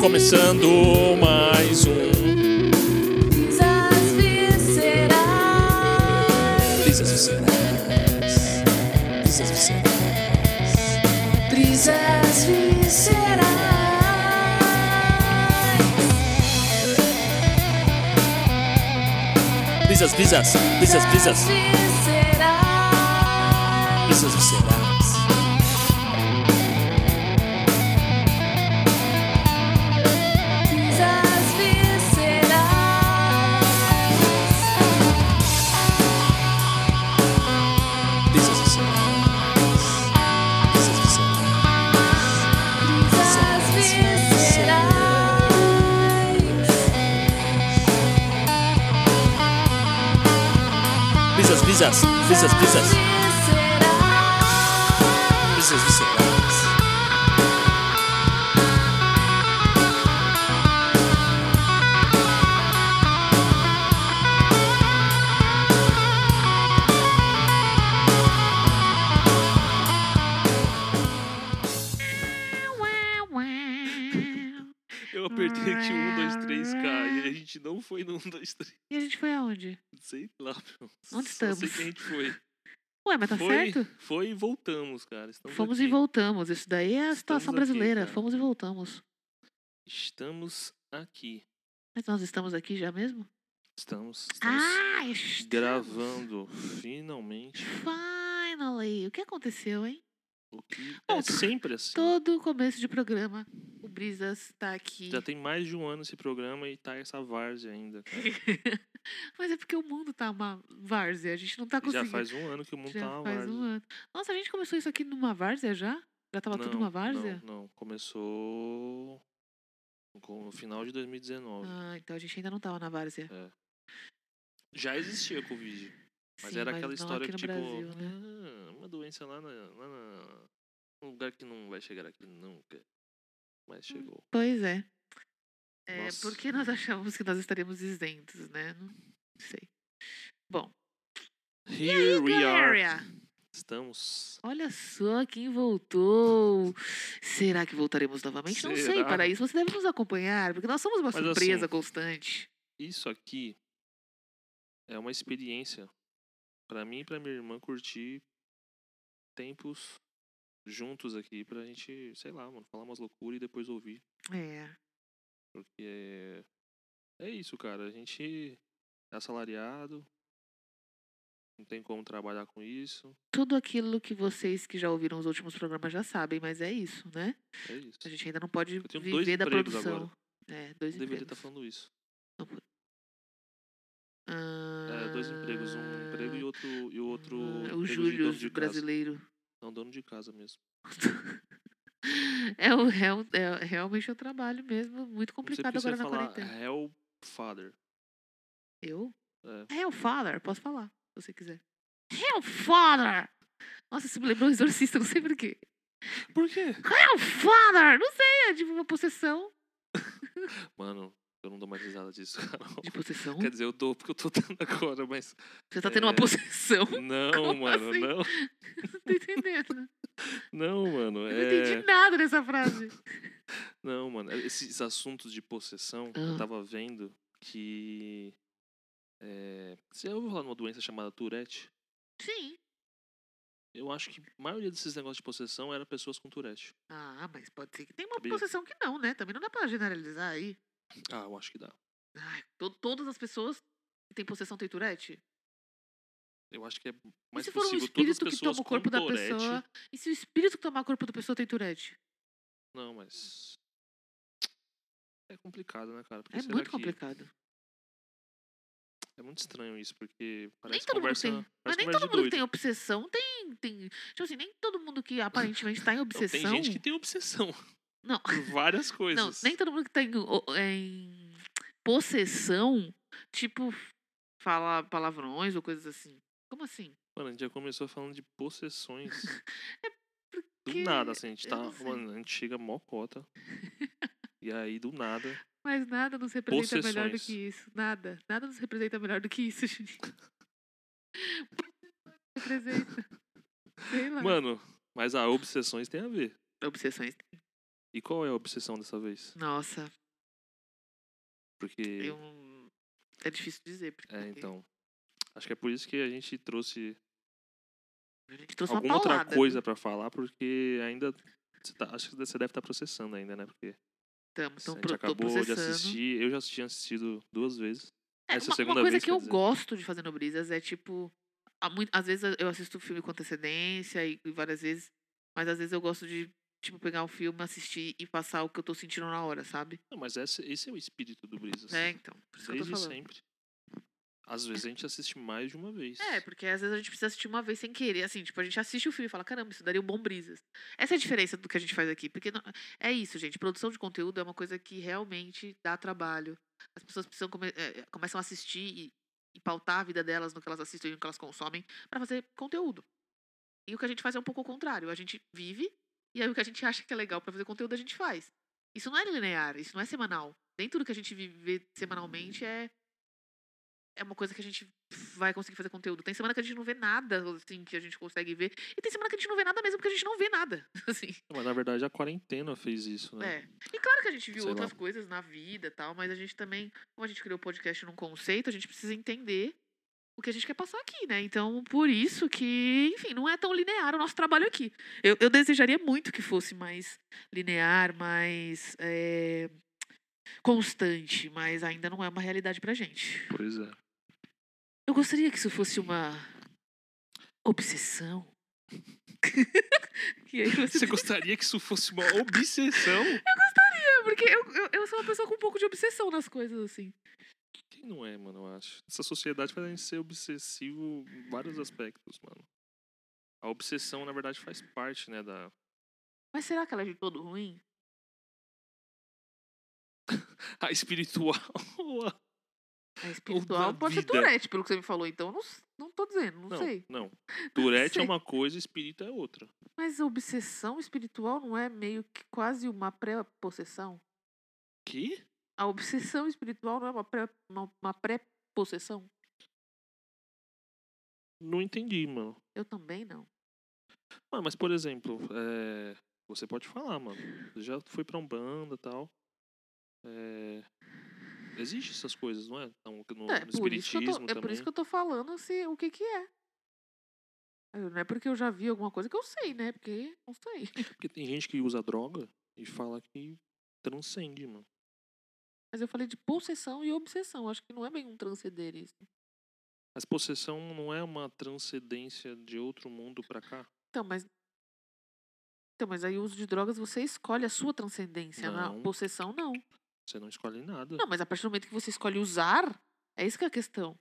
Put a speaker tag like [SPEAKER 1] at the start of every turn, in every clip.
[SPEAKER 1] começando mais um
[SPEAKER 2] Lisas viscerais.
[SPEAKER 1] Lisas Viscerais. Lisas Viscerais.
[SPEAKER 2] Lisas viscerais.
[SPEAKER 1] Lisas Visas. Lisas Visas.
[SPEAKER 2] viscerais.
[SPEAKER 1] Lisas Viscerais.
[SPEAKER 2] Lisas viscerais.
[SPEAKER 1] Lisas Viscerais. Lisas Viscerais.
[SPEAKER 2] Lisas viscerais.
[SPEAKER 1] Lisas Visas. Lisas Visas.
[SPEAKER 2] Viscerais.
[SPEAKER 1] Lisas Viscerais.
[SPEAKER 3] Eu apertei aqui 1, 2, 3, cara. E a gente não foi no 1, 2, 3.
[SPEAKER 4] E a gente foi aonde?
[SPEAKER 3] Sei lá, meu.
[SPEAKER 4] Onde
[SPEAKER 3] Só Sei
[SPEAKER 4] estamos?
[SPEAKER 3] que a gente foi.
[SPEAKER 4] Ué, mas tá
[SPEAKER 3] foi,
[SPEAKER 4] certo?
[SPEAKER 3] foi e voltamos, cara. Estamos
[SPEAKER 4] Fomos
[SPEAKER 3] aqui.
[SPEAKER 4] e voltamos. Isso daí é a situação
[SPEAKER 3] Estamos aqui,
[SPEAKER 4] brasileira.
[SPEAKER 3] cara.
[SPEAKER 4] Fomos e voltamos.
[SPEAKER 3] Estamos aqui.
[SPEAKER 4] Mas nós estamos aqui já mesmo?
[SPEAKER 3] Estamos, estamos
[SPEAKER 4] Ah, estamos.
[SPEAKER 3] gravando, finalmente.
[SPEAKER 4] Finally. O que aconteceu, hein?
[SPEAKER 3] O que é
[SPEAKER 4] Bom,
[SPEAKER 3] sempre assim.
[SPEAKER 4] Todo começo de programa, o Brisas tá aqui.
[SPEAKER 3] Já tem mais de um ano esse programa e tá essa várzea ainda. cara.
[SPEAKER 4] Mas é porque o mundo tá uma várzea. A gente não tá
[SPEAKER 3] Já
[SPEAKER 4] conseguindo.
[SPEAKER 3] faz um ano que o mundo
[SPEAKER 4] Já
[SPEAKER 3] tá uma
[SPEAKER 4] faz
[SPEAKER 3] várzea.
[SPEAKER 4] um ano. Nossa, a gente começou isso aqui numa várzea já? Já tava tudo numa várzea?
[SPEAKER 3] Não, não. Começou com- no final de 2019.
[SPEAKER 4] Ah, então a gente ainda não tava na várzea.
[SPEAKER 3] Já existia Covid. Mas
[SPEAKER 4] Sim,
[SPEAKER 3] era aquela
[SPEAKER 4] não
[SPEAKER 3] história
[SPEAKER 4] aqui
[SPEAKER 3] que,
[SPEAKER 4] no
[SPEAKER 3] tipo,
[SPEAKER 4] Brasil, né?
[SPEAKER 3] "Ah, uma doença lá, na, lá na- num lugar que não vai chegar aqui nunca. Mas chegou.
[SPEAKER 4] Pois é. É,
[SPEAKER 3] Nossa.
[SPEAKER 4] porque nós achávamos que nós estaríamos isentos, né? Não sei.
[SPEAKER 3] Here we are.
[SPEAKER 4] Galera,
[SPEAKER 3] Estamos.
[SPEAKER 4] Olha só quem voltou. Será que voltaremos novamente? Não sei.
[SPEAKER 3] Será?
[SPEAKER 4] Para isso, você deve nos acompanhar, porque nós somos uma
[SPEAKER 3] Mas
[SPEAKER 4] surpresa
[SPEAKER 3] assim,
[SPEAKER 4] constante.
[SPEAKER 3] Isso aqui é uma experiência pra mim e pra minha irmã curtir tempos juntos aqui pra gente, sei lá, mano, falar umas loucuras e depois ouvir.
[SPEAKER 4] É.
[SPEAKER 3] Porque é, é isso, cara. A gente é assalariado. Não tem como trabalhar com isso.
[SPEAKER 4] Tudo aquilo que vocês que já ouviram os últimos programas já sabem, mas é isso, né?
[SPEAKER 3] É isso.
[SPEAKER 4] A gente ainda não pode
[SPEAKER 3] tenho dois
[SPEAKER 4] viver da
[SPEAKER 3] empregos
[SPEAKER 4] produção.
[SPEAKER 3] agora. Um
[SPEAKER 4] É, dois
[SPEAKER 3] Eu deveria
[SPEAKER 4] empregos.
[SPEAKER 3] estar tá falando isso.
[SPEAKER 4] Ah,
[SPEAKER 3] É, dois empregos. Um emprego e outro. E o outro
[SPEAKER 4] ah,
[SPEAKER 3] emprego
[SPEAKER 4] O
[SPEAKER 3] de
[SPEAKER 4] Júlio
[SPEAKER 3] dono de casa.
[SPEAKER 4] brasileiro.
[SPEAKER 3] Não, dono de casa mesmo.
[SPEAKER 4] É, um, é, um, é realmente um trabalho mesmo, muito
[SPEAKER 3] Não sei
[SPEAKER 4] complicado
[SPEAKER 3] porque você
[SPEAKER 4] agora na
[SPEAKER 3] falar
[SPEAKER 4] quarentena.
[SPEAKER 3] Hellfather.
[SPEAKER 4] Eu?
[SPEAKER 3] É.
[SPEAKER 4] Hellfather, posso falar, se você quiser. Hellfather! Nossa, isso me lembrou o exorcista, não sei porquê.
[SPEAKER 3] Por quê?
[SPEAKER 4] Hellfather! Não sei, é tipo uma possessão.
[SPEAKER 3] Mano, eu não dou mais risada disso, cara.
[SPEAKER 4] De possessão?
[SPEAKER 3] Quer dizer, eu dou porque eu tô dando agora, mas.
[SPEAKER 4] Você tá tendo uma
[SPEAKER 3] é.
[SPEAKER 4] possessão?
[SPEAKER 3] Não,
[SPEAKER 4] Como
[SPEAKER 3] mano,
[SPEAKER 4] assim?
[SPEAKER 3] não.
[SPEAKER 4] Não tô entendendo.
[SPEAKER 3] Não, mano.
[SPEAKER 4] Eu não
[SPEAKER 3] É...
[SPEAKER 4] entendi nada dessa frase.
[SPEAKER 3] Não, mano, é- esses assuntos de possessão, eu
[SPEAKER 4] Ah.
[SPEAKER 3] tava vendo que. É, você já ouviu falar de uma doença chamada Tourette?
[SPEAKER 4] Sim.
[SPEAKER 3] Eu acho que a maioria desses negócios de possessão era pessoas com Tourette.
[SPEAKER 4] Ah, mas pode ser que tem uma
[SPEAKER 3] Sabia?
[SPEAKER 4] possessão que não, né? Também não dá pra generalizar aí.
[SPEAKER 3] Ah, eu acho que dá.
[SPEAKER 4] Ai, to- todas as pessoas que têm possessão têm Tourette?
[SPEAKER 3] Eu acho que é
[SPEAKER 4] E
[SPEAKER 3] mais
[SPEAKER 4] se for um
[SPEAKER 3] possível todas as
[SPEAKER 4] espírito que
[SPEAKER 3] pessoas
[SPEAKER 4] toma o corpo
[SPEAKER 3] com
[SPEAKER 4] da
[SPEAKER 3] Tourette.
[SPEAKER 4] pessoa. E se o espírito que tomar o corpo da pessoa tem Tourette?
[SPEAKER 3] Não, mas. É complicado, né, cara? Porque
[SPEAKER 4] É
[SPEAKER 3] será
[SPEAKER 4] muito
[SPEAKER 3] que-
[SPEAKER 4] complicado.
[SPEAKER 3] É muito estranho isso, porque
[SPEAKER 4] Nem
[SPEAKER 3] parece
[SPEAKER 4] todo mundo
[SPEAKER 3] conversa.
[SPEAKER 4] tem. Mas
[SPEAKER 3] parece
[SPEAKER 4] nem
[SPEAKER 3] conversa
[SPEAKER 4] todo
[SPEAKER 3] é de
[SPEAKER 4] mundo
[SPEAKER 3] doido.
[SPEAKER 4] que tem obsessão tem, tem. Tipo assim, nem todo mundo que aparentemente tá em
[SPEAKER 3] Não, tem
[SPEAKER 4] obsessão.
[SPEAKER 3] gente que tem obsessão
[SPEAKER 4] Não.
[SPEAKER 3] por várias
[SPEAKER 4] Não,
[SPEAKER 3] coisas.
[SPEAKER 4] nem todo mundo que tá em, o- em possessão, tipo, fala palavrões ou coisas assim. Como assim?
[SPEAKER 3] Mano, a gente já começou falando de possessões.
[SPEAKER 4] É
[SPEAKER 3] Do
[SPEAKER 4] porque
[SPEAKER 3] nada, assim, a gente
[SPEAKER 4] eu
[SPEAKER 3] tá.
[SPEAKER 4] não sei.
[SPEAKER 3] Mano, a gente chega mó cota. e aí, do nada.
[SPEAKER 4] Mas nada nos representa melhor do
[SPEAKER 3] Possessões.
[SPEAKER 4] que isso. Nada. Nada nos representa melhor do que isso, gente. representa. Sei lá.
[SPEAKER 3] Mano, mas a obsessões tem a ver.
[SPEAKER 4] Obsessões.
[SPEAKER 3] E qual é a obsessão dessa vez?
[SPEAKER 4] Nossa,
[SPEAKER 3] Porque.
[SPEAKER 4] eu. É difícil dizer. Porque
[SPEAKER 3] É, então. Acho que é por isso que a gente trouxe
[SPEAKER 4] A gente trouxe
[SPEAKER 3] alguma
[SPEAKER 4] uma paulada.
[SPEAKER 3] outra coisa pra falar, porque ainda. você tá- acho que você deve estar processando ainda, né? Porque
[SPEAKER 4] Estamos
[SPEAKER 3] a gente acabou de assistir. Eu já tinha assistido duas vezes.
[SPEAKER 4] É,
[SPEAKER 3] Essa
[SPEAKER 4] uma,
[SPEAKER 3] segunda
[SPEAKER 4] uma coisa
[SPEAKER 3] vez,
[SPEAKER 4] que
[SPEAKER 3] quer
[SPEAKER 4] eu
[SPEAKER 3] dizer.
[SPEAKER 4] gosto de fazer no Brisas é tipo. há mui- Às vezes eu assisto filme com antecedência e e várias vezes, mas às vezes eu gosto de, tipo, pegar um filme, assistir e passar o que eu tô sentindo na hora, sabe?
[SPEAKER 3] Não, mas esse, esse é o espírito do Brisas.
[SPEAKER 4] É, então. Por isso que eu tô
[SPEAKER 3] Desde
[SPEAKER 4] falando.
[SPEAKER 3] sempre. Às vezes a gente assiste mais de uma vez.
[SPEAKER 4] É, porque às vezes a gente precisa assistir uma vez sem querer, assim, tipo, a gente assiste o filme e fala, caramba, isso daria um bom brisas. Essa é a diferença do que a gente faz aqui, porque não- é isso, gente, produção de conteúdo é uma coisa que realmente dá trabalho. As pessoas precisam come- eh, começam a assistir e, e pautar a vida delas no que elas assistem e no que elas consomem pra fazer conteúdo. E o que a gente faz é um pouco o contrário, a gente vive e aí o que a gente acha que é legal pra fazer conteúdo a gente faz. Isso não é linear, isso não é semanal. Nem tudo que a gente vive semanalmente é é uma coisa que a gente vai conseguir fazer conteúdo. Tem semana que a gente não vê nada, assim, que a gente consegue ver. E tem semana que a gente não vê nada mesmo, porque a gente não vê nada, assim.
[SPEAKER 3] Mas na verdade a quarentena fez isso, né?
[SPEAKER 4] É. E claro que a gente viu
[SPEAKER 3] Sei
[SPEAKER 4] outras
[SPEAKER 3] lá.
[SPEAKER 4] coisas na vida e tal, mas a gente também, como a gente criou o podcast num conceito, a gente precisa entender o que a gente quer passar aqui, né? Então, por isso que, enfim, não é tão linear o nosso trabalho aqui. Eu, eu desejaria muito que fosse mais linear, mais é, constante, mas ainda não é uma realidade pra gente.
[SPEAKER 3] Pois é.
[SPEAKER 4] Eu gostaria que isso fosse uma obsessão. que aí você...
[SPEAKER 3] Você gostaria que isso fosse uma obsessão?
[SPEAKER 4] É, Porque eu, eu, eu sou uma pessoa com um pouco de obsessão nas coisas, assim.
[SPEAKER 3] Quem não é, mano, eu acho. Essa sociedade faz a gente ser obsessivo em vários aspectos, mano. A obsessão, na verdade, faz parte, né, da...
[SPEAKER 4] Mas será que ela é de todo ruim?
[SPEAKER 3] A espiritual.
[SPEAKER 4] É espiritual?
[SPEAKER 3] da
[SPEAKER 4] Pode ser
[SPEAKER 3] vida.
[SPEAKER 4] Tourette, pelo que você me falou, então. eu Não, s- não tô dizendo, não,
[SPEAKER 3] Não,
[SPEAKER 4] sei.
[SPEAKER 3] não. Tourette é
[SPEAKER 4] sei.
[SPEAKER 3] uma coisa, espírito é outra.
[SPEAKER 4] Mas a obsessão espiritual não é meio que quase uma pré-possessão?
[SPEAKER 3] Que?
[SPEAKER 4] A obsessão espiritual não é uma pré- uma- uma pré-possessão?
[SPEAKER 3] Não entendi, mano.
[SPEAKER 4] eu também não.
[SPEAKER 3] Ah, mas, por exemplo, é, você pode falar, mano. Eu já fui pra Umbanda e tal. É... Existe essas coisas, não é? Então, No,
[SPEAKER 4] É,
[SPEAKER 3] no
[SPEAKER 4] por isso, que eu
[SPEAKER 3] espiritismo
[SPEAKER 4] tô, é
[SPEAKER 3] também.
[SPEAKER 4] por isso que eu tô falando se, o que que é. Eu- Não é porque eu já vi alguma coisa que eu sei, né? Porque não sei.
[SPEAKER 3] Porque tem gente que usa droga e fala que transcende, mano.
[SPEAKER 4] Mas eu falei de possessão e obsessão. Acho que não é bem um transcender isso.
[SPEAKER 3] Mas possessão não é uma transcendência de outro mundo pra cá?
[SPEAKER 4] Então, mas. Então, mas aí o uso de drogas você escolhe a sua transcendência.
[SPEAKER 3] Não.
[SPEAKER 4] Na possessão, não.
[SPEAKER 3] Você não escolhe nada.
[SPEAKER 4] Não, mas a partir do momento que você escolhe usar, é isso que é a questão.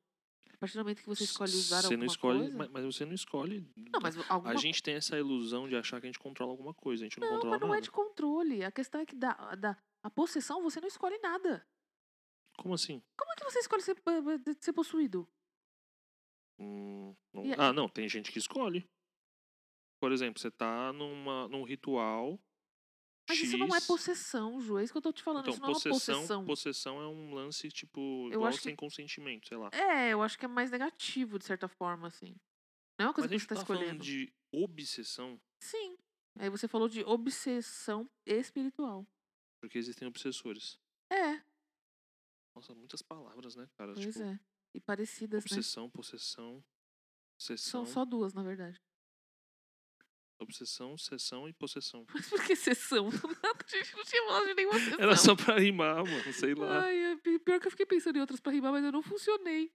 [SPEAKER 4] A partir do momento que você escolhe usar
[SPEAKER 3] você não
[SPEAKER 4] alguma
[SPEAKER 3] escolhe,
[SPEAKER 4] coisa.
[SPEAKER 3] Mas, mas você não escolhe.
[SPEAKER 4] Não, mas alguma
[SPEAKER 3] A gente tem essa ilusão de achar que a gente controla alguma coisa. A gente não,
[SPEAKER 4] Não,
[SPEAKER 3] controla
[SPEAKER 4] mas não
[SPEAKER 3] nada.
[SPEAKER 4] é de controle. A questão é que da, da, a possessão você não escolhe nada.
[SPEAKER 3] Como assim?
[SPEAKER 4] Como é que você escolhe ser, eh, eh, ser possuído?
[SPEAKER 3] Hum, não-
[SPEAKER 4] E a-
[SPEAKER 3] Ah, não, tem gente que escolhe. Por exemplo, você tá numa, num ritual.
[SPEAKER 4] Mas
[SPEAKER 3] X,
[SPEAKER 4] isso não é possessão, Ju. É isso que eu tô te falando.
[SPEAKER 3] Então,
[SPEAKER 4] isso não
[SPEAKER 3] possessão,
[SPEAKER 4] é uma possessão.
[SPEAKER 3] possessão é um lance, tipo,
[SPEAKER 4] Eu
[SPEAKER 3] igual
[SPEAKER 4] acho que-
[SPEAKER 3] sem consentimento, sei lá.
[SPEAKER 4] É, eu acho que é mais negativo, de certa forma, assim. Não é uma
[SPEAKER 3] Mas
[SPEAKER 4] coisa
[SPEAKER 3] a
[SPEAKER 4] que
[SPEAKER 3] gente
[SPEAKER 4] você tá
[SPEAKER 3] tá falando
[SPEAKER 4] escolhendo.
[SPEAKER 3] de obsessão,
[SPEAKER 4] Sim. Aí você falou de obsessão espiritual.
[SPEAKER 3] porque existem obsessores.
[SPEAKER 4] É,
[SPEAKER 3] Nossa, muitas palavras, né, cara?
[SPEAKER 4] pois
[SPEAKER 3] tipo,
[SPEAKER 4] é. E parecidas, né?
[SPEAKER 3] obsessão, possessão, sessão.
[SPEAKER 4] São só duas, na verdade.
[SPEAKER 3] Obsessão, sessão e possessão.
[SPEAKER 4] Mas por que sessão? a gente não tinha falado de nenhuma sessão.
[SPEAKER 3] Era só pra rimar, mano, sei lá.
[SPEAKER 4] Ah, Ai, é pi- pior que eu fiquei pensando em outras pra rimar, mas eu não funcionei.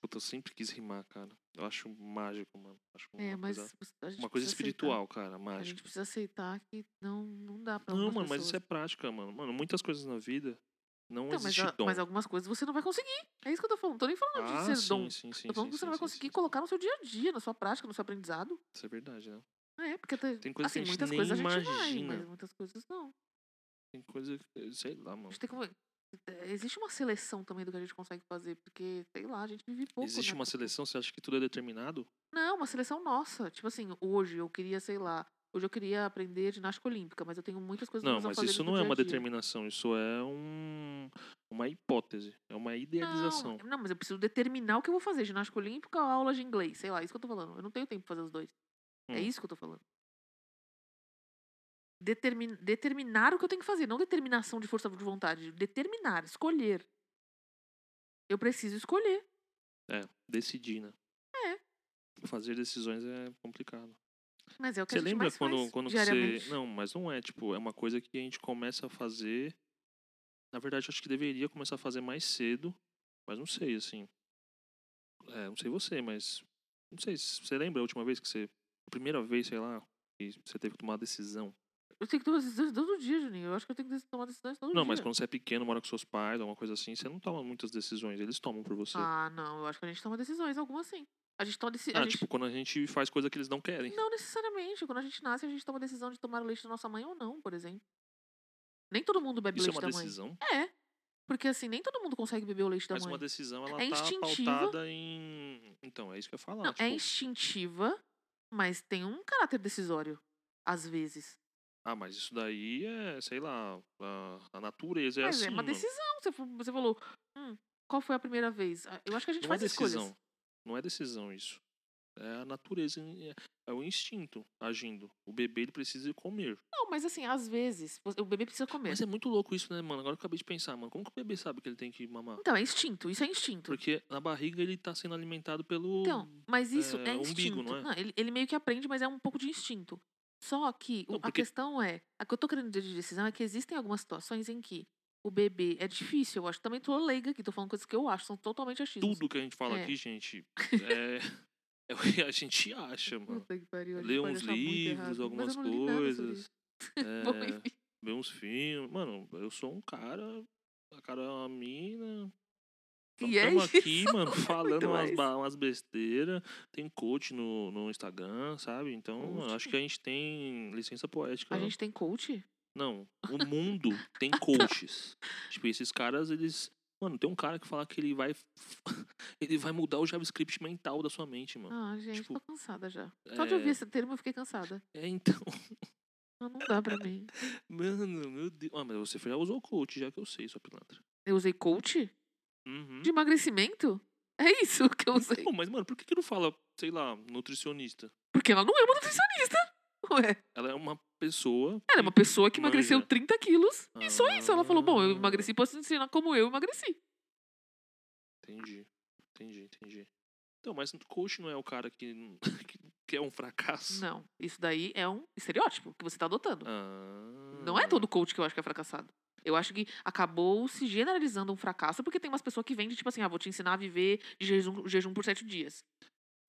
[SPEAKER 3] Puta, eu sempre quis rimar, cara. Eu acho mágico, mano. Acho uma
[SPEAKER 4] É, mas
[SPEAKER 3] coisa,
[SPEAKER 4] a gente
[SPEAKER 3] uma coisa
[SPEAKER 4] precisa aceitar.
[SPEAKER 3] espiritual, cara,
[SPEAKER 4] A
[SPEAKER 3] mágica.
[SPEAKER 4] gente precisa aceitar que não, não dá pra
[SPEAKER 3] Não,
[SPEAKER 4] então,
[SPEAKER 3] mano,
[SPEAKER 4] algumas
[SPEAKER 3] mas isso é
[SPEAKER 4] pessoas.
[SPEAKER 3] prática, mano. Mano, muitas coisas na vida não
[SPEAKER 4] Então, mas,
[SPEAKER 3] existe
[SPEAKER 4] a-
[SPEAKER 3] dom.
[SPEAKER 4] mas algumas coisas você não vai conseguir. É isso que eu tô falando. Tô nem falando
[SPEAKER 3] ah,
[SPEAKER 4] de ser
[SPEAKER 3] sim,
[SPEAKER 4] dom.
[SPEAKER 3] sim, sim.
[SPEAKER 4] tô falando
[SPEAKER 3] sim,
[SPEAKER 4] que você
[SPEAKER 3] sim,
[SPEAKER 4] não vai
[SPEAKER 3] sim,
[SPEAKER 4] conseguir
[SPEAKER 3] sim.
[SPEAKER 4] colocar no seu dia a dia, na sua prática, no seu aprendizado.
[SPEAKER 3] Isso é verdade, né?
[SPEAKER 4] É, porque até-
[SPEAKER 3] Tem coisas que
[SPEAKER 4] assim,
[SPEAKER 3] a gente
[SPEAKER 4] muitas
[SPEAKER 3] nem
[SPEAKER 4] coisas a gente
[SPEAKER 3] imagina.
[SPEAKER 4] vai, mas muitas coisas não.
[SPEAKER 3] Tem coisa que, eh, sei lá,
[SPEAKER 4] A
[SPEAKER 3] mano.
[SPEAKER 4] gente tem como... Existe uma seleção também do que a gente consegue fazer, porque, sei lá, a gente vive pouco.
[SPEAKER 3] Existe
[SPEAKER 4] né,
[SPEAKER 3] uma
[SPEAKER 4] pra-
[SPEAKER 3] seleção, você acha que tudo é determinado?
[SPEAKER 4] Não, uma seleção nossa. Tipo assim, hoje eu queria, sei lá, hoje eu queria aprender ginástica olímpica, mas eu tenho muitas coisas
[SPEAKER 3] Não,
[SPEAKER 4] pra
[SPEAKER 3] mas
[SPEAKER 4] fazer
[SPEAKER 3] isso
[SPEAKER 4] no
[SPEAKER 3] não é
[SPEAKER 4] dia a
[SPEAKER 3] uma
[SPEAKER 4] dia.
[SPEAKER 3] determinação, isso é um uma hipótese, é uma
[SPEAKER 4] Não,
[SPEAKER 3] idealização.
[SPEAKER 4] não, mas eu preciso determinar o que eu vou fazer. Ginástica olímpica ou aula de inglês? é Sei lá, isso É que eu tô falando. Eu não tenho tempo pra fazer os dois.
[SPEAKER 3] Hum.
[SPEAKER 4] É isso que eu tô falando. determin, determinar o que eu tenho que fazer. Não determinação de força de vontade. Determinar, escolher. Eu preciso escolher.
[SPEAKER 3] É, decidir, né? Fazer decisões é complicado.
[SPEAKER 4] Mas é o que
[SPEAKER 3] Você
[SPEAKER 4] a gente
[SPEAKER 3] lembra
[SPEAKER 4] mais
[SPEAKER 3] quando,
[SPEAKER 4] faz
[SPEAKER 3] quando
[SPEAKER 4] diariamente.
[SPEAKER 3] você. Não, mas não é, tipo, é uma coisa que a gente começa a fazer. Na verdade, acho que deveria começar a fazer mais cedo, mas não sei, assim. É, não sei você, mas. Não sei, se você lembra a última vez que você. A primeira vez, sei lá, que você teve que tomar uma decisão.
[SPEAKER 4] Eu tenho que tomar decisões todo dia, Juninho. Eu acho que eu tenho que tomar decisões todo dia.
[SPEAKER 3] Não, mas quando você é pequeno, mora com seus pais, alguma coisa assim, você não toma muitas decisões, eles tomam por você. Ah,
[SPEAKER 4] Ah, não. Eu acho que a gente toma decisões, algumas sim. A gente toma decisões.
[SPEAKER 3] tipo, quando a gente faz coisa que eles não querem.
[SPEAKER 4] Não necessariamente. Quando a gente nasce, a gente toma a decisão de tomar o leite da nossa mãe ou não, por exemplo. Nem todo mundo bebe
[SPEAKER 3] Isso é
[SPEAKER 4] leite
[SPEAKER 3] uma
[SPEAKER 4] da mãe.
[SPEAKER 3] decisão?
[SPEAKER 4] É. Porque assim, nem todo mundo consegue beber o leite da
[SPEAKER 3] Mas
[SPEAKER 4] mãe.
[SPEAKER 3] uma decisão, ela
[SPEAKER 4] É
[SPEAKER 3] tá
[SPEAKER 4] instintiva.
[SPEAKER 3] pautada em. Então, é isso que eu ia falar.
[SPEAKER 4] Não,
[SPEAKER 3] tipo,
[SPEAKER 4] é instintiva, mas tem um caráter decisório. Às vezes.
[SPEAKER 3] Ah, mas isso daí é, sei lá, a, a natureza é
[SPEAKER 4] mas
[SPEAKER 3] assim.
[SPEAKER 4] é uma
[SPEAKER 3] mano.
[SPEAKER 4] decisão. Você, fa- você falou, "Hum, qual foi a primeira vez? Ah, Eu acho que a gente
[SPEAKER 3] Não é
[SPEAKER 4] faz
[SPEAKER 3] decisão.
[SPEAKER 4] escolhas.
[SPEAKER 3] Não é decisão isso. É a natureza, é- é o instinto agindo. O bebê ele precisa comer.
[SPEAKER 4] Não, mas assim, às vezes, você- o bebê precisa comer.
[SPEAKER 3] Mas é muito louco isso, né, mano? Agora eu acabei de pensar, mano, como que o bebê sabe que ele tem que mamar?
[SPEAKER 4] Então, é instinto. Isso é instinto.
[SPEAKER 3] Porque na barriga ele tá sendo alimentado pelo
[SPEAKER 4] Então, mas isso é,
[SPEAKER 3] é, umbigo,
[SPEAKER 4] instinto.
[SPEAKER 3] não é?
[SPEAKER 4] Não, ele, ele meio que aprende, mas é um pouco de instinto. Só que o-
[SPEAKER 3] Não,
[SPEAKER 4] a
[SPEAKER 3] porque-
[SPEAKER 4] questão é, a que eu tô querendo dizer de decisão é que existem algumas situações em que o bebê é difícil, eu acho. Também tô leiga aqui, tô falando coisas que eu acho, são totalmente achistas.
[SPEAKER 3] tudo que a gente fala
[SPEAKER 4] É.
[SPEAKER 3] aqui, gente. É, é o que a gente acha, mano.
[SPEAKER 4] Puta que pariu, a gente
[SPEAKER 3] Lê
[SPEAKER 4] pode
[SPEAKER 3] uns
[SPEAKER 4] achar muito
[SPEAKER 3] livros,
[SPEAKER 4] errado,
[SPEAKER 3] algumas
[SPEAKER 4] mas eu não li nada sobre
[SPEAKER 3] coisas.
[SPEAKER 4] isso. Bom,
[SPEAKER 3] É,
[SPEAKER 4] enfim.
[SPEAKER 3] ver uns filmes. Mano, eu sou um cara. A cara é uma mina.
[SPEAKER 4] E é
[SPEAKER 3] Estamos aqui,
[SPEAKER 4] isso,
[SPEAKER 3] mano,
[SPEAKER 4] é
[SPEAKER 3] falando
[SPEAKER 4] muito
[SPEAKER 3] umas,
[SPEAKER 4] mais.
[SPEAKER 3] ba- umas besteiras. Tem coach no, no Instagram, sabe? Então,
[SPEAKER 4] Coach?
[SPEAKER 3] mano, acho que a gente tem licença poética.
[SPEAKER 4] A gente tem coach?
[SPEAKER 3] Não, o mundo tem coaches. tipo, esses caras, eles. Mano, tem um cara que fala que ele vai. ele vai mudar o JavaScript mental da sua mente, mano.
[SPEAKER 4] Ah, gente,
[SPEAKER 3] tipo,
[SPEAKER 4] tô cansada já. Só de ouvir
[SPEAKER 3] é.
[SPEAKER 4] esse termo eu fiquei cansada.
[SPEAKER 3] É, então.
[SPEAKER 4] Não, não dá pra mim.
[SPEAKER 3] Mano, meu Deus. Ah, mas você já usou coach, já que eu sei, sua pilantra.
[SPEAKER 4] Eu usei coach?
[SPEAKER 3] Uhum.
[SPEAKER 4] De emagrecimento? É isso que eu usei.
[SPEAKER 3] Pô, mas, mano, por que, que não fala, sei lá, nutricionista?
[SPEAKER 4] Porque ela não é uma nutricionista. Ué,
[SPEAKER 3] Ela é uma pessoa.
[SPEAKER 4] ela é uma pessoa que emagreceu
[SPEAKER 3] manja.
[SPEAKER 4] 30 quilos. E só isso. Ela falou: bom, eu
[SPEAKER 3] Ah.
[SPEAKER 4] emagreci, posso te ensinar como eu emagreci.
[SPEAKER 3] Entendi. Entendi, entendi. Então, mas coach não é o cara que, que, que é um fracasso.
[SPEAKER 4] Não, isso daí é um estereótipo que você tá adotando.
[SPEAKER 3] Ah.
[SPEAKER 4] Não é todo coach que eu acho que é fracassado. Eu acho que acabou se generalizando um fracasso, porque tem umas pessoas que vendem, tipo assim, ah, vou te ensinar a viver de jejum, jejum por sete dias.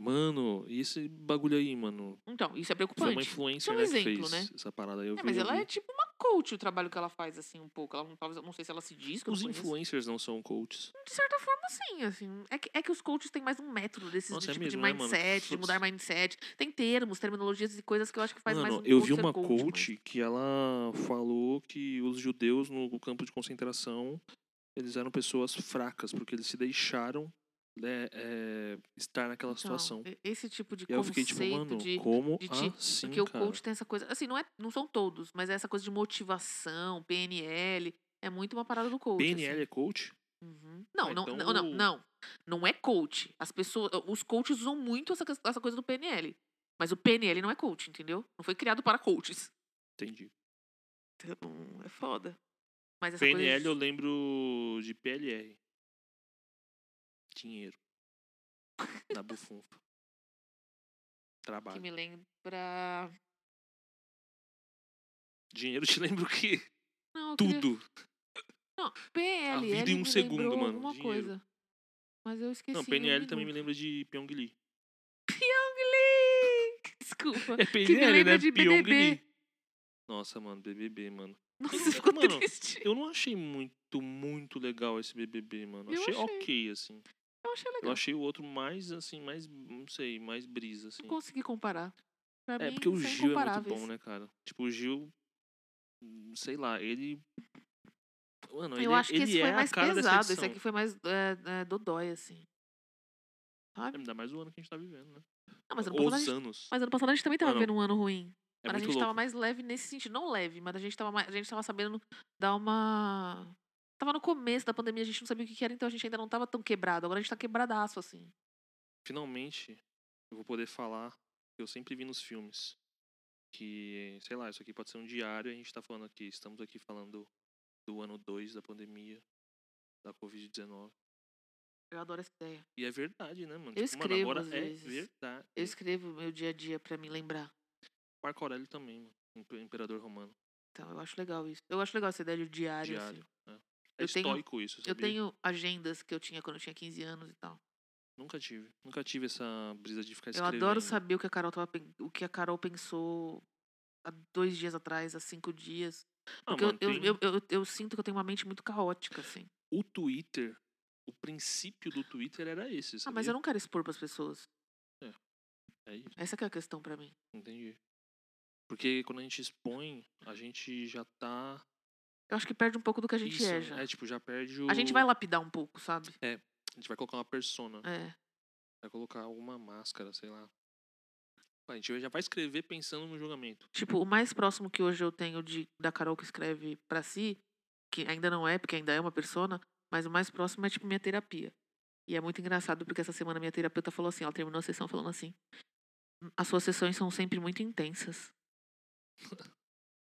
[SPEAKER 3] Mano, e esse bagulho aí, mano?
[SPEAKER 4] Então, isso é
[SPEAKER 3] Foi uma
[SPEAKER 4] preocupante.
[SPEAKER 3] influencer,
[SPEAKER 4] é um
[SPEAKER 3] né,
[SPEAKER 4] exemplo,
[SPEAKER 3] que
[SPEAKER 4] né?
[SPEAKER 3] fez essa parada aí. Eu
[SPEAKER 4] É,
[SPEAKER 3] vi,
[SPEAKER 4] mas
[SPEAKER 3] eu
[SPEAKER 4] ela
[SPEAKER 3] vi.
[SPEAKER 4] é tipo uma coach o trabalho que ela faz, assim, um pouco. Ela não, talvez, não sei se ela se diz que eu
[SPEAKER 3] Os
[SPEAKER 4] não conheço.
[SPEAKER 3] influencers não são coaches.
[SPEAKER 4] De certa forma, sim, assim. É que, é que os coaches têm mais um método desses
[SPEAKER 3] Nossa,
[SPEAKER 4] de
[SPEAKER 3] é
[SPEAKER 4] tipo
[SPEAKER 3] mesmo,
[SPEAKER 4] de
[SPEAKER 3] né, mano?
[SPEAKER 4] mindset, de mudar mindset. Tem termos, terminologias e coisas que eu acho que faz mais
[SPEAKER 3] mano,
[SPEAKER 4] um
[SPEAKER 3] eu vi
[SPEAKER 4] coach ser
[SPEAKER 3] uma coach,
[SPEAKER 4] mas-
[SPEAKER 3] que ela falou que os judeus no campo de concentração eles eram pessoas fracas porque eles se deixaram né, é, estar naquela
[SPEAKER 4] Então,
[SPEAKER 3] situação.
[SPEAKER 4] e- esse tipo de
[SPEAKER 3] E aí eu
[SPEAKER 4] conceito
[SPEAKER 3] fiquei tipo, mano,
[SPEAKER 4] de
[SPEAKER 3] como
[SPEAKER 4] de ti-
[SPEAKER 3] assim,
[SPEAKER 4] Porque o
[SPEAKER 3] cara?
[SPEAKER 4] coach tem essa coisa. Assim, não, é, não são todos, mas é essa coisa de motivação, PNL. É muito uma parada do coach.
[SPEAKER 3] PNL
[SPEAKER 4] assim.
[SPEAKER 3] é coach?
[SPEAKER 4] Uhum. Não,
[SPEAKER 3] Ah,
[SPEAKER 4] não,
[SPEAKER 3] então
[SPEAKER 4] não, não,
[SPEAKER 3] o-
[SPEAKER 4] não. Não é coach. As pessoas. Os coaches usam muito essa, ques- essa coisa do PNL. Mas o PNL não é coach, entendeu? Não foi criado para coaches.
[SPEAKER 3] Entendi.
[SPEAKER 4] Então, é foda. Mas essa
[SPEAKER 3] PNL eu
[SPEAKER 4] coisa. de-
[SPEAKER 3] lembro de PLR. Dinheiro. Na bufunfa.
[SPEAKER 4] Que
[SPEAKER 3] Trabalho.
[SPEAKER 4] me lembra.
[SPEAKER 3] Dinheiro te lembra o quê?
[SPEAKER 4] Não, eu queria-
[SPEAKER 3] Tudo.
[SPEAKER 4] Não, PNL.
[SPEAKER 3] A vida em
[SPEAKER 4] me
[SPEAKER 3] um
[SPEAKER 4] lembrou
[SPEAKER 3] segundo, mano,
[SPEAKER 4] Alguma
[SPEAKER 3] dinheiro.
[SPEAKER 4] coisa. Mas eu esqueci.
[SPEAKER 3] Não, PNL também me lembra de Pyong Lee.
[SPEAKER 4] Pyongli! Desculpa.
[SPEAKER 3] É
[SPEAKER 4] que me
[SPEAKER 3] PNL,
[SPEAKER 4] lembra
[SPEAKER 3] né?
[SPEAKER 4] de
[SPEAKER 3] Pyong Lee.
[SPEAKER 4] BBB.
[SPEAKER 3] Nossa, mano, BBB, mano.
[SPEAKER 4] Nossa, ficou
[SPEAKER 3] É, Mano,
[SPEAKER 4] triste.
[SPEAKER 3] Eu não achei muito, muito legal esse BBB, mano.
[SPEAKER 4] Eu
[SPEAKER 3] Achei,
[SPEAKER 4] achei. Hum.
[SPEAKER 3] ok, assim.
[SPEAKER 4] Eu achei legal.
[SPEAKER 3] Eu achei o outro mais, assim, mais, não sei, mais brisa, assim.
[SPEAKER 4] Não consegui comparar. Pra
[SPEAKER 3] É,
[SPEAKER 4] mim,
[SPEAKER 3] porque o
[SPEAKER 4] são
[SPEAKER 3] Gil é muito
[SPEAKER 4] incomparáveis.
[SPEAKER 3] bom, né, cara? Tipo, o Gil. hum, Sei lá, ele. Mano,
[SPEAKER 4] Eu
[SPEAKER 3] ele,
[SPEAKER 4] acho que
[SPEAKER 3] ele
[SPEAKER 4] esse foi
[SPEAKER 3] é a
[SPEAKER 4] mais
[SPEAKER 3] cara dessa
[SPEAKER 4] pesado. Esse
[SPEAKER 3] edição.
[SPEAKER 4] aqui foi mais é, é, dodói, assim. Sabe?
[SPEAKER 3] Ainda mais o ano que a gente tá vivendo, né?
[SPEAKER 4] Não, mas ano
[SPEAKER 3] Ou
[SPEAKER 4] passado, a
[SPEAKER 3] Os
[SPEAKER 4] gente,
[SPEAKER 3] anos.
[SPEAKER 4] mas ano passado a gente também tava
[SPEAKER 3] Mano,
[SPEAKER 4] vendo um ano ruim.
[SPEAKER 3] É
[SPEAKER 4] mas
[SPEAKER 3] muito
[SPEAKER 4] a gente
[SPEAKER 3] louco.
[SPEAKER 4] tava mais leve nesse sentido. Não leve, mas a gente tava, mais, a gente tava sabendo dar uma... Tava no começo da pandemia, a gente não sabia o que que era, então a gente ainda não tava tão quebrado. Agora a gente tá quebradaço, assim.
[SPEAKER 3] Finalmente, eu vou poder falar que eu sempre vi nos filmes. que, sei lá, isso aqui pode ser um diário, a gente tá falando aqui, estamos aqui falando do ano 2 da pandemia, da Covid-19.
[SPEAKER 4] Eu adoro essa ideia.
[SPEAKER 3] E é verdade, né, mano?
[SPEAKER 4] Eu
[SPEAKER 3] mano,
[SPEAKER 4] escrevo
[SPEAKER 3] agora
[SPEAKER 4] às
[SPEAKER 3] é
[SPEAKER 4] vezes.
[SPEAKER 3] verdade.
[SPEAKER 4] Eu escrevo meu dia a dia pra me lembrar.
[SPEAKER 3] Marco Aurélio também, mano. imp- Imperador romano.
[SPEAKER 4] Então, eu acho legal isso. Eu acho legal essa ideia de diário. assim.
[SPEAKER 3] Diário. né? É
[SPEAKER 4] Eu tenho-
[SPEAKER 3] estoico isso, sabia?
[SPEAKER 4] Eu tenho agendas que eu tinha quando eu tinha 15 anos e tal.
[SPEAKER 3] Nunca tive. Nunca tive essa brisa de ficar
[SPEAKER 4] Eu
[SPEAKER 3] escrevendo.
[SPEAKER 4] adoro saber o que a Carol tava, pen- o que a Carol pensou há dois dias atrás, há cinco dias.
[SPEAKER 3] Ah,
[SPEAKER 4] Porque eu-
[SPEAKER 3] mano,
[SPEAKER 4] eu,
[SPEAKER 3] tem-
[SPEAKER 4] eu, eu, eu sinto que eu tenho uma mente muito caótica, assim.
[SPEAKER 3] O Twitter, o princípio do Twitter era esse,
[SPEAKER 4] Ah,
[SPEAKER 3] sabia?
[SPEAKER 4] mas eu não quero expor pras pessoas.
[SPEAKER 3] É isso,
[SPEAKER 4] Essa que é a questão pra mim.
[SPEAKER 3] entendi. Porque quando a gente expõe, a gente já tá...
[SPEAKER 4] Eu acho que perde um pouco do que a gente
[SPEAKER 3] isso,
[SPEAKER 4] é
[SPEAKER 3] né?
[SPEAKER 4] já.
[SPEAKER 3] É, tipo, já perde o...
[SPEAKER 4] A gente vai lapidar um pouco, sabe?
[SPEAKER 3] A gente vai colocar uma persona.
[SPEAKER 4] É.
[SPEAKER 3] Vai colocar alguma máscara, sei lá. A gente já vai escrever pensando no julgamento.
[SPEAKER 4] Tipo, o mais próximo que hoje eu tenho de, da Carol que escreve pra si, que ainda não é, porque ainda é uma persona, mas o mais próximo é, tipo, minha terapia. E é muito engraçado porque essa semana minha terapeuta falou assim, ela terminou a sessão falando assim, as suas sessões são sempre muito intensas.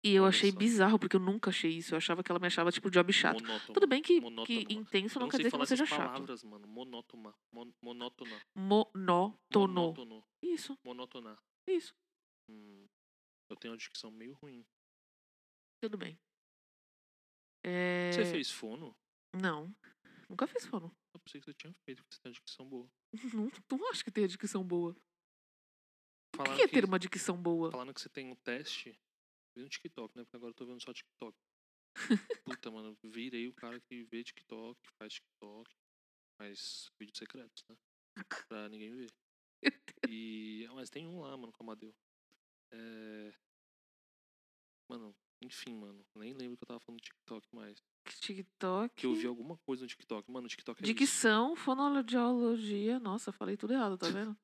[SPEAKER 4] E eu
[SPEAKER 3] Olha
[SPEAKER 4] achei
[SPEAKER 3] só.
[SPEAKER 4] bizarro, porque eu nunca achei isso. Eu achava que ela me achava, tipo, job chato.
[SPEAKER 3] Monótono.
[SPEAKER 4] Tudo bem que, que
[SPEAKER 3] monótono.
[SPEAKER 4] intenso
[SPEAKER 3] Eu
[SPEAKER 4] não
[SPEAKER 3] não
[SPEAKER 4] quer
[SPEAKER 3] sei
[SPEAKER 4] dizer que
[SPEAKER 3] falar
[SPEAKER 4] não seja
[SPEAKER 3] essas
[SPEAKER 4] chato.
[SPEAKER 3] palavras, mano. Monótona. Mon monótona.
[SPEAKER 4] Monótono.
[SPEAKER 3] Monótono.
[SPEAKER 4] Isso,
[SPEAKER 3] Monótona.
[SPEAKER 4] isso.
[SPEAKER 3] Hum, eu tenho uma dicção meio ruim.
[SPEAKER 4] Tudo bem. É...
[SPEAKER 3] Você fez fono?
[SPEAKER 4] Não. Nunca fiz fono.
[SPEAKER 3] Eu pensei que você tinha feito, porque você tem uma dicção boa.
[SPEAKER 4] Não, não acho que tem a dicção boa. O
[SPEAKER 3] Falaram
[SPEAKER 4] que é ter uma dicção boa?
[SPEAKER 3] Falando que você tem um teste, vi no TikTok, né? Porque agora eu tô vendo só TikTok. Puta, mano, virei o cara que vê TikTok, faz TikTok, faz vídeos secretos, né? Pra ninguém ver. E. ah, Mas tem um lá, mano, com o Amadeu. É. Mano, enfim, mano. Nem lembro que eu tava falando do TikTok mais.
[SPEAKER 4] Que TikTok.
[SPEAKER 3] Que eu vi alguma coisa no TikTok. Mano, o TikTok é isso.
[SPEAKER 4] Dicção, fonoaudiologia. Nossa, falei tudo errado, tá vendo?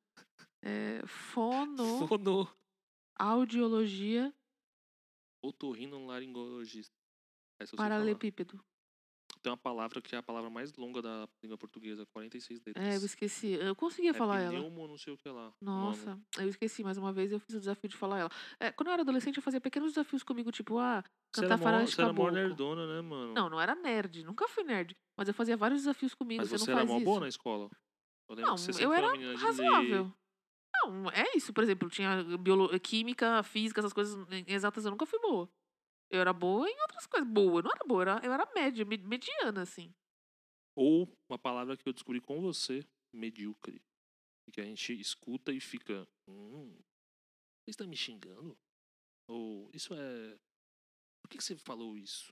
[SPEAKER 4] É, fono,
[SPEAKER 3] Fono.
[SPEAKER 4] audiologia,
[SPEAKER 3] Otorrinolaringologista. Essa eu sei falar.
[SPEAKER 4] paralelepípedo.
[SPEAKER 3] Tem uma palavra que é a palavra mais longa da língua portuguesa, 46 letras.
[SPEAKER 4] É, eu esqueci. Eu conseguia
[SPEAKER 3] É
[SPEAKER 4] falar ela.
[SPEAKER 3] pneumo, não sei o que lá. o nome.
[SPEAKER 4] Nossa, eu esqueci. Mais uma vez eu fiz o desafio de falar ela. É, quando eu era adolescente, eu fazia pequenos desafios comigo, tipo, ah,
[SPEAKER 3] Você
[SPEAKER 4] cantar
[SPEAKER 3] era mó-
[SPEAKER 4] farol de
[SPEAKER 3] Você era mó
[SPEAKER 4] caboclo.
[SPEAKER 3] nerdona, né, mano?
[SPEAKER 4] Não, não era nerd. Nunca fui nerd. Mas eu fazia vários desafios comigo.
[SPEAKER 3] Mas você,
[SPEAKER 4] não
[SPEAKER 3] era
[SPEAKER 4] faz
[SPEAKER 3] mó
[SPEAKER 4] isso.
[SPEAKER 3] boa na escola. Eu lembro
[SPEAKER 4] Não,
[SPEAKER 3] que você
[SPEAKER 4] eu
[SPEAKER 3] sempre
[SPEAKER 4] era
[SPEAKER 3] uma menina de
[SPEAKER 4] razoável.
[SPEAKER 3] ler.
[SPEAKER 4] Não, é isso. Por exemplo, tinha biolo... química, física, essas coisas exatas eu nunca fui boa. Eu era boa em outras coisas. Boa, eu não era boa, eu era, eu era média, me- mediana, assim.
[SPEAKER 3] Ou uma palavra que eu descobri com você, medíocre. E Que a gente escuta e fica. Hum, você está me xingando? Ou isso é. Por que, que você falou isso?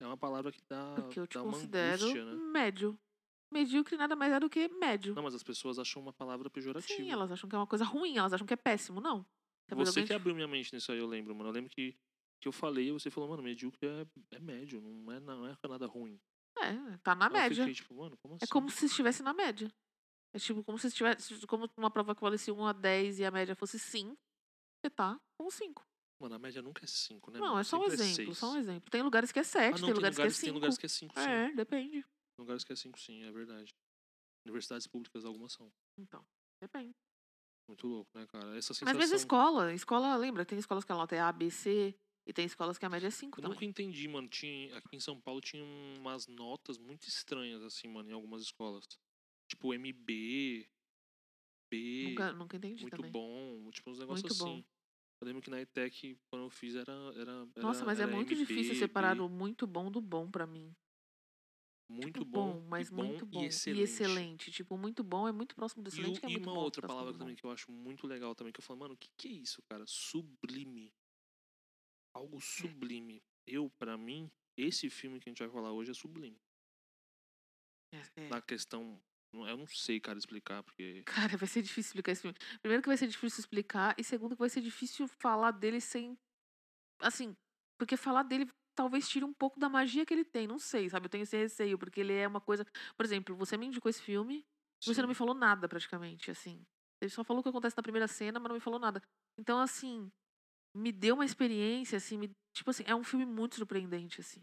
[SPEAKER 3] É uma palavra que dá,
[SPEAKER 4] Porque eu te
[SPEAKER 3] dá uma
[SPEAKER 4] considero
[SPEAKER 3] angústia, né?
[SPEAKER 4] médio. Medíocre nada mais é do que médio.
[SPEAKER 3] Não, mas as pessoas acham uma palavra pejorativa.
[SPEAKER 4] Sim, elas acham que é uma coisa ruim, elas acham que é péssimo, não. Se a pessoa
[SPEAKER 3] Você que é
[SPEAKER 4] vem-
[SPEAKER 3] abriu minha mente nisso aí, eu lembro, mano. Eu lembro que, que eu falei e você falou, mano, medíocre é, é médio, não é, na- não é nada ruim.
[SPEAKER 4] É, tá na
[SPEAKER 3] Aí Eu
[SPEAKER 4] média.
[SPEAKER 3] fiquei tipo, mano, como assim?
[SPEAKER 4] É como se estivesse na média. É tipo, como se estivesse. Como uma prova que valesse 1 a 10 e a média fosse 5, você tá com 5.
[SPEAKER 3] Mano, a média nunca é 5, né?
[SPEAKER 4] Não,
[SPEAKER 3] mano?
[SPEAKER 4] é só um
[SPEAKER 3] Sempre
[SPEAKER 4] exemplo,
[SPEAKER 3] seis.
[SPEAKER 4] só um exemplo. Tem lugares que é 7,
[SPEAKER 3] Ah, não,
[SPEAKER 4] tem lugares que é
[SPEAKER 3] tem
[SPEAKER 4] 5.
[SPEAKER 3] lugares que é 5, sim.
[SPEAKER 4] É, depende.
[SPEAKER 3] Tem lugares que é 5, sim, é verdade. Universidades públicas, algumas são.
[SPEAKER 4] Então, depende.
[SPEAKER 3] Muito louco, né, cara? Essa sensação...
[SPEAKER 4] Mas mesmo escola, escola, lembra, tem escolas que a nota é A, B, C, e tem escolas que a média é 5
[SPEAKER 3] Eu
[SPEAKER 4] também.
[SPEAKER 3] nunca entendi, mano. Tinha, aqui em São Paulo tinha umas notas muito estranhas, assim, mano, em algumas escolas. Tipo, MB, B...
[SPEAKER 4] Nunca, nunca entendi
[SPEAKER 3] muito
[SPEAKER 4] também.
[SPEAKER 3] bom, tipo uns negócios
[SPEAKER 4] Muito bom.
[SPEAKER 3] assim. Eu lembro que na ETEC, quando eu fiz, era. era
[SPEAKER 4] Nossa,
[SPEAKER 3] era-
[SPEAKER 4] mas é
[SPEAKER 3] era
[SPEAKER 4] muito
[SPEAKER 3] MB,
[SPEAKER 4] difícil separar
[SPEAKER 3] B,
[SPEAKER 4] o muito bom do bom pra mim.
[SPEAKER 3] Muito
[SPEAKER 4] Tipo,
[SPEAKER 3] bom, e
[SPEAKER 4] mas
[SPEAKER 3] bom
[SPEAKER 4] muito bom.
[SPEAKER 3] E excelente.
[SPEAKER 4] Tipo, muito bom é muito próximo do
[SPEAKER 3] E, o-
[SPEAKER 4] excelente, que é
[SPEAKER 3] e
[SPEAKER 4] muito
[SPEAKER 3] uma
[SPEAKER 4] bom,
[SPEAKER 3] outra
[SPEAKER 4] próximo
[SPEAKER 3] palavra
[SPEAKER 4] do bom.
[SPEAKER 3] também que eu acho muito legal também, que eu falo, mano, o que, que é isso, cara? Sublime.
[SPEAKER 4] Hum.
[SPEAKER 3] Algo sublime. Eu, pra mim, esse filme que a gente vai falar hoje é sublime.
[SPEAKER 4] É, é.
[SPEAKER 3] Na questão. não- Eu não sei, cara, explicar, porque.
[SPEAKER 4] Cara, vai ser difícil explicar esse filme. Primeiro que vai ser difícil explicar, e segundo que vai ser difícil falar dele sem. Assim, porque falar dele talvez tire um pouco da magia que ele tem, não sei, sabe? Eu tenho esse receio, porque ele é uma coisa. Por exemplo, você me indicou esse filme, você não me
[SPEAKER 3] sim,
[SPEAKER 4] falou nada praticamente, assim. Ele só falou o que acontece na primeira cena, mas não me falou nada. Então, assim, me deu uma experiência, assim, me- tipo assim, é um filme muito surpreendente, assim.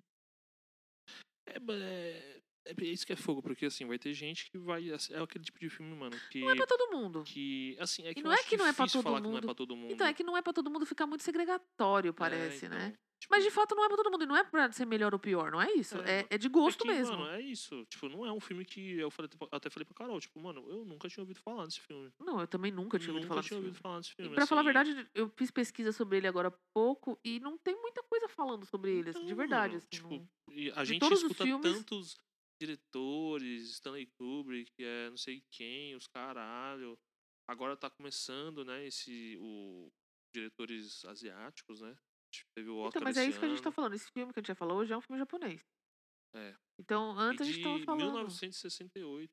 [SPEAKER 3] É, ba- é, É isso que é fogo, porque assim, vai ter gente que vai. É aquele tipo de filme, mano, que.
[SPEAKER 4] Não é pra todo mundo.
[SPEAKER 3] que assim, é que eu
[SPEAKER 4] não é
[SPEAKER 3] acho
[SPEAKER 4] que não é pra
[SPEAKER 3] difícil
[SPEAKER 4] todo
[SPEAKER 3] falar que não é
[SPEAKER 4] mundo.
[SPEAKER 3] pra todo mundo.
[SPEAKER 4] Então, é que não é pra todo mundo, fica muito segregatório, parece,
[SPEAKER 3] então,
[SPEAKER 4] né?
[SPEAKER 3] tipo,
[SPEAKER 4] Mas de fato não é pra todo mundo, e não é pra ser melhor ou pior, não é isso.
[SPEAKER 3] É,
[SPEAKER 4] É, é de
[SPEAKER 3] é
[SPEAKER 4] gosto
[SPEAKER 3] que,
[SPEAKER 4] mesmo.
[SPEAKER 3] Mano, é isso. Tipo, não é um filme que eu falei, tipo, até falei pra Carol, tipo, mano, eu nunca tinha ouvido falar desse filme.
[SPEAKER 4] Não, eu também nunca tinha ouvido
[SPEAKER 3] nunca
[SPEAKER 4] falar desse
[SPEAKER 3] tinha
[SPEAKER 4] filme.
[SPEAKER 3] ouvido falar desse
[SPEAKER 4] E
[SPEAKER 3] filme.
[SPEAKER 4] pra falar a
[SPEAKER 3] assim,
[SPEAKER 4] verdade, eu fiz pesquisa sobre ele agora há pouco e não tem muita coisa falando sobre ele, assim, de
[SPEAKER 3] Então,
[SPEAKER 4] verdade.
[SPEAKER 3] mano,
[SPEAKER 4] Assim,
[SPEAKER 3] tipo,
[SPEAKER 4] não-
[SPEAKER 3] E a
[SPEAKER 4] de
[SPEAKER 3] gente
[SPEAKER 4] todos os
[SPEAKER 3] escuta
[SPEAKER 4] filmes-
[SPEAKER 3] tantos diretores, Stanley Kubrick, é, não sei quem, os caralho. Agora tá começando, né, esse o diretores asiáticos, né? Tipo, Teve o Oscar
[SPEAKER 4] Então, mas é
[SPEAKER 3] esse
[SPEAKER 4] isso que a gente tá
[SPEAKER 3] ano.
[SPEAKER 4] falando. Esse filme que a gente já falou hoje é um filme japonês.
[SPEAKER 3] É.
[SPEAKER 4] Então,
[SPEAKER 3] E
[SPEAKER 4] antes a gente tava
[SPEAKER 3] de
[SPEAKER 4] falando.
[SPEAKER 3] 1968.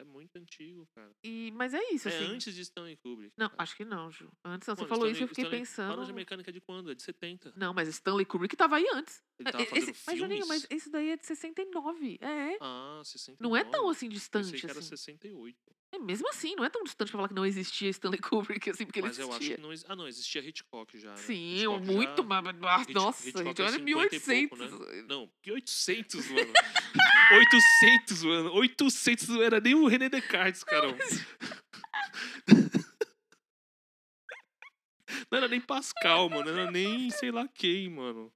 [SPEAKER 3] É muito antigo, cara.
[SPEAKER 4] E, mas é isso,
[SPEAKER 3] é
[SPEAKER 4] assim.
[SPEAKER 3] antes de Stanley Kubrick.
[SPEAKER 4] Não, ah,
[SPEAKER 3] cara.
[SPEAKER 4] acho que não, Ju. Antes não. Você
[SPEAKER 3] Mano,
[SPEAKER 4] falou isso e eu
[SPEAKER 3] Stanley-
[SPEAKER 4] fiquei
[SPEAKER 3] Stanley-
[SPEAKER 4] pensando.
[SPEAKER 3] Barulho de mecânica é de quando? É de 70.
[SPEAKER 4] Não, mas Stanley Kubrick tava aí antes.
[SPEAKER 3] Ele tava
[SPEAKER 4] É, Esse-
[SPEAKER 3] fazendo
[SPEAKER 4] mas, Juninho, mas
[SPEAKER 3] filmes?
[SPEAKER 4] esse daí é de 69. É.
[SPEAKER 3] Ah, 69.
[SPEAKER 4] Não é tão assim
[SPEAKER 3] Eu sei
[SPEAKER 4] distante.
[SPEAKER 3] que era
[SPEAKER 4] assim.
[SPEAKER 3] 68.
[SPEAKER 4] É, mesmo assim, não é tão distante pra falar que não existia Stanley Kubrick, assim, porque ele
[SPEAKER 3] Mas eu acho
[SPEAKER 4] existia.
[SPEAKER 3] que não... ex- Ah, não, existia Hitchcock já, né?
[SPEAKER 4] Sim, um
[SPEAKER 3] Hitchcock
[SPEAKER 4] muito
[SPEAKER 3] já...
[SPEAKER 4] mais. mas-
[SPEAKER 3] Hitch-
[SPEAKER 4] Nossa,
[SPEAKER 3] Hitchcock
[SPEAKER 4] gente,
[SPEAKER 3] é
[SPEAKER 4] olha
[SPEAKER 3] 50 e pouco,
[SPEAKER 4] 1800.
[SPEAKER 3] né? Não, que 800, mano. 800, mano. 800 não era nem o René Descartes, caramba. Não era nem Pascal, mano. Não era nem sei lá quem, mano.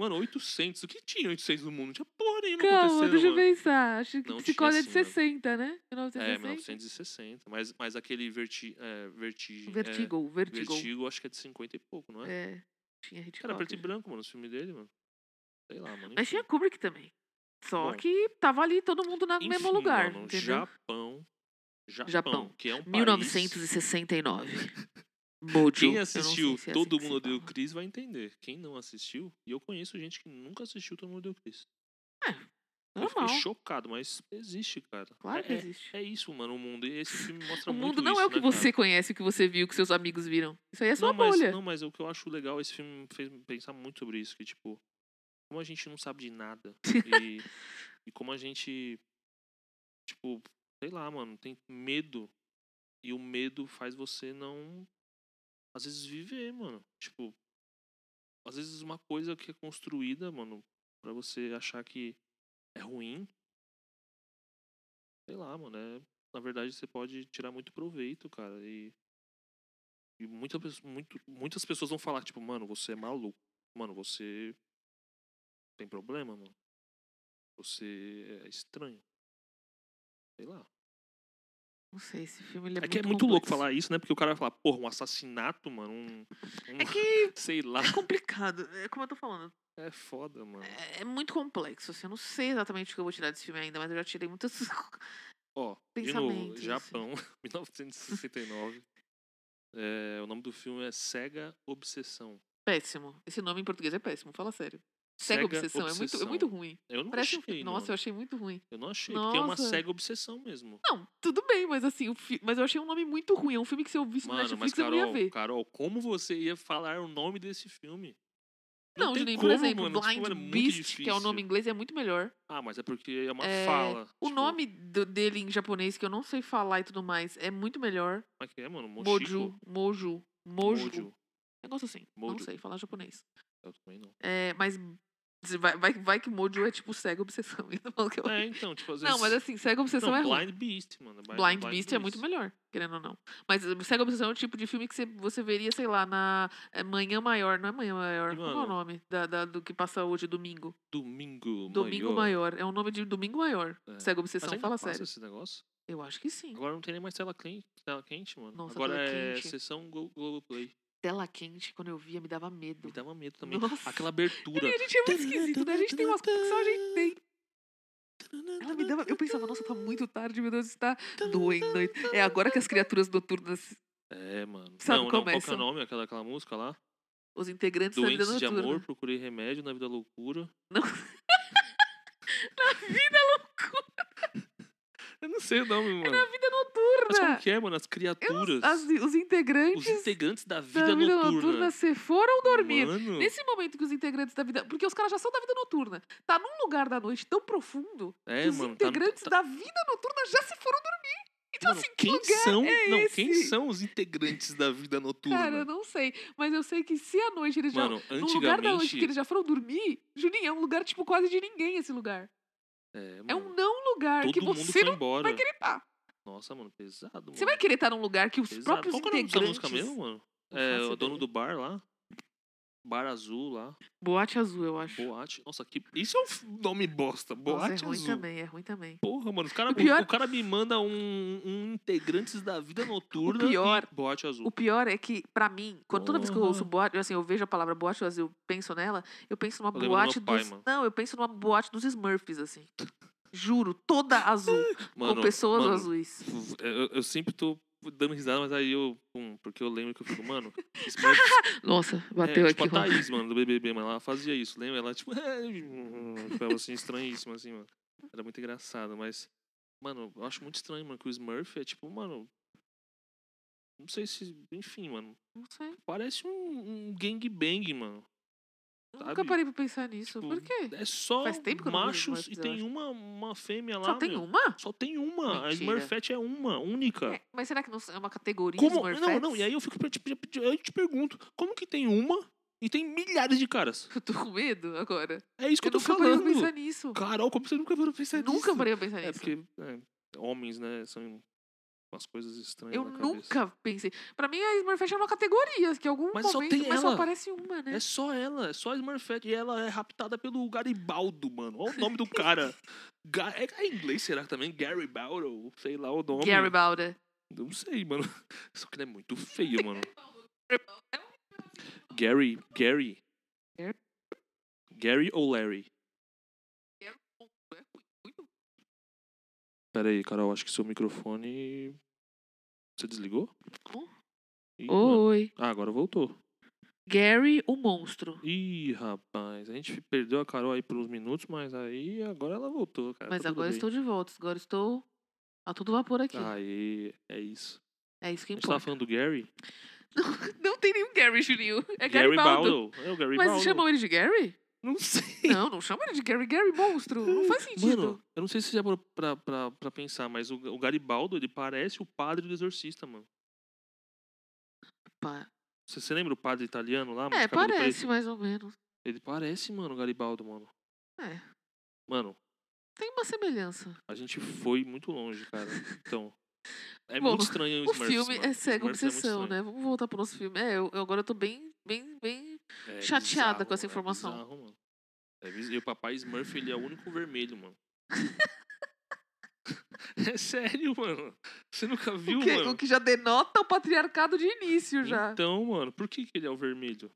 [SPEAKER 3] Mano, 800. O que tinha 800 no mundo? Não tinha porra nenhuma
[SPEAKER 4] Calma,
[SPEAKER 3] acontecendo,
[SPEAKER 4] deixa eu
[SPEAKER 3] mano.
[SPEAKER 4] pensar. Acho que
[SPEAKER 3] Não tinha
[SPEAKER 4] psicose é de
[SPEAKER 3] assim, mano.
[SPEAKER 4] 60, né?
[SPEAKER 3] É,
[SPEAKER 4] 1960.
[SPEAKER 3] 1960. Mas, mas aquele verti, é, vertigem...
[SPEAKER 4] Vertigo,
[SPEAKER 3] É,
[SPEAKER 4] Vertigo.
[SPEAKER 3] vertigo, acho que é de 50 e pouco, não é?
[SPEAKER 4] É. Tinha Hitchcock.
[SPEAKER 3] Cara, preto e
[SPEAKER 4] né?
[SPEAKER 3] branco, mano, os filmes dele, mano. Sei lá, mano.
[SPEAKER 4] Mas
[SPEAKER 3] enfim.
[SPEAKER 4] tinha Kubrick também. Só
[SPEAKER 3] Bom.
[SPEAKER 4] que tava ali todo mundo no
[SPEAKER 3] Enfim,
[SPEAKER 4] mesmo lugar,
[SPEAKER 3] mano,
[SPEAKER 4] entendeu?
[SPEAKER 3] Japão, Japão.
[SPEAKER 4] Japão.
[SPEAKER 3] que é um
[SPEAKER 4] 1969.
[SPEAKER 3] país...
[SPEAKER 4] Mojo. Eu
[SPEAKER 3] Quem
[SPEAKER 4] não
[SPEAKER 3] assistiu
[SPEAKER 4] sei se é assim
[SPEAKER 3] Todo
[SPEAKER 4] que se
[SPEAKER 3] Mundo Odeia o
[SPEAKER 4] fala.
[SPEAKER 3] Chris vai entender. Quem não assistiu, e eu conheço gente que nunca assistiu Todo Mundo Odeia o Chris. Eu fiquei
[SPEAKER 4] Normal.
[SPEAKER 3] chocado, mas existe, cara.
[SPEAKER 4] Claro que
[SPEAKER 3] É- é-
[SPEAKER 4] existe.
[SPEAKER 3] É, isso, mano, o mundo. E esse filme mostra
[SPEAKER 4] O
[SPEAKER 3] muito
[SPEAKER 4] mundo não
[SPEAKER 3] isso,
[SPEAKER 4] é o que
[SPEAKER 3] né,
[SPEAKER 4] você
[SPEAKER 3] cara?
[SPEAKER 4] conhece, o que você viu, o que seus amigos viram. Isso aí é sua
[SPEAKER 3] não, mas,
[SPEAKER 4] bolha.
[SPEAKER 3] não, mas o que eu acho legal, esse filme me fez pensar muito sobre isso, que tipo, como a gente não sabe de nada e, e como a gente, tipo, sei lá, mano, tem medo e o medo faz você não, às vezes, viver, mano. Tipo, às vezes uma coisa que é construída, mano, pra você achar que é ruim, sei lá, mano, é, na verdade você pode tirar muito proveito, cara, e e muita, pes- muito, muitas pessoas vão falar, tipo, mano, você é maluco. Mano, você tem problema, mano. Você é estranho. Sei lá.
[SPEAKER 4] Não sei, esse filme ele é,
[SPEAKER 3] É que é muito louco
[SPEAKER 4] complexo.
[SPEAKER 3] falar isso, né? Porque o cara vai falar, porra, um assassinato, mano. Um, um-
[SPEAKER 4] É que
[SPEAKER 3] Sei lá.
[SPEAKER 4] é complicado. É como eu tô falando.
[SPEAKER 3] É foda, mano.
[SPEAKER 4] É, é muito complexo, assim. Eu não sei exatamente o que eu vou tirar desse filme ainda, mas eu já tirei muitas.
[SPEAKER 3] Ó, de novo,
[SPEAKER 4] Pensamentos, assim.
[SPEAKER 3] Japão, 1969. É, o nome do filme é Cega Obsessão.
[SPEAKER 4] péssimo. Esse nome em português é péssimo, fala sério. Cega, obsessão. É, muito, é muito ruim.
[SPEAKER 3] Eu não
[SPEAKER 4] Parece um
[SPEAKER 3] achei,
[SPEAKER 4] filme. Nossa, eu
[SPEAKER 3] mano.
[SPEAKER 4] achei muito ruim.
[SPEAKER 3] Eu não achei, porque é uma
[SPEAKER 4] Nossa.
[SPEAKER 3] cega obsessão mesmo.
[SPEAKER 4] Não, tudo bem, mas assim, o fi- mas eu achei um nome muito ruim. É um filme que se eu visse no
[SPEAKER 3] Mano,
[SPEAKER 4] Netflix
[SPEAKER 3] mas
[SPEAKER 4] eu não ia
[SPEAKER 3] Carol,
[SPEAKER 4] ver.
[SPEAKER 3] Carol, como você ia falar o nome desse filme?
[SPEAKER 4] Não,
[SPEAKER 3] tem
[SPEAKER 4] Juninho, por
[SPEAKER 3] como,
[SPEAKER 4] exemplo,
[SPEAKER 3] mano, tipo,
[SPEAKER 4] Blind
[SPEAKER 3] era muito
[SPEAKER 4] Beast, que é o
[SPEAKER 3] difícil.
[SPEAKER 4] nome em inglês, é muito melhor.
[SPEAKER 3] Ah, mas é porque é uma
[SPEAKER 4] É,
[SPEAKER 3] fala.
[SPEAKER 4] O
[SPEAKER 3] tipo,
[SPEAKER 4] nome do- dele em japonês, que eu não sei falar e tudo mais, é muito melhor.
[SPEAKER 3] Como é que é, mano? Moshiko?
[SPEAKER 4] Moju, Moju, Moju.
[SPEAKER 3] Mojo.
[SPEAKER 4] Negócio assim. Não
[SPEAKER 3] Mojo.
[SPEAKER 4] sei falar japonês.
[SPEAKER 3] Eu também não.
[SPEAKER 4] É, mas se vai, vai, vai que Mojo é tipo cega obsessão. Eu não falo que eu-
[SPEAKER 3] É, então, tipo, às vezes...
[SPEAKER 4] Não, mas assim, cega obsessão
[SPEAKER 3] Não,
[SPEAKER 4] é ruim.
[SPEAKER 3] Blind Beast, mano. Blind,
[SPEAKER 4] Blind, Beast, é muito melhor, querendo ou não. Mas uh, cega obsessão é o tipo de filme que você, você veria, sei lá, na é, Manhã Maior. Não é Manhã Maior,
[SPEAKER 3] E,
[SPEAKER 4] como é o
[SPEAKER 3] mano,
[SPEAKER 4] nome da, da- do que passa hoje, domingo?
[SPEAKER 3] Domingo
[SPEAKER 4] Domingo Maior. É o nome de Domingo Maior.
[SPEAKER 3] É.
[SPEAKER 4] Cega
[SPEAKER 3] Mas
[SPEAKER 4] obsessão,
[SPEAKER 3] ainda
[SPEAKER 4] fala
[SPEAKER 3] passa assim.
[SPEAKER 4] sério.
[SPEAKER 3] esse negócio?
[SPEAKER 4] Eu acho que sim.
[SPEAKER 3] Agora não tem nem mais tela quente, tela quente mano.
[SPEAKER 4] Nossa,
[SPEAKER 3] Agora
[SPEAKER 4] tela
[SPEAKER 3] é
[SPEAKER 4] quente.
[SPEAKER 3] sessão Glo- Globoplay.
[SPEAKER 4] Tela quente, quando eu via, me dava medo.
[SPEAKER 3] Me dava medo também.
[SPEAKER 4] Nossa.
[SPEAKER 3] Aquela abertura.
[SPEAKER 4] E a gente é muito esquisito, né? A gente tem umas coisas que só a gente tem. Ela me dava. Eu pensava, nossa, tá muito tarde, meu Deus, está doendo. É agora que as criaturas noturnas,
[SPEAKER 3] É, mano.
[SPEAKER 4] Sabe
[SPEAKER 3] não, não,
[SPEAKER 4] como
[SPEAKER 3] qual
[SPEAKER 4] é
[SPEAKER 3] que é
[SPEAKER 4] essa?
[SPEAKER 3] o nome aquela, aquela música lá?
[SPEAKER 4] os integrantes da vida
[SPEAKER 3] Doentes de
[SPEAKER 4] noturna.
[SPEAKER 3] amor, procurei remédio na vida loucura.
[SPEAKER 4] Não.
[SPEAKER 3] na vida loucura. Eu não sei o nome, mano.
[SPEAKER 4] A É vida
[SPEAKER 3] Mas como
[SPEAKER 4] noturna!
[SPEAKER 3] que é, mano? As criaturas.
[SPEAKER 4] As- os
[SPEAKER 3] Os
[SPEAKER 4] integrantes
[SPEAKER 3] integrantes da
[SPEAKER 4] da
[SPEAKER 3] vida,
[SPEAKER 4] vida noturna. se foram dormir.
[SPEAKER 3] Mano,
[SPEAKER 4] Nesse momento que os integrantes da vida. Porque os caras já são da vida noturna. Tá num lugar da noite tão profundo
[SPEAKER 3] é,
[SPEAKER 4] que os
[SPEAKER 3] mano, tá-
[SPEAKER 4] integrantes
[SPEAKER 3] tá-
[SPEAKER 4] da vida noturna já se foram dormir. Então,
[SPEAKER 3] mano,
[SPEAKER 4] assim, que
[SPEAKER 3] quem
[SPEAKER 4] lugar
[SPEAKER 3] são? não, quem
[SPEAKER 4] esse?
[SPEAKER 3] são os integrantes da vida noturna?
[SPEAKER 4] Cara, eu não sei. Mas eu sei que se à noite eles já
[SPEAKER 3] mano,
[SPEAKER 4] No lugar da onde
[SPEAKER 3] antigamente.
[SPEAKER 4] que eles já foram dormir, Juninho, é um lugar, tipo, quase de ninguém esse lugar.
[SPEAKER 3] É,
[SPEAKER 4] É
[SPEAKER 3] mano,
[SPEAKER 4] um não lugar
[SPEAKER 3] todo
[SPEAKER 4] que
[SPEAKER 3] mundo
[SPEAKER 4] você
[SPEAKER 3] foi
[SPEAKER 4] não
[SPEAKER 3] embora.
[SPEAKER 4] vai querer estar.
[SPEAKER 3] Nossa, mano, pesado, mano.
[SPEAKER 4] Você vai querer estar num lugar que os
[SPEAKER 3] Pesado.
[SPEAKER 4] próprios
[SPEAKER 3] Qual que é o nome dessa
[SPEAKER 4] integrantes...
[SPEAKER 3] música mesmo, mano?
[SPEAKER 4] Não
[SPEAKER 3] É,
[SPEAKER 4] faço
[SPEAKER 3] o dono
[SPEAKER 4] ideia.
[SPEAKER 3] do bar lá. Bar Azul lá.
[SPEAKER 4] Boate Azul, eu acho.
[SPEAKER 3] Boate. Nossa, que... isso é um f- nome bosta.
[SPEAKER 4] Nossa,
[SPEAKER 3] Boate
[SPEAKER 4] é ruim
[SPEAKER 3] Azul.
[SPEAKER 4] também, é ruim também.
[SPEAKER 3] Porra, mano, os cara,
[SPEAKER 4] O
[SPEAKER 3] o,
[SPEAKER 4] pior-
[SPEAKER 3] o cara me manda um, um Integrantes da Vida Noturna
[SPEAKER 4] pior-
[SPEAKER 3] e Boate Azul.
[SPEAKER 4] O pior é que, pra mim, quando, toda vez que eu
[SPEAKER 3] Porra.
[SPEAKER 4] ouço boate, eu, assim, eu vejo a palavra boate, eu, eu penso nela, eu penso numa
[SPEAKER 3] Eu lembro do
[SPEAKER 4] boate
[SPEAKER 3] meu pai,
[SPEAKER 4] dos.
[SPEAKER 3] mano.
[SPEAKER 4] não, eu penso numa boate dos Smurfs, assim. Juro, toda azul, com pessoas
[SPEAKER 3] mano,
[SPEAKER 4] azuis.
[SPEAKER 3] Eu, eu sempre tô dando risada, mas aí eu. Pum, porque eu lembro que eu fico, mano. Smurfs-
[SPEAKER 4] Nossa,
[SPEAKER 3] é,
[SPEAKER 4] bateu
[SPEAKER 3] tipo
[SPEAKER 4] aqui.
[SPEAKER 3] a
[SPEAKER 4] Juan.
[SPEAKER 3] Thaís, mano, do BBB, mano. Ela fazia isso, lembra? Ela, tipo. Ficava assim, estranhíssima, assim, mano. Era muito engraçado, mas. Mano, eu acho muito estranho, mano, que o Smurf é tipo, mano. Não sei se. Enfim, mano.
[SPEAKER 4] Não sei.
[SPEAKER 3] Parece um, um gangbang, mano.
[SPEAKER 4] Nunca
[SPEAKER 3] Sabe?
[SPEAKER 4] parei pra pensar nisso.
[SPEAKER 3] Tipo,
[SPEAKER 4] Por quê?
[SPEAKER 3] É só
[SPEAKER 4] Faz tempo que eu não vejo
[SPEAKER 3] machos e
[SPEAKER 4] Smurfs, eu
[SPEAKER 3] tem
[SPEAKER 4] acho.
[SPEAKER 3] uma, uma fêmea lá.
[SPEAKER 4] Só tem
[SPEAKER 3] meu.
[SPEAKER 4] uma?
[SPEAKER 3] Só tem uma. A
[SPEAKER 4] Mentira.
[SPEAKER 3] Smurfette é uma, única.
[SPEAKER 4] É, mas será que não é uma categoria
[SPEAKER 3] Como?
[SPEAKER 4] Smurfs?
[SPEAKER 3] Não, não, e aí eu fico per- tipo, eu te pergunto, como que tem uma e tem milhares de caras?
[SPEAKER 4] Eu tô com medo agora.
[SPEAKER 3] É isso que eu,
[SPEAKER 4] eu
[SPEAKER 3] tô
[SPEAKER 4] nunca parei pra pensar
[SPEAKER 3] falando.
[SPEAKER 4] nisso.
[SPEAKER 3] Carol, como você nunca parou pra pensar nisso?
[SPEAKER 4] Nunca parei pra pensar
[SPEAKER 3] É
[SPEAKER 4] nisso.
[SPEAKER 3] porque é, homens, né, são umas coisas estranhas
[SPEAKER 4] Eu
[SPEAKER 3] na cabeça.
[SPEAKER 4] nunca pensei. Pra mim, a Smurfette é uma categoria, que em algum
[SPEAKER 3] Mas só
[SPEAKER 4] momento,
[SPEAKER 3] tem
[SPEAKER 4] mas só
[SPEAKER 3] ela.
[SPEAKER 4] aparece uma, né?
[SPEAKER 3] É só ela, é só a Smurfette. E ela é raptada pelo Garibaldo, mano. Olha o nome do cara. Ga- é, é inglês, será que também? Garibaldo, sei lá o nome.
[SPEAKER 4] Gary Balda.
[SPEAKER 3] Não sei, mano. Só que ele é muito feio, mano.
[SPEAKER 4] É
[SPEAKER 3] Gary, Gary.
[SPEAKER 4] Gary?
[SPEAKER 3] Gary ou Larry? Pera aí, Carol, acho que seu microfone. Você desligou?
[SPEAKER 4] Como?
[SPEAKER 3] Ih, mano.
[SPEAKER 4] Oi.
[SPEAKER 3] Ah, agora voltou.
[SPEAKER 4] Gary, o monstro.
[SPEAKER 3] Ih, rapaz, a gente perdeu a Carol aí por uns minutos, mas aí agora ela voltou, cara.
[SPEAKER 4] Mas
[SPEAKER 3] tá tudo
[SPEAKER 4] agora
[SPEAKER 3] bem.
[SPEAKER 4] estou de volta. Agora estou a todo vapor aqui.
[SPEAKER 3] Aí, é isso.
[SPEAKER 4] é isso que
[SPEAKER 3] A gente tava
[SPEAKER 4] importa.
[SPEAKER 3] falando do Gary?
[SPEAKER 4] Não tem nenhum Gary, Juninho. É
[SPEAKER 3] Gary
[SPEAKER 4] Gary Baldo.
[SPEAKER 3] Baldo. É o Gary
[SPEAKER 4] Mas
[SPEAKER 3] Baldo.
[SPEAKER 4] chamam ele de Gary?
[SPEAKER 3] Não sei.
[SPEAKER 4] Não, não chamam ele de Gary. Gary monstro. Não faz sentido.
[SPEAKER 3] Mano, eu não sei se você já parou pra, pra, pra pensar, mas o, o Garibaldo, ele parece o padre do exorcista, mano.
[SPEAKER 4] Pá.
[SPEAKER 3] Você, você lembra o padre italiano lá, mano?
[SPEAKER 4] É,
[SPEAKER 3] de cabelo
[SPEAKER 4] parece
[SPEAKER 3] preto?
[SPEAKER 4] mais ou menos.
[SPEAKER 3] Ele parece, mano, o Garibaldo, mano.
[SPEAKER 4] É.
[SPEAKER 3] Mano,
[SPEAKER 4] Tem uma semelhança.
[SPEAKER 3] a gente foi muito longe, cara. Então. É
[SPEAKER 4] Bom,
[SPEAKER 3] muito estranho
[SPEAKER 4] O
[SPEAKER 3] Smurfs,
[SPEAKER 4] filme
[SPEAKER 3] mano.
[SPEAKER 4] é cego
[SPEAKER 3] Smurfs é muito
[SPEAKER 4] obsessão,
[SPEAKER 3] estranho.
[SPEAKER 4] né? Vamos voltar pro nosso filme. É, eu, eu agora tô bem, bem, bem
[SPEAKER 3] É
[SPEAKER 4] né? Chateada
[SPEAKER 3] bizarro,
[SPEAKER 4] com
[SPEAKER 3] mano,
[SPEAKER 4] essa
[SPEAKER 3] é
[SPEAKER 4] informação.
[SPEAKER 3] bizarro, mano. É biz- e o papai Smurf, ele é o único vermelho, mano. é sério, mano. Você nunca viu,
[SPEAKER 4] o, que,
[SPEAKER 3] mano?
[SPEAKER 4] o que já denota o patriarcado de início já.
[SPEAKER 3] Então, mano, por que, que ele é o vermelho?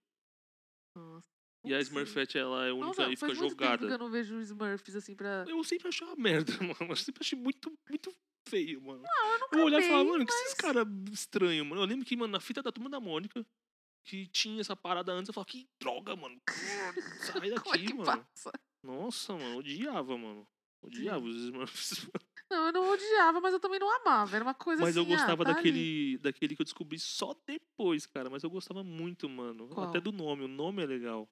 [SPEAKER 4] Nossa,
[SPEAKER 3] Então, E a
[SPEAKER 4] não sei.
[SPEAKER 3] Smurfette, ela é única
[SPEAKER 4] Nossa,
[SPEAKER 3] e
[SPEAKER 4] faz
[SPEAKER 3] fica
[SPEAKER 4] muito Tempo que eu
[SPEAKER 3] jogada.
[SPEAKER 4] não vejo Smurfs assim pra.
[SPEAKER 3] Eu sempre achei uma merda, mano. Eu sempre achei muito, muito feio, mano.
[SPEAKER 4] Não, eu nunca
[SPEAKER 3] eu olhava e falava,
[SPEAKER 4] vi,
[SPEAKER 3] mano, que
[SPEAKER 4] mas-
[SPEAKER 3] esses caras estranhos, mano. Eu lembro que, mano, na fita da Turma da Mônica, que tinha essa parada antes, eu falava, que droga, mano. Sai daqui,
[SPEAKER 4] Como é que
[SPEAKER 3] mano.
[SPEAKER 4] passa?
[SPEAKER 3] Nossa, mano, odiava, mano. Odiava os Smurfs.
[SPEAKER 4] Não, eu não odiava, mas eu também não amava. Era uma coisa
[SPEAKER 3] Mas
[SPEAKER 4] assim.
[SPEAKER 3] eu gostava
[SPEAKER 4] ah, tá ali.
[SPEAKER 3] daquele, daquele que eu descobri só depois, cara. Mas eu gostava muito, mano.
[SPEAKER 4] Qual?
[SPEAKER 3] Até do nome. O nome é legal.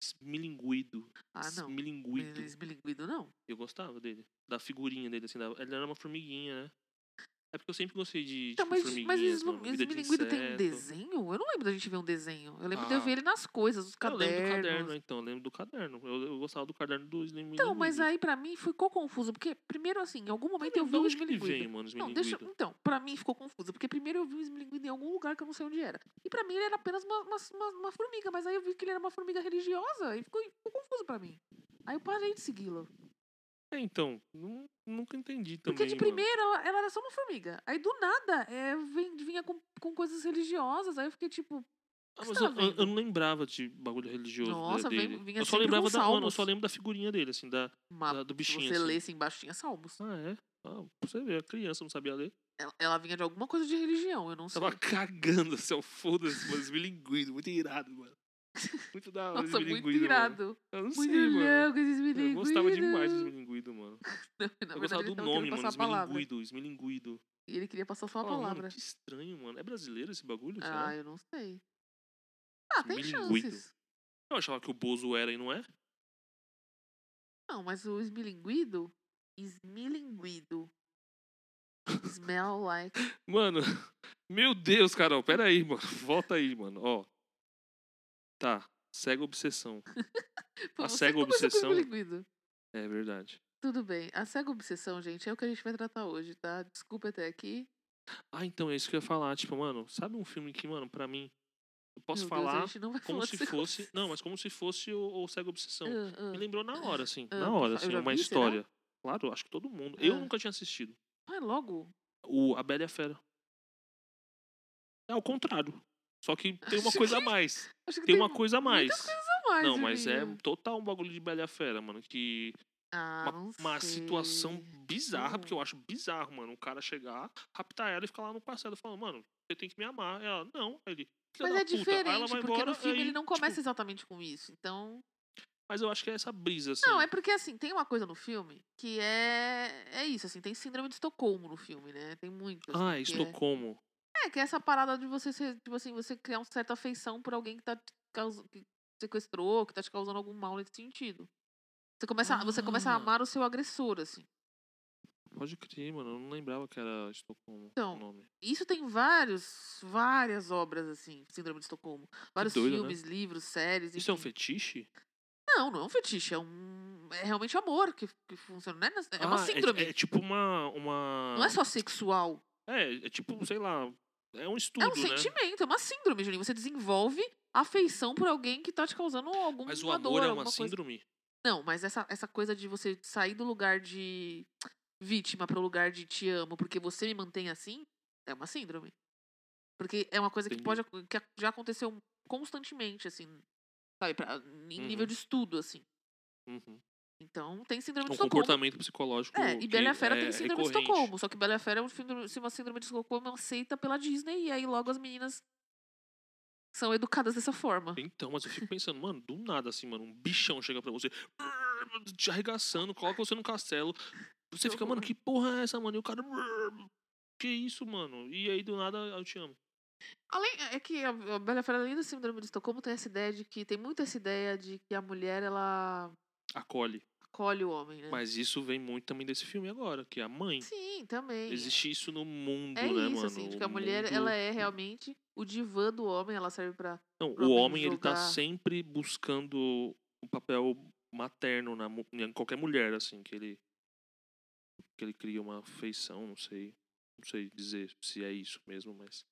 [SPEAKER 3] Smilinguido.
[SPEAKER 4] Ah, não.
[SPEAKER 3] Smilinguido.
[SPEAKER 4] Esmilinguido, não.
[SPEAKER 3] Eu gostava dele. Da figurinha dele, assim. Da... Ele era uma formiguinha, né? É porque eu sempre gostei de
[SPEAKER 4] Então,
[SPEAKER 3] tipo,
[SPEAKER 4] mas, mas
[SPEAKER 3] formiguinhas,
[SPEAKER 4] o esmi-
[SPEAKER 3] mano.
[SPEAKER 4] o
[SPEAKER 3] Vida de
[SPEAKER 4] Esmilinguido tem um
[SPEAKER 3] inseto.
[SPEAKER 4] desenho? Eu não lembro da gente ver um desenho. Eu lembro de eu
[SPEAKER 3] Ah.
[SPEAKER 4] ver ele nas coisas, os
[SPEAKER 3] Eu lembro do caderno,
[SPEAKER 4] cadernos.
[SPEAKER 3] então. Eu lembro do caderno. Eu, eu gostava do caderno do Smilinguido.
[SPEAKER 4] Então, mas aí pra mim ficou confuso. Porque, primeiro, assim, em algum momento eu vi
[SPEAKER 3] de
[SPEAKER 4] o
[SPEAKER 3] onde que um ele
[SPEAKER 4] Esmilinguido.
[SPEAKER 3] vem, mano, o
[SPEAKER 4] Não, deixa,
[SPEAKER 3] Smilinguido?
[SPEAKER 4] então, pra mim ficou confuso, porque primeiro eu vi o esmilinguido em algum lugar que eu não sei onde era. E pra mim ele era apenas uma, uma, uma- uma formiga, mas aí eu vi que ele era uma formiga religiosa e ficou, ficou confuso pra mim. Aí eu parei de segui-lo.
[SPEAKER 3] É, então. nu- Nunca entendi também,
[SPEAKER 4] Porque de
[SPEAKER 3] mano.
[SPEAKER 4] primeiro ela, ela era só uma formiga. Aí do nada é, vem, vinha com, com coisas religiosas, aí eu fiquei tipo.
[SPEAKER 3] Ah,
[SPEAKER 4] que
[SPEAKER 3] mas
[SPEAKER 4] você
[SPEAKER 3] eu,
[SPEAKER 4] tava
[SPEAKER 3] eu- eu
[SPEAKER 4] vendo?
[SPEAKER 3] não lembrava de bagulho religioso né,
[SPEAKER 4] Nossa, vem-
[SPEAKER 3] dele.
[SPEAKER 4] vinha
[SPEAKER 3] eu só
[SPEAKER 4] sempre
[SPEAKER 3] lembrava
[SPEAKER 4] com
[SPEAKER 3] da, mano, eu
[SPEAKER 4] salmos.
[SPEAKER 3] só lembro da figurinha dele, assim, da,
[SPEAKER 4] Uma,
[SPEAKER 3] da- do
[SPEAKER 4] se
[SPEAKER 3] bichinho.
[SPEAKER 4] você
[SPEAKER 3] assim.
[SPEAKER 4] lesse embaixo tinha salmos.
[SPEAKER 3] Ah, é? Ah, pra você ver, a criança não sabia ler.
[SPEAKER 4] Ela, ela vinha de alguma coisa de religião, eu não sei.
[SPEAKER 3] Tava cagando, assim, ó, foda-se, mano, esmilinguido, muito irado, mano. Muito da hora
[SPEAKER 4] Nossa, muito
[SPEAKER 3] esmilinguido, mano.
[SPEAKER 4] irado.
[SPEAKER 3] Eu não
[SPEAKER 4] Muito
[SPEAKER 3] sei, mano.
[SPEAKER 4] louco esse esmilinguido.
[SPEAKER 3] Eu gostava demais do esmilinguido, mano.
[SPEAKER 4] Na
[SPEAKER 3] eu
[SPEAKER 4] verdade,
[SPEAKER 3] gostava
[SPEAKER 4] ele
[SPEAKER 3] do
[SPEAKER 4] tava querendo
[SPEAKER 3] nome, mano,
[SPEAKER 4] passar a palavra.
[SPEAKER 3] esmilinguido, esmilinguido.
[SPEAKER 4] E ele queria passar só a
[SPEAKER 3] Fala, mano,
[SPEAKER 4] palavra.
[SPEAKER 3] que estranho, mano. É brasileiro esse bagulho? Será?
[SPEAKER 4] Ah, eu não sei. Ah, tem
[SPEAKER 3] Esmilinguido.
[SPEAKER 4] chances.
[SPEAKER 3] Eu achava que o Bozo era e não é?
[SPEAKER 4] Não, mas o esmilinguido. Esmilinguido. Smell like.
[SPEAKER 3] Mano, meu Deus, Carol, pera aí, mano. Volta aí, mano. Ó. Tá, cega obsessão.
[SPEAKER 4] Pô, você
[SPEAKER 3] cega
[SPEAKER 4] começou com
[SPEAKER 3] obsessão?
[SPEAKER 4] esmilinguido.
[SPEAKER 3] É verdade.
[SPEAKER 4] Tudo bem. A cega obsessão, gente, é o que a gente vai tratar hoje, tá? Desculpa até aqui.
[SPEAKER 3] Ah, então é isso que eu ia falar. Tipo, mano, sabe um filme que, mano, pra mim, eu posso
[SPEAKER 4] Meu Deus, é
[SPEAKER 3] falar
[SPEAKER 4] a gente não vai
[SPEAKER 3] como
[SPEAKER 4] falar
[SPEAKER 3] se
[SPEAKER 4] de cega
[SPEAKER 3] fosse. Não, mas como se fosse o, o Cego Obsessão.
[SPEAKER 4] obsessão. Ah, ah.
[SPEAKER 3] Me lembrou na hora, assim.
[SPEAKER 4] Ah,
[SPEAKER 3] na
[SPEAKER 4] eu
[SPEAKER 3] hora,
[SPEAKER 4] já- eu
[SPEAKER 3] assim,
[SPEAKER 4] já
[SPEAKER 3] uma
[SPEAKER 4] vi, será?
[SPEAKER 3] história. Claro, acho que todo mundo. Eu
[SPEAKER 4] Ah.
[SPEAKER 3] nunca tinha assistido.
[SPEAKER 4] Ah, logo?
[SPEAKER 3] O A Bela e a Fera. É o contrário. Só que tem uma coisa a mais.
[SPEAKER 4] Acho que
[SPEAKER 3] Tem uma coisa a mais.
[SPEAKER 4] muita coisa a mais,
[SPEAKER 3] Não, mas é
[SPEAKER 4] Juninho.
[SPEAKER 3] total um bagulho de Bela e a Fera, mano. Que
[SPEAKER 4] Ah,
[SPEAKER 3] uma,
[SPEAKER 4] não
[SPEAKER 3] uma situação
[SPEAKER 4] sei.
[SPEAKER 3] bizarra,
[SPEAKER 4] Uhum.
[SPEAKER 3] porque eu acho bizarro, mano. Um cara chegar, raptar ela e ficar lá no parcelo falando, mano, você tem que me amar. Ela, não. Aí Ele, "Filha
[SPEAKER 4] Mas
[SPEAKER 3] da
[SPEAKER 4] é
[SPEAKER 3] puta." Aí ela
[SPEAKER 4] diferente,
[SPEAKER 3] vai
[SPEAKER 4] porque
[SPEAKER 3] embora,
[SPEAKER 4] no filme
[SPEAKER 3] aí,
[SPEAKER 4] ele não
[SPEAKER 3] tipo,
[SPEAKER 4] começa exatamente com isso. Então.
[SPEAKER 3] mas eu acho que é essa brisa, assim.
[SPEAKER 4] Não, é porque assim, tem uma coisa no filme que é. É isso, assim, tem síndrome de Estocolmo no filme, né? Tem muito. assim,
[SPEAKER 3] Ah,
[SPEAKER 4] que é-
[SPEAKER 3] Estocolmo.
[SPEAKER 4] É, que é essa parada de você ser, tipo assim, você criar uma certa afeição por alguém que tá te causando. que te sequestrou, que tá te causando algum mal nesse sentido. Você começa, você começa a
[SPEAKER 3] Ah.
[SPEAKER 4] amar o seu agressor, assim.
[SPEAKER 3] Pode crer, mano. Eu não lembrava que era Estocolmo
[SPEAKER 4] Então,
[SPEAKER 3] o nome.
[SPEAKER 4] Isso tem vários, várias obras, assim, síndrome de Estocolmo. Vários
[SPEAKER 3] doido, né?
[SPEAKER 4] filmes, livros, séries.
[SPEAKER 3] Isso é um
[SPEAKER 4] enfim.
[SPEAKER 3] fetiche?
[SPEAKER 4] Não, não é um fetiche, é um. É realmente amor que, que funciona. Não é, nas- é uma
[SPEAKER 3] Ah,
[SPEAKER 4] síndrome.
[SPEAKER 3] É, tipo uma. uma...
[SPEAKER 4] Não é só sexual.
[SPEAKER 3] É, é tipo, sei lá. É um estudo,
[SPEAKER 4] É um
[SPEAKER 3] né?
[SPEAKER 4] sentimento, é uma síndrome, Juninho. Você desenvolve afeição por alguém que tá te causando algum
[SPEAKER 3] Mas o amor
[SPEAKER 4] dor,
[SPEAKER 3] é uma
[SPEAKER 4] alguma coisa.
[SPEAKER 3] síndrome?
[SPEAKER 4] Não, mas essa, essa coisa de você sair do lugar de vítima para o lugar de te amo porque você me mantém assim é uma síndrome. Porque é uma coisa que
[SPEAKER 3] Entendi.
[SPEAKER 4] pode ac- que ac- já aconteceu constantemente assim, sabe, pra- em nível
[SPEAKER 3] Uhum.
[SPEAKER 4] de estudo assim.
[SPEAKER 3] Uhum.
[SPEAKER 4] Então, tem
[SPEAKER 3] É
[SPEAKER 4] síndrome de
[SPEAKER 3] um
[SPEAKER 4] Estocolmo.
[SPEAKER 3] comportamento psicológico.
[SPEAKER 4] É,
[SPEAKER 3] que
[SPEAKER 4] e Bela e a Fera
[SPEAKER 3] é
[SPEAKER 4] tem síndrome de
[SPEAKER 3] recorrente.
[SPEAKER 4] Estocolmo. Só que Bela e a Fera é um síndrome- uma síndrome de Estocolmo aceita pela Disney. E aí logo as meninas são educadas dessa forma.
[SPEAKER 3] Então, mas eu fico pensando, mano, do nada assim, mano, um bichão chega pra você, te arregaçando, coloca você num castelo. Você fica, mano, que porra é essa, mano? E o cara. Que isso, mano? E aí do nada eu te amo.
[SPEAKER 4] Além, é que a a Bela e a Fera, além do síndrome de Estocolmo, tem essa ideia de que... Tem muito essa ideia de que a mulher, ela
[SPEAKER 3] Acolhe.
[SPEAKER 4] acolhe o homem, né?
[SPEAKER 3] Mas isso vem muito também desse filme agora, que é a mãe.
[SPEAKER 4] Sim, também.
[SPEAKER 3] Existe isso no mundo,
[SPEAKER 4] É
[SPEAKER 3] né,
[SPEAKER 4] isso,
[SPEAKER 3] mano?
[SPEAKER 4] assim. De que
[SPEAKER 3] O
[SPEAKER 4] a mulher,
[SPEAKER 3] mundo-
[SPEAKER 4] ela é realmente o divã do homem. Ela serve pra...
[SPEAKER 3] Não,
[SPEAKER 4] pro
[SPEAKER 3] o homem,
[SPEAKER 4] homem
[SPEAKER 3] ele tá
[SPEAKER 4] jogar.
[SPEAKER 3] sempre buscando o papel materno na, mu- em qualquer mulher, assim, que ele. que ele cria uma afeição, não sei. Não sei dizer se é isso mesmo, mas.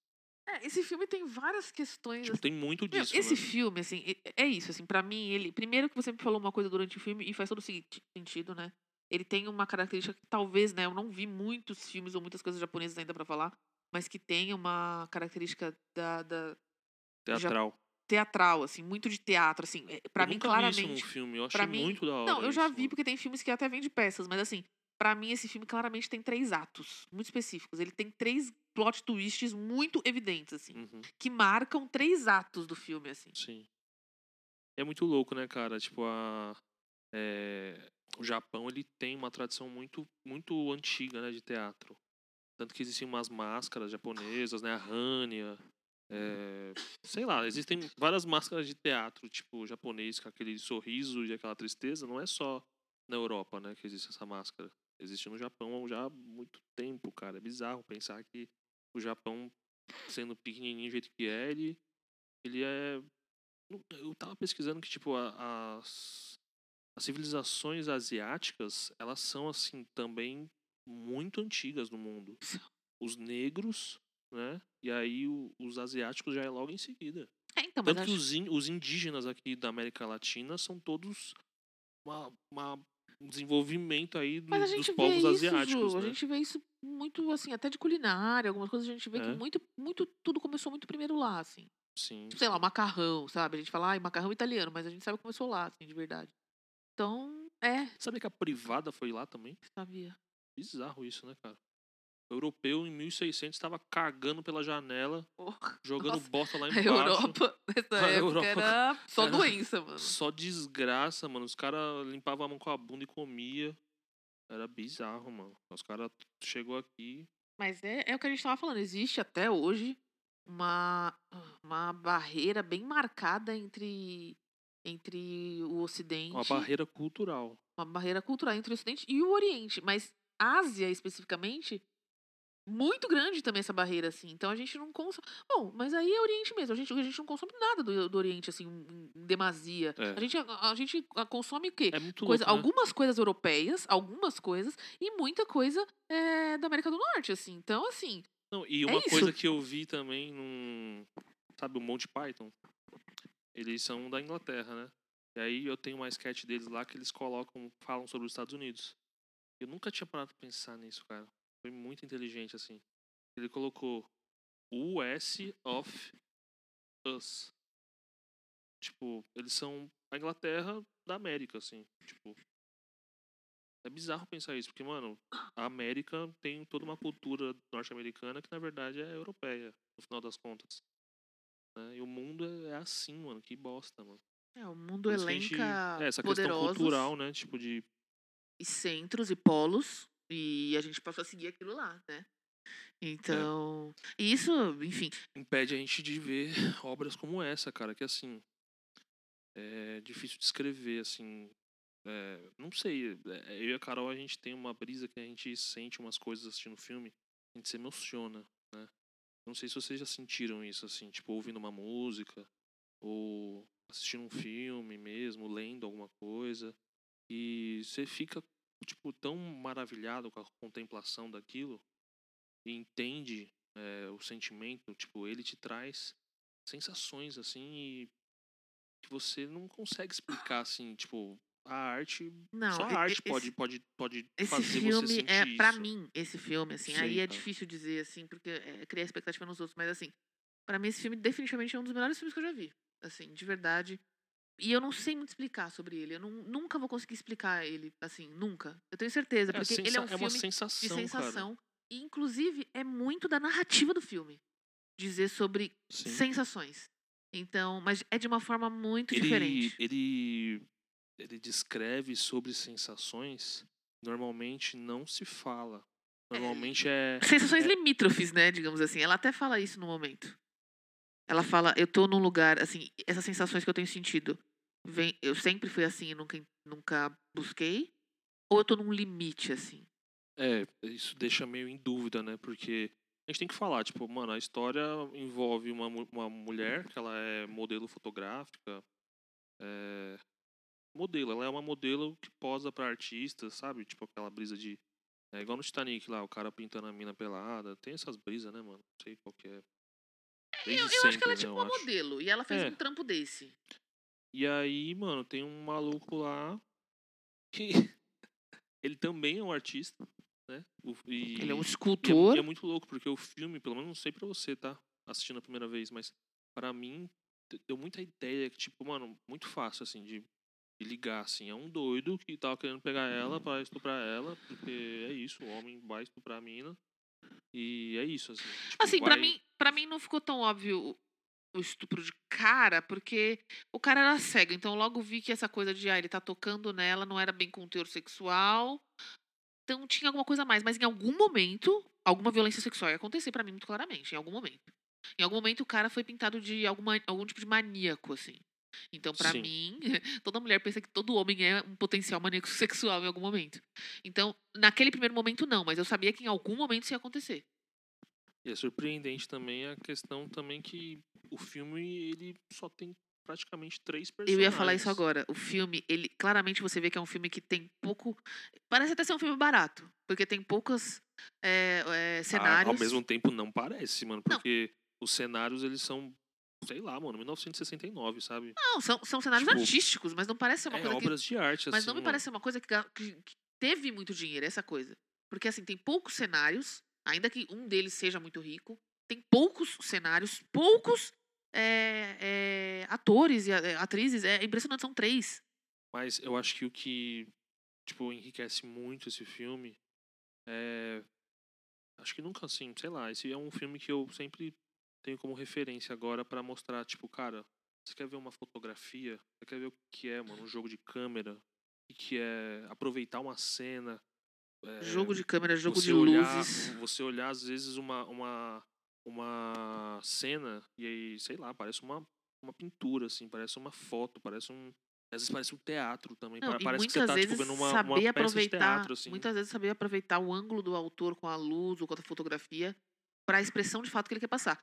[SPEAKER 4] É, esse filme tem várias questões,
[SPEAKER 3] Tipo, tem muito
[SPEAKER 4] Meu,
[SPEAKER 3] disso.
[SPEAKER 4] esse
[SPEAKER 3] né?
[SPEAKER 4] filme, assim, é- é isso, assim, pra mim, ele. Primeiro que você me falou uma coisa durante o filme, e faz todo o seguinte sentido, né? Ele tem uma característica que talvez, né? Eu não vi muitos filmes ou muitas coisas japonesas ainda pra falar, mas que tem uma característica da, da-
[SPEAKER 3] Teatral.
[SPEAKER 4] teatral, assim, muito de teatro, assim. é, Pra
[SPEAKER 3] eu
[SPEAKER 4] mim,
[SPEAKER 3] nunca
[SPEAKER 4] claramente.
[SPEAKER 3] Vi isso num filme, eu
[SPEAKER 4] pra
[SPEAKER 3] achei
[SPEAKER 4] mim-
[SPEAKER 3] muito da hora.
[SPEAKER 4] Não, eu já
[SPEAKER 3] isso,
[SPEAKER 4] vi,
[SPEAKER 3] mano.
[SPEAKER 4] porque tem filmes que até vende peças, mas assim, pra mim esse filme claramente tem três atos muito específicos. Ele tem três plot twists muito evidentes, assim,
[SPEAKER 3] Uhum,
[SPEAKER 4] que marcam três atos do filme, assim.
[SPEAKER 3] sim. É muito louco, né, cara? Tipo, a. é, O Japão, ele tem uma tradição muito, muito antiga, né, de teatro. Tanto que existem umas máscaras japonesas, né? A Hania. é, sei lá, existem várias máscaras de teatro, tipo, japonês, com aquele sorriso e aquela tristeza. Não é só na Europa, né, que existe essa máscara. Existe no Japão já há muito tempo, cara. É bizarro pensar que o Japão, sendo pequenininho do jeito que é, ele, ele é... não- Eu tava pesquisando que, tipo, a- as, as civilizações asiáticas, elas são, assim, também muito antigas no mundo. Os negros, né? E aí o- os asiáticos já é logo em seguida.
[SPEAKER 4] É, então, mas
[SPEAKER 3] Tanto que
[SPEAKER 4] acho-
[SPEAKER 3] os, in- os indígenas aqui da América Latina são todos uma, uma- um desenvolvimento aí do-
[SPEAKER 4] Mas a
[SPEAKER 3] dos
[SPEAKER 4] gente vê
[SPEAKER 3] povos
[SPEAKER 4] isso,
[SPEAKER 3] asiáticos,
[SPEAKER 4] Ju, a
[SPEAKER 3] né?
[SPEAKER 4] gente vê isso muito, assim, até de culinária, algumas coisas a gente vê que
[SPEAKER 3] É.
[SPEAKER 4] muito, muito, tudo começou muito primeiro lá, assim.
[SPEAKER 3] Sim.
[SPEAKER 4] Tipo, sei lá, macarrão, sabe? A gente fala, ai, macarrão italiano, mas a gente sabe que começou lá, assim, de verdade. Então, é,
[SPEAKER 3] Sabe que a privada foi lá também?
[SPEAKER 4] sabia.
[SPEAKER 3] Bizarro isso, né, cara? O europeu em 1600 estava cagando pela janela,
[SPEAKER 4] Oh,
[SPEAKER 3] jogando
[SPEAKER 4] nossa,
[SPEAKER 3] bosta lá
[SPEAKER 4] a
[SPEAKER 3] embaixo.
[SPEAKER 4] Europa, nessa
[SPEAKER 3] A
[SPEAKER 4] época,
[SPEAKER 3] Europa-
[SPEAKER 4] era só
[SPEAKER 3] era-
[SPEAKER 4] doença, mano.
[SPEAKER 3] Só desgraça, mano. Os caras limpavam a mão com a bunda e comia. Era bizarro, mano. Os caras chegou aqui.
[SPEAKER 4] Mas é, é o que a gente tava falando, existe até hoje uma, uma barreira bem marcada entre, entre o Ocidente...
[SPEAKER 3] Uma barreira cultural.
[SPEAKER 4] uma barreira cultural entre o Ocidente e o Oriente, mas Ásia especificamente muito grande também essa barreira, assim. Então a gente não consome. Bom, mas aí é Oriente mesmo. A gente, a gente não consome nada do, do Oriente, assim, em em demasia.
[SPEAKER 3] É.
[SPEAKER 4] A gente, a, a gente a- consome o quê?
[SPEAKER 3] É muito
[SPEAKER 4] Coisa-
[SPEAKER 3] louco, né?
[SPEAKER 4] algumas coisas europeias, algumas coisas, e muita coisa é, da América do Norte, assim. Então, assim,
[SPEAKER 3] Não, e
[SPEAKER 4] É
[SPEAKER 3] uma
[SPEAKER 4] isso.
[SPEAKER 3] coisa que eu vi também num. Sabe, o Monty Python? Eles são da Inglaterra, né? E aí eu tenho uma sketch deles lá que eles colocam, falam sobre os Estados Unidos. Eu nunca tinha parado pra pensar nisso, cara. Foi muito inteligente, assim. Ele colocou US of Us. Tipo, eles são a Inglaterra da América, assim. Tipo. É bizarro pensar isso, porque, mano, a América tem toda uma cultura norte-americana que na verdade é europeia, no final das contas. né? E o mundo é- é assim, mano, que bosta, mano.
[SPEAKER 4] é, o mundo
[SPEAKER 3] Por isso que a gente-
[SPEAKER 4] elenca
[SPEAKER 3] é, essa questão
[SPEAKER 4] poderosos
[SPEAKER 3] cultural, né? Tipo de.
[SPEAKER 4] e centros e polos, e a gente passa a seguir aquilo lá,
[SPEAKER 3] É.
[SPEAKER 4] né? Então, e isso, enfim,
[SPEAKER 3] Impede a gente de ver obras como essa, cara, que assim. É difícil de escrever, assim. é, não sei. é, Eu e a Carol, a gente tem uma brisa que a gente sente umas coisas assistindo filme, a gente se emociona, né? Não sei se vocês já sentiram isso, assim, tipo, ouvindo uma música, ou assistindo um filme mesmo, lendo alguma coisa. E você fica, tipo, tão maravilhado com a contemplação daquilo e entende é, o sentimento, tipo, ele te traz sensações, assim, e que você não consegue explicar, assim, tipo, a arte,
[SPEAKER 4] não.
[SPEAKER 3] só
[SPEAKER 4] e- e-
[SPEAKER 3] a arte
[SPEAKER 4] esse-
[SPEAKER 3] pode, pode, pode
[SPEAKER 4] Esse
[SPEAKER 3] fazer você
[SPEAKER 4] filme
[SPEAKER 3] sentir
[SPEAKER 4] é para
[SPEAKER 3] isso.
[SPEAKER 4] mim esse filme assim.
[SPEAKER 3] Sei,
[SPEAKER 4] aí é
[SPEAKER 3] cara.
[SPEAKER 4] difícil dizer assim porque é, cria expectativa nos outros, mas assim para mim esse filme definitivamente é um dos melhores filmes que eu já vi, assim de verdade. E eu não sei muito explicar sobre ele. Eu não, nunca vou conseguir explicar ele assim nunca. Eu tenho certeza porque ele é
[SPEAKER 3] sensa-
[SPEAKER 4] um
[SPEAKER 3] uma
[SPEAKER 4] filme
[SPEAKER 3] sensação,
[SPEAKER 4] de
[SPEAKER 3] cara.
[SPEAKER 4] sensação e inclusive é muito da narrativa do filme dizer sobre
[SPEAKER 3] Sim.
[SPEAKER 4] sensações. Então, mas é de uma forma muito
[SPEAKER 3] ele,
[SPEAKER 4] diferente.
[SPEAKER 3] ele, ele descreve sobre sensações. Normalmente não se fala.
[SPEAKER 4] É,
[SPEAKER 3] Normalmente é.
[SPEAKER 4] Sensações
[SPEAKER 3] é-
[SPEAKER 4] limítrofes, né? Digamos assim. Ela até fala isso no momento. Ela fala, eu tô num lugar, assim, essas sensações que eu tenho sentido. Vem, eu sempre fui assim e nunca, en- nunca busquei. Ou eu tô num limite, assim.
[SPEAKER 3] É, isso deixa meio em dúvida, né? Porque a gente tem que falar, tipo, mano, a história envolve uma, mu- uma mulher que ela é modelo fotográfica. É, modelo, ela é uma modelo que posa pra artistas, sabe? Tipo aquela brisa de. É igual no Titanic lá, o cara pintando a mina pelada. Tem essas brisas, né, mano? Não sei qual que é. Desde
[SPEAKER 4] Eu, eu acho
[SPEAKER 3] sempre,
[SPEAKER 4] que ela é
[SPEAKER 3] né,
[SPEAKER 4] tipo
[SPEAKER 3] eu
[SPEAKER 4] uma
[SPEAKER 3] acho.
[SPEAKER 4] modelo. E ela fez
[SPEAKER 3] É.
[SPEAKER 4] um trampo desse.
[SPEAKER 3] E aí, mano, tem um maluco lá que ele também é um artista, né? O- e- e
[SPEAKER 4] Ele é um
[SPEAKER 3] é mu-
[SPEAKER 4] escultor.
[SPEAKER 3] e é, muito louco, porque o filme, pelo menos não sei pra você, tá? Assistindo a primeira vez, mas pra mim de- deu muita ideia que, tipo, mano, muito fácil, assim, de, de ligar, assim. É um doido que tava querendo pegar ela
[SPEAKER 4] Uhum.
[SPEAKER 3] pra estuprar ela, porque é isso, o homem vai estuprar a mina. E é isso, assim. tipo,
[SPEAKER 4] Assim, pra
[SPEAKER 3] vai-
[SPEAKER 4] mim, pra mim não ficou tão óbvio o, o estupro de cara, porque o cara era cego. Então logo vi que essa coisa de ah, ele tá tocando nela não era bem com teor sexual. Então tinha alguma coisa a mais, mas em algum momento alguma violência sexual ia acontecer pra mim muito claramente, em algum momento. Em algum momento o cara foi pintado de alguma, algum tipo de maníaco assim. Então, pra
[SPEAKER 3] Sim.
[SPEAKER 4] mim, toda mulher pensa que todo homem é um potencial maníaco sexual em algum momento. Então, naquele primeiro momento não, mas eu sabia que em algum momento isso ia acontecer.
[SPEAKER 3] E é surpreendente também a questão também que o filme ele só tem praticamente três
[SPEAKER 4] Eu
[SPEAKER 3] personagens. Uhum.
[SPEAKER 4] ia falar isso agora. O filme, ele claramente você vê que é um filme que tem pouco. Parece até ser um filme barato, porque tem poucos é, é,
[SPEAKER 3] Ah,
[SPEAKER 4] cenários.
[SPEAKER 3] ao mesmo tempo não parece, mano, porque os cenários eles são sei lá, mano, 1969, sabe?
[SPEAKER 4] Não, são, são cenários
[SPEAKER 3] Tipo,
[SPEAKER 4] artísticos, mas não parece ser uma
[SPEAKER 3] é
[SPEAKER 4] coisa.
[SPEAKER 3] obras de arte
[SPEAKER 4] que,
[SPEAKER 3] assim.
[SPEAKER 4] mas não me
[SPEAKER 3] mano.
[SPEAKER 4] parece ser uma coisa que, ga- que- que teve muito dinheiro, essa coisa. Porque assim, tem poucos cenários, ainda que um deles seja muito rico, tem poucos cenários, poucos é, é, atores e a- é, atrizes. É impressionante, são três.
[SPEAKER 3] Mas eu acho que o que, tipo, enriquece muito esse filme é. Acho que nunca assim, sei lá. Esse é um filme que eu sempre tenho como referência agora pra mostrar, tipo, cara, você quer ver uma fotografia? Você quer ver o que é, mano? Um jogo de câmera? O que é aproveitar uma cena? é,
[SPEAKER 4] jogo de câmera, jogo
[SPEAKER 3] você
[SPEAKER 4] de
[SPEAKER 3] olhar, um,
[SPEAKER 4] luzes.
[SPEAKER 3] Você olhar, às vezes, uma, uma, uma cena e aí, sei lá, parece uma, uma pintura, assim, parece uma foto, parece um, Às vezes parece um teatro também.
[SPEAKER 4] Não,
[SPEAKER 3] pa-
[SPEAKER 4] e
[SPEAKER 3] parece que
[SPEAKER 4] muitas
[SPEAKER 3] você tá,
[SPEAKER 4] vezes
[SPEAKER 3] tipo, vendo uma,
[SPEAKER 4] saber
[SPEAKER 3] uma peça de
[SPEAKER 4] aproveitar,
[SPEAKER 3] teatro, assim.
[SPEAKER 4] muitas vezes saber aproveitar o ângulo do autor com a luz ou com a fotografia para a expressão de fato que ele quer passar.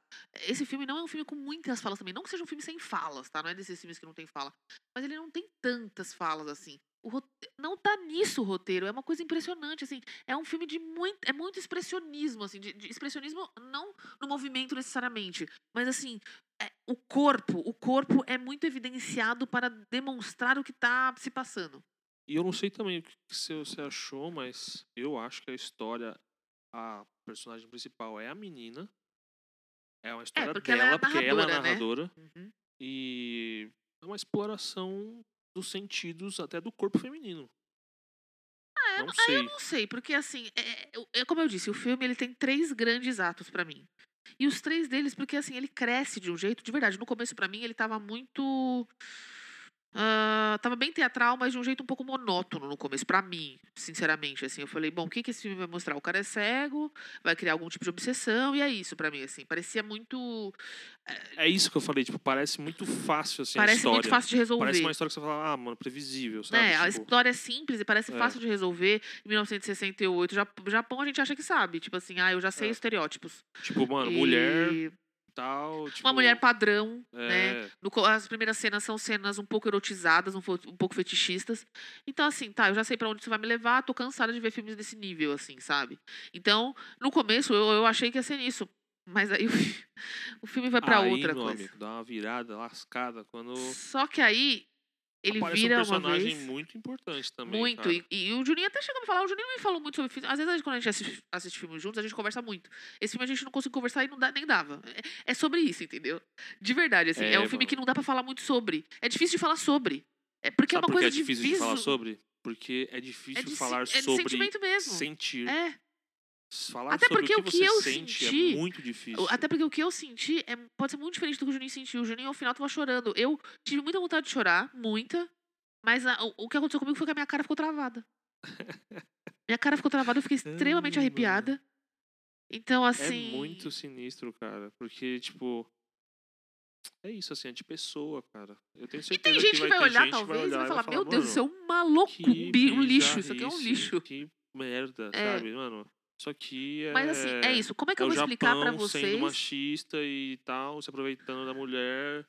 [SPEAKER 4] Esse filme não é um filme com muitas falas também, não que seja um filme sem falas, tá? Não é desses filmes que não tem fala, mas ele não tem tantas falas assim. O rote- não tá nisso o roteiro, é uma coisa impressionante assim. É um filme de muito, é muito expressionismo assim, de, de expressionismo não no movimento necessariamente, mas assim, é, o corpo, o corpo é muito evidenciado para demonstrar o que tá se passando.
[SPEAKER 3] E eu não sei também o que que você você achou, mas eu acho que a história, a personagem principal é a menina. É uma história
[SPEAKER 4] porque ela é
[SPEAKER 3] dela,
[SPEAKER 4] a
[SPEAKER 3] porque ela é a
[SPEAKER 4] narradora, né?
[SPEAKER 3] narradora. E é uma exploração dos sentidos até do corpo feminino.
[SPEAKER 4] Ah, É, eu
[SPEAKER 3] não sei.
[SPEAKER 4] Não sei, porque assim, é, é- é como eu disse, o filme ele tem três grandes atos pra mim. E os três deles, porque assim, ele cresce de um jeito, de verdade. No começo, pra mim, ele tava muito. ah, tava bem teatral, mas de um jeito um pouco monótono no começo, pra mim, sinceramente, assim, eu falei, bom, o que que esse filme vai mostrar? O cara é cego, vai criar algum tipo de obsessão, e é isso pra mim, assim, parecia muito,
[SPEAKER 3] É isso que eu falei, tipo, parece muito fácil assim a
[SPEAKER 4] parece
[SPEAKER 3] história.
[SPEAKER 4] muito fácil de resolver.
[SPEAKER 3] Parece uma história que você fala, ah, mano, previsível, sabe?
[SPEAKER 4] É, a
[SPEAKER 3] Tipo,
[SPEAKER 4] história é simples e parece
[SPEAKER 3] É.
[SPEAKER 4] fácil de resolver. Em 1968, Jap- Japão a gente acha que sabe. Tipo assim, ah, eu já sei
[SPEAKER 3] É.
[SPEAKER 4] os estereótipos.
[SPEAKER 3] tipo, mano, mulher
[SPEAKER 4] E
[SPEAKER 3] tal. Tipo,
[SPEAKER 4] Uma mulher padrão, né?
[SPEAKER 3] é,
[SPEAKER 4] No co- as primeiras cenas são cenas um pouco erotizadas, um, fo- um pouco fetichistas. Então, assim, tá, eu já sei pra onde isso vai me levar, tô cansada de ver filmes desse nível, assim, sabe? Então, no começo, eu, eu achei que ia ser isso. Mas aí o, fi- o filme vai pra
[SPEAKER 3] aí,
[SPEAKER 4] outra
[SPEAKER 3] meu
[SPEAKER 4] coisa.
[SPEAKER 3] amigo, dá uma virada lascada quando
[SPEAKER 4] Só que aí ele
[SPEAKER 3] aparece
[SPEAKER 4] vira
[SPEAKER 3] um
[SPEAKER 4] uma
[SPEAKER 3] personagem
[SPEAKER 4] vez.
[SPEAKER 3] muito importante também.
[SPEAKER 4] Muito.
[SPEAKER 3] cara.
[SPEAKER 4] E, e o Juninho até chegou a me falar, o Juninho me falou muito sobre filme. Às vezes, a gente- quando a gente assiste, assiste filme juntos, a gente conversa muito. Esse filme a gente não conseguiu conversar e não dá, nem dava. É, é sobre isso, entendeu? De verdade, assim. É,
[SPEAKER 3] É,
[SPEAKER 4] um filme
[SPEAKER 3] mano.
[SPEAKER 4] que não dá pra falar muito sobre. É difícil de falar sobre. É porque
[SPEAKER 3] Sabe
[SPEAKER 4] é uma
[SPEAKER 3] por que
[SPEAKER 4] coisa
[SPEAKER 3] é difícil
[SPEAKER 4] visu-
[SPEAKER 3] de falar sobre? Porque é difícil
[SPEAKER 4] é de,
[SPEAKER 3] falar
[SPEAKER 4] sen- é de
[SPEAKER 3] sobre
[SPEAKER 4] sentimento mesmo.
[SPEAKER 3] sentir.
[SPEAKER 4] É.
[SPEAKER 3] Falar
[SPEAKER 4] Até
[SPEAKER 3] sobre
[SPEAKER 4] porque
[SPEAKER 3] o
[SPEAKER 4] o
[SPEAKER 3] que
[SPEAKER 4] que
[SPEAKER 3] você
[SPEAKER 4] eu
[SPEAKER 3] sente
[SPEAKER 4] senti-
[SPEAKER 3] é muito difícil.
[SPEAKER 4] O- Até porque o que eu senti é, pode ser muito diferente do que o Juninho sentiu. O Juninho, ao final, tava chorando. Eu tive muita vontade de chorar, muita. Mas a- o, o que aconteceu comigo foi que a minha cara ficou travada. minha cara ficou travada, eu fiquei extremamente
[SPEAKER 3] Caramba.
[SPEAKER 4] arrepiada. Então, assim.
[SPEAKER 3] É muito sinistro, cara. Porque, tipo. É isso, assim, é de pessoa, cara. Eu tenho
[SPEAKER 4] E
[SPEAKER 3] certeza
[SPEAKER 4] tem gente que
[SPEAKER 3] que
[SPEAKER 4] vai
[SPEAKER 3] ter
[SPEAKER 4] olhar,
[SPEAKER 3] gente que
[SPEAKER 4] talvez, e vai falar: Meu
[SPEAKER 3] "Mano,
[SPEAKER 4] Deus, isso é um maluco, um bi- um lixo. Isso aqui é um
[SPEAKER 3] bizarrice,
[SPEAKER 4] lixo.
[SPEAKER 3] Que merda,
[SPEAKER 4] É.
[SPEAKER 3] sabe, mano? Isso aqui é.
[SPEAKER 4] Mas, assim, é isso. Como é que
[SPEAKER 3] é
[SPEAKER 4] eu
[SPEAKER 3] o
[SPEAKER 4] vou
[SPEAKER 3] Japão
[SPEAKER 4] explicar pra
[SPEAKER 3] sendo
[SPEAKER 4] vocês?
[SPEAKER 3] machista e tal, se aproveitando da mulher.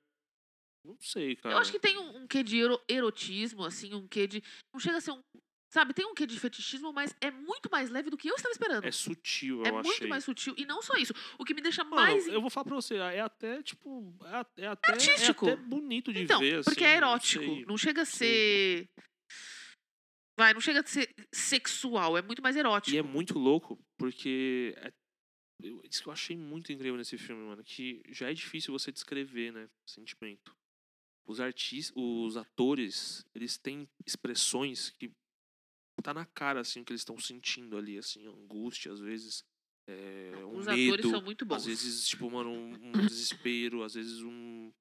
[SPEAKER 3] Não sei, cara.
[SPEAKER 4] Eu acho que tem um, um quê de ero- erotismo, assim, um quê de. Não chega a ser um. Sabe, tem um quê de fetichismo, mas é muito mais leve do que eu estava esperando.
[SPEAKER 3] É sutil,
[SPEAKER 4] É
[SPEAKER 3] eu
[SPEAKER 4] muito
[SPEAKER 3] achei.
[SPEAKER 4] mais sutil. E não só isso. O que me deixa
[SPEAKER 3] Mano,
[SPEAKER 4] mais.
[SPEAKER 3] eu vou falar pra você, é até, tipo. É, a- é até, é
[SPEAKER 4] artístico.
[SPEAKER 3] até bonito de
[SPEAKER 4] Então,
[SPEAKER 3] ver, assim.
[SPEAKER 4] porque é erótico.
[SPEAKER 3] Não sei.
[SPEAKER 4] Não, chega a
[SPEAKER 3] sei.
[SPEAKER 4] ser. Vai, não chega a ser sexual. É muito mais erótico.
[SPEAKER 3] E é muito louco, porque. é- eu- isso que eu achei muito incrível nesse filme, mano. Que já é difícil você descrever, né? o Sentimento. Os artistas, os atores, eles têm expressões que tá na cara, assim, o que eles estão sentindo ali, assim, angústia, às vezes. é, um
[SPEAKER 4] Os
[SPEAKER 3] medo,
[SPEAKER 4] atores são muito bons.
[SPEAKER 3] às vezes, tipo, mano, um, um desespero, às vezes um.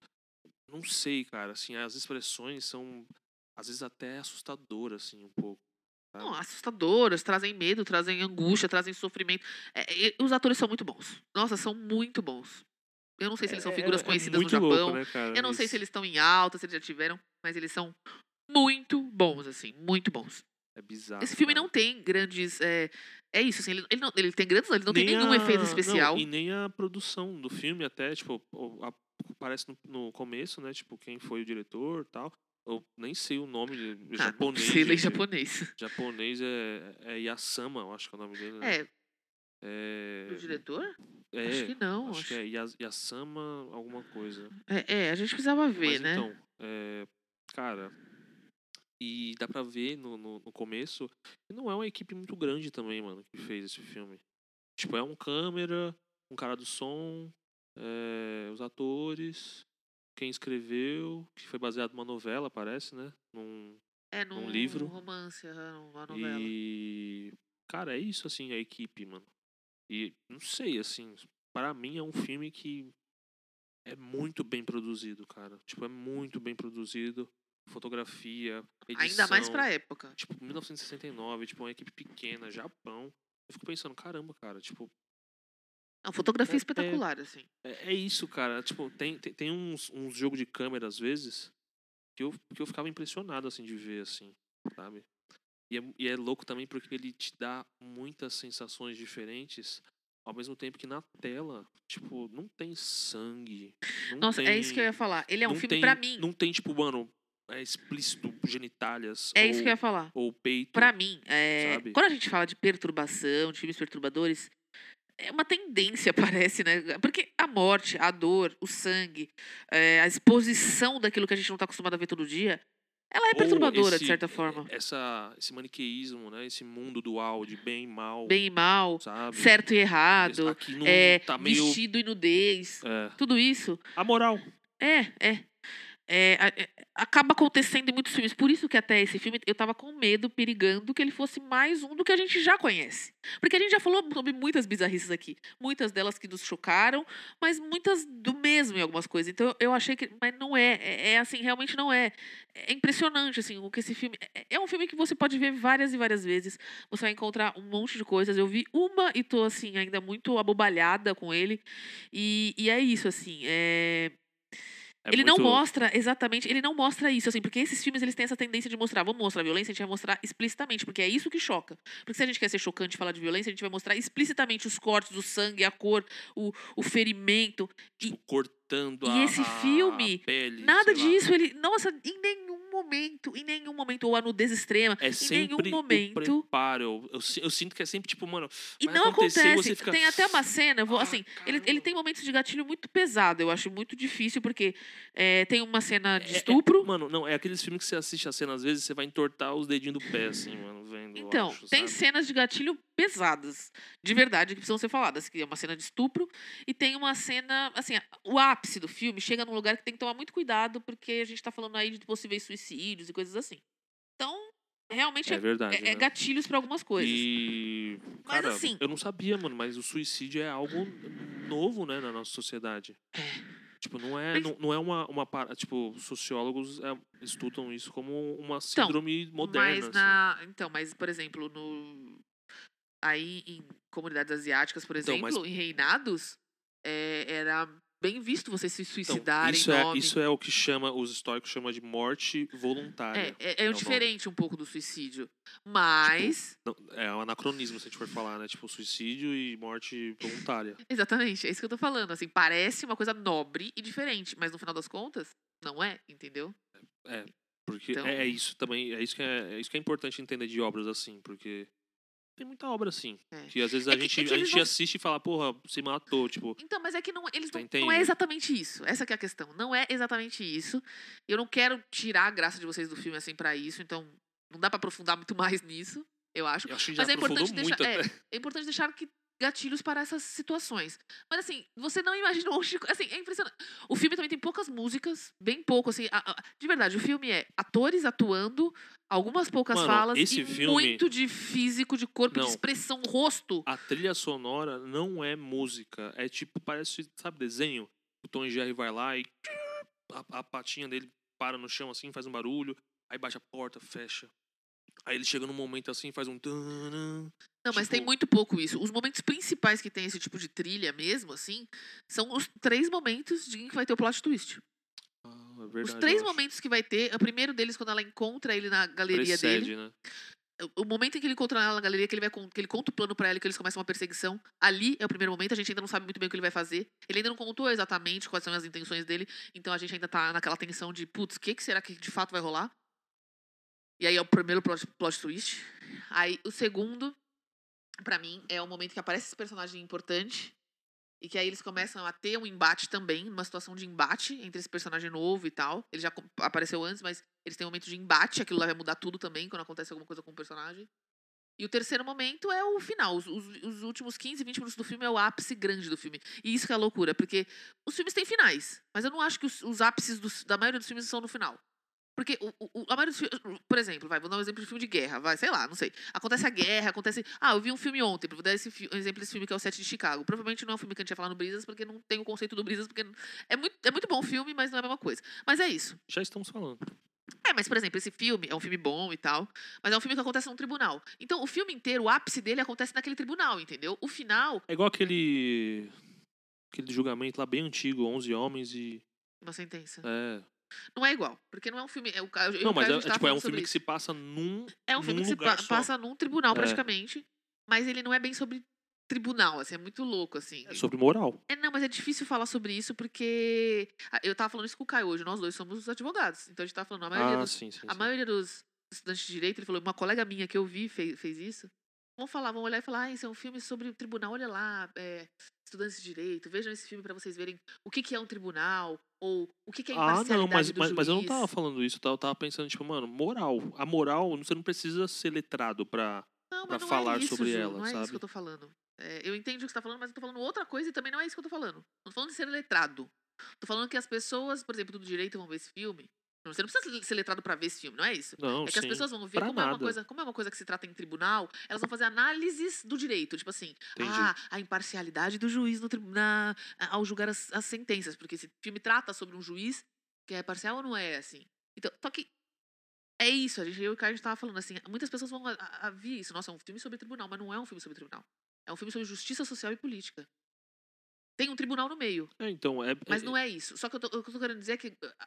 [SPEAKER 3] Não sei, cara, assim, as expressões são, às vezes, até assustadoras, assim, um pouco. sabe?
[SPEAKER 4] Não, assustadoras, trazem medo, trazem angústia, trazem sofrimento. É, e- e os atores são muito bons. Nossa, são muito bons. Eu não sei se eles são
[SPEAKER 3] É-
[SPEAKER 4] figuras
[SPEAKER 3] é
[SPEAKER 4] conhecidas no
[SPEAKER 3] muito
[SPEAKER 4] Japão.
[SPEAKER 3] louco, né, cara,
[SPEAKER 4] Eu não sei
[SPEAKER 3] isso.
[SPEAKER 4] se eles estão em alta, se eles já tiveram, mas eles são muito bons, assim, muito bons.
[SPEAKER 3] É bizarro.
[SPEAKER 4] Esse filme
[SPEAKER 3] cara.
[SPEAKER 4] não tem grandes. É, é isso, assim, ele, ele não, ele tem grandes. não, Ele não tem nenhum
[SPEAKER 3] a-
[SPEAKER 4] efeito
[SPEAKER 3] não,
[SPEAKER 4] especial.
[SPEAKER 3] e nem a produção do filme, até, tipo, o- a- aparece no, no começo, né? Tipo, quem foi o diretor e tal. Eu nem sei o nome de-
[SPEAKER 4] Ah,
[SPEAKER 3] japonês. né?
[SPEAKER 4] Sei ler
[SPEAKER 3] gente.
[SPEAKER 4] japonês.
[SPEAKER 3] Japonês é, é Yasama, eu acho que é o nome dele. Né?
[SPEAKER 4] É,
[SPEAKER 3] É.
[SPEAKER 4] do diretor?
[SPEAKER 3] É,
[SPEAKER 4] acho que não.
[SPEAKER 3] acho que
[SPEAKER 4] acho-
[SPEAKER 3] é Yas- Yasama alguma coisa.
[SPEAKER 4] É, é, a gente precisava ver,
[SPEAKER 3] Mas
[SPEAKER 4] né?
[SPEAKER 3] então, é, cara, e dá pra ver no, no, no começo que não é uma equipe muito grande também, mano, que fez esse filme. Tipo, é um câmera, um cara do som, é, os atores, quem escreveu, que foi baseado numa novela, parece, né? Num,
[SPEAKER 4] é num,
[SPEAKER 3] um livro.
[SPEAKER 4] romance, aham, numa novela.
[SPEAKER 3] e, cara, é isso, assim, a equipe, mano. E, não sei, assim, para mim é um filme que é muito bem produzido, cara. Tipo, é muito bem produzido. Fotografia, edição.
[SPEAKER 4] Ainda mais pra época.
[SPEAKER 3] Tipo, 1969, tipo, uma equipe pequena, Japão. Eu fico pensando, caramba, cara, tipo,
[SPEAKER 4] A fotografia
[SPEAKER 3] É, é.
[SPEAKER 4] espetacular, assim.
[SPEAKER 3] é, é isso, cara. Tipo, tem, tem, tem uns, uns jogo de câmera, às vezes, que eu, que eu ficava impressionado, assim, de ver, assim, sabe? E é, e é louco também porque ele te dá muitas sensações diferentes, ao mesmo tempo que na tela, tipo, não tem sangue. não
[SPEAKER 4] Nossa, é isso que eu ia
[SPEAKER 3] tem-
[SPEAKER 4] falar. Ele é um
[SPEAKER 3] não
[SPEAKER 4] filme
[SPEAKER 3] tem,
[SPEAKER 4] pra mim.
[SPEAKER 3] Não tem, tipo, mano, é explícito genitálias.
[SPEAKER 4] É
[SPEAKER 3] ou,
[SPEAKER 4] isso que eu ia falar.
[SPEAKER 3] Ou peito.
[SPEAKER 4] Pra mim, é,
[SPEAKER 3] Uhum. Sabe?
[SPEAKER 4] quando a gente fala de perturbação, de filmes perturbadores, é uma tendência, parece, né? Porque a morte, a dor, o sangue, é, a exposição daquilo que a gente não tá acostumado a ver todo dia, ela é
[SPEAKER 3] Ou
[SPEAKER 4] perturbadora,
[SPEAKER 3] esse-
[SPEAKER 4] de certa forma.
[SPEAKER 3] Essa, esse maniqueísmo, né? Esse mundo dual de bem e mal.
[SPEAKER 4] Bem e mal,
[SPEAKER 3] sabe?
[SPEAKER 4] certo e errado,
[SPEAKER 3] Aqui não
[SPEAKER 4] é,
[SPEAKER 3] tá meio.
[SPEAKER 4] vestido e nudez,
[SPEAKER 3] É,
[SPEAKER 4] tudo isso
[SPEAKER 3] a moral.
[SPEAKER 4] É, é. É, a- é, acaba acontecendo em muitos filmes. Por isso que até esse filme eu tava com medo, perigando que ele fosse mais um do que a gente já conhece. Porque a gente já falou sobre muitas bizarrices aqui. Muitas delas que nos chocaram, mas muitas do mesmo em algumas coisas. Então eu achei que. Mas não é. É, é assim, realmente não é. É impressionante, assim, o que esse filme. é- É um filme que você pode ver várias e várias vezes. Você vai encontrar um monte de coisas. Eu vi uma e tô, assim, ainda muito abobalhada com ele. E, e é isso, assim. É
[SPEAKER 3] É
[SPEAKER 4] ele não
[SPEAKER 3] muito-
[SPEAKER 4] mostra exatamente, ele não mostra isso, assim, porque esses filmes eles têm essa tendência de mostrar, vamos mostrar a violência, a gente vai mostrar explicitamente, porque é isso que choca. Porque se a gente quer ser chocante e falar de violência, a gente vai mostrar explicitamente os cortes, o sangue, a cor, o, o ferimento.
[SPEAKER 3] tipo, cortando
[SPEAKER 4] e
[SPEAKER 3] a,
[SPEAKER 4] esse
[SPEAKER 3] a
[SPEAKER 4] filme,
[SPEAKER 3] pele,
[SPEAKER 4] Nada
[SPEAKER 3] sei lá.
[SPEAKER 4] disso, ele. Nossa, em nenhum momento, em nenhum momento, ou a nudez extrema.
[SPEAKER 3] É
[SPEAKER 4] nenhum
[SPEAKER 3] sempre
[SPEAKER 4] momento-
[SPEAKER 3] o preparo. Eu, eu, si- eu sinto que é sempre tipo, mano.
[SPEAKER 4] E
[SPEAKER 3] vai
[SPEAKER 4] não
[SPEAKER 3] acontecer,
[SPEAKER 4] acontece.
[SPEAKER 3] você fica-
[SPEAKER 4] Tem até uma cena, eu vou,
[SPEAKER 3] Ah,
[SPEAKER 4] assim, ele, ele
[SPEAKER 3] caramba.
[SPEAKER 4] tem momentos de gatilho muito pesado, eu acho muito difícil, porque é, tem uma cena de
[SPEAKER 3] é- é-
[SPEAKER 4] estupro.
[SPEAKER 3] mano, não, é aqueles filmes que você assiste a cena, às vezes você vai entortar os dedinhos do pé, assim, mano, vendo. eu
[SPEAKER 4] Então,
[SPEAKER 3] acho,
[SPEAKER 4] tem
[SPEAKER 3] sabe?
[SPEAKER 4] cenas de gatilho pesadas, de verdade, que precisam ser faladas, que é uma cena de estupro, e tem uma cena, assim, o ápice do filme chega num lugar que tem que tomar muito cuidado, porque a gente tá falando aí de possíveis suicídios e coisas assim. Então, realmente
[SPEAKER 3] É
[SPEAKER 4] é,
[SPEAKER 3] verdade.
[SPEAKER 4] é- é
[SPEAKER 3] né?
[SPEAKER 4] gatilhos pra algumas coisas.
[SPEAKER 3] E.
[SPEAKER 4] Mas
[SPEAKER 3] cara,
[SPEAKER 4] assim-
[SPEAKER 3] Eu não sabia, mano, mas o suicídio é algo novo, né, na nossa sociedade. Tipo, não é,
[SPEAKER 4] É. Mas-
[SPEAKER 3] não, não é uma, uma. para- Tipo, sociólogos é, estudam isso como uma
[SPEAKER 4] Então,
[SPEAKER 3] síndrome moderna.
[SPEAKER 4] Mas
[SPEAKER 3] assim.
[SPEAKER 4] na. Então, mas, por exemplo, no. Aí em comunidades asiáticas, por
[SPEAKER 3] Então,
[SPEAKER 4] exemplo,
[SPEAKER 3] mas-
[SPEAKER 4] em reinados, é, era bem visto você se
[SPEAKER 3] Então,
[SPEAKER 4] suicidar
[SPEAKER 3] isso,
[SPEAKER 4] em
[SPEAKER 3] é,
[SPEAKER 4] nome.
[SPEAKER 3] isso é o que chama, os históricos chamam de morte voluntária.
[SPEAKER 4] É, é, é
[SPEAKER 3] o nome. Tipo,
[SPEAKER 4] diferente um pouco do suicídio. Mas.
[SPEAKER 3] Não, é um anacronismo, se a gente for falar, né? Tipo, suicídio e morte voluntária.
[SPEAKER 4] Exatamente, é isso que eu tô falando. Assim, parece uma coisa nobre e diferente, mas no final das contas, não é, entendeu?
[SPEAKER 3] Porque
[SPEAKER 4] Então-
[SPEAKER 3] é, é isso também, é isso, que é, é isso que é importante entender de obras assim, porque tem muita obra assim.
[SPEAKER 4] É.
[SPEAKER 3] Que às vezes a
[SPEAKER 4] É que- é
[SPEAKER 3] gente,
[SPEAKER 4] que
[SPEAKER 3] a
[SPEAKER 4] eles
[SPEAKER 3] gente
[SPEAKER 4] não-
[SPEAKER 3] assiste e fala, porra, se matou, tipo.
[SPEAKER 4] Então, mas é que não, eles não,
[SPEAKER 3] Entende?
[SPEAKER 4] não é exatamente isso. Essa que é a questão. Não é exatamente isso. Eu não quero tirar a graça de vocês do filme assim pra isso, então não dá pra aprofundar muito mais nisso, eu acho.
[SPEAKER 3] Eu acho que já
[SPEAKER 4] Mas é
[SPEAKER 3] aprofundou
[SPEAKER 4] importante deixar,
[SPEAKER 3] muito
[SPEAKER 4] é,
[SPEAKER 3] até.
[SPEAKER 4] é importante deixar que gatilhos para essas situações. Mas assim, você não imaginou o Chico, assim, é impressionante. O filme também tem poucas músicas, bem pouco assim, a- a- de verdade, o filme é atores atuando, algumas poucas
[SPEAKER 3] Mano,
[SPEAKER 4] falas
[SPEAKER 3] esse
[SPEAKER 4] e
[SPEAKER 3] filme-
[SPEAKER 4] muito de físico, de corpo,
[SPEAKER 3] Não.
[SPEAKER 4] de expressão, rosto.
[SPEAKER 3] A trilha sonora não é música. É tipo, parece, sabe, desenho? O Tom Jerry vai lá e a, a patinha dele para no chão assim, faz um barulho, aí baixa a porta, fecha. Aí ele chega num momento assim, faz um. tanã.
[SPEAKER 4] Não, mas tem
[SPEAKER 3] Tipo-
[SPEAKER 4] muito pouco isso. Os momentos principais que tem esse tipo de trilha mesmo, assim, são os três momentos de em que vai ter o plot twist.
[SPEAKER 3] Ah, é verdade,
[SPEAKER 4] os três
[SPEAKER 3] eu acho.
[SPEAKER 4] momentos que vai ter, o primeiro deles quando ela encontra ele na galeria
[SPEAKER 3] Precede,
[SPEAKER 4] dele.
[SPEAKER 3] né?
[SPEAKER 4] O o momento em que ele encontra ela na galeria, que ele, vai, con- que ele conta o plano pra ela e que eles começam uma perseguição. Ali é o primeiro momento, a gente ainda não sabe muito bem o que ele vai fazer. Ele ainda não contou exatamente quais são as intenções dele. Então a gente ainda tá naquela tensão de, putz, o que, que será que de fato vai rolar? E aí é o primeiro plot, plot twist. Aí o segundo, pra mim, é o momento que aparece esse personagem importante. E que aí eles começam a ter um embate também, uma situação de embate entre esse personagem novo e tal. Ele já co- apareceu antes, mas eles têm um momento de embate, aquilo lá vai mudar tudo também quando acontece alguma coisa com o personagem. E o terceiro momento é o final. Os, os- os últimos 15, 20 minutos do filme é o ápice grande do filme. E isso que é a loucura, porque os filmes têm finais, mas eu não acho que os, os ápices dos- da maioria dos filmes são no final. Porque o, o- o- a maioria dos filmes. Por exemplo, vai, vou dar um exemplo de filme de guerra, vai, sei lá, não sei. Acontece a guerra, acontece. Ah, eu vi um filme ontem, vou dar esse fi- um exemplo desse filme que é o Sete de Chicago. Provavelmente não é um filme que a gente ia falar no Brisas, porque não tem o conceito do Brisas, porque. É muito, é muito bom o filme, mas não é a mesma coisa. Mas é isso.
[SPEAKER 3] Já estamos falando.
[SPEAKER 4] É, mas, por exemplo, esse filme é um filme bom e tal, mas é um filme que acontece num tribunal. Então, o filme inteiro, o ápice dele acontece naquele tribunal, entendeu? O final,
[SPEAKER 3] É igual aquele. aquele julgamento lá bem antigo, 11 homens e.
[SPEAKER 4] uma sentença.
[SPEAKER 3] É.
[SPEAKER 4] Não é igual, porque não é um filme. É, o ca- eu e o
[SPEAKER 3] Não, mas
[SPEAKER 4] Caio, a
[SPEAKER 3] é,
[SPEAKER 4] gente tava
[SPEAKER 3] tipo, é um
[SPEAKER 4] falando sobre
[SPEAKER 3] filme que se passa num.
[SPEAKER 4] É um
[SPEAKER 3] num
[SPEAKER 4] filme que se
[SPEAKER 3] lugar
[SPEAKER 4] pa-
[SPEAKER 3] só.
[SPEAKER 4] passa num tribunal,
[SPEAKER 3] É.
[SPEAKER 4] praticamente. Mas ele não é bem sobre tribunal, assim, é muito louco, assim.
[SPEAKER 3] É sobre moral.
[SPEAKER 4] É, não, mas é difícil falar sobre isso, porque... ah, Eu tava falando isso com o Caio hoje, nós dois somos os advogados. Então a gente tava falando, a maioria,
[SPEAKER 3] Ah,
[SPEAKER 4] dos,
[SPEAKER 3] sim, sim.
[SPEAKER 4] a
[SPEAKER 3] sim.
[SPEAKER 4] maioria dos estudantes de direito, ele falou, uma colega minha que eu vi fez, fez isso. Vão falar, vão olhar e falar, ah, esse é um filme sobre o tribunal, olha lá, é, estudantes de direito, vejam esse filme pra vocês verem o que, que é um tribunal, ou o que, que é a
[SPEAKER 3] Ah,
[SPEAKER 4] imparcialidade
[SPEAKER 3] não, mas,
[SPEAKER 4] do
[SPEAKER 3] mas, mas eu não
[SPEAKER 4] juiz.
[SPEAKER 3] tava falando isso, eu tava- eu tava pensando, tipo, mano, moral. A moral, você não precisa ser letrado pra.
[SPEAKER 4] Não,
[SPEAKER 3] pra
[SPEAKER 4] mas não
[SPEAKER 3] falar
[SPEAKER 4] é isso,
[SPEAKER 3] sobre
[SPEAKER 4] Ju,
[SPEAKER 3] ela,
[SPEAKER 4] não é isso
[SPEAKER 3] sabe?
[SPEAKER 4] que eu tô falando. É, eu entendo o que você tá falando, mas eu tô falando outra coisa e também não é isso que eu tô falando. Não tô falando de ser letrado. Tô falando que as pessoas, por exemplo, do direito vão ver esse filme. Não, Você não precisa ser letrado pra ver esse filme, não é isso?
[SPEAKER 3] Não,
[SPEAKER 4] É que
[SPEAKER 3] sim.
[SPEAKER 4] as pessoas vão ver
[SPEAKER 3] pra
[SPEAKER 4] como é, uma
[SPEAKER 3] nada.
[SPEAKER 4] coisa, como é uma coisa que se trata em tribunal, elas vão fazer análises do direito. Tipo assim,
[SPEAKER 3] Entendi.
[SPEAKER 4] ah, a imparcialidade do juiz no tribunal ao julgar as, as sentenças. Porque esse filme trata sobre um juiz que é parcial ou não é, assim. Então, só que é isso, a gente, eu e o Caio, a gente tava falando assim, muitas pessoas vão a, a- a ver isso. Nossa, é um filme sobre tribunal, mas não é um filme sobre tribunal. É um filme sobre justiça social e política. Tem um tribunal no meio,
[SPEAKER 3] É, então, é.
[SPEAKER 4] mas não é isso. Só que eu tô, o que eu tô querendo dizer é que ah,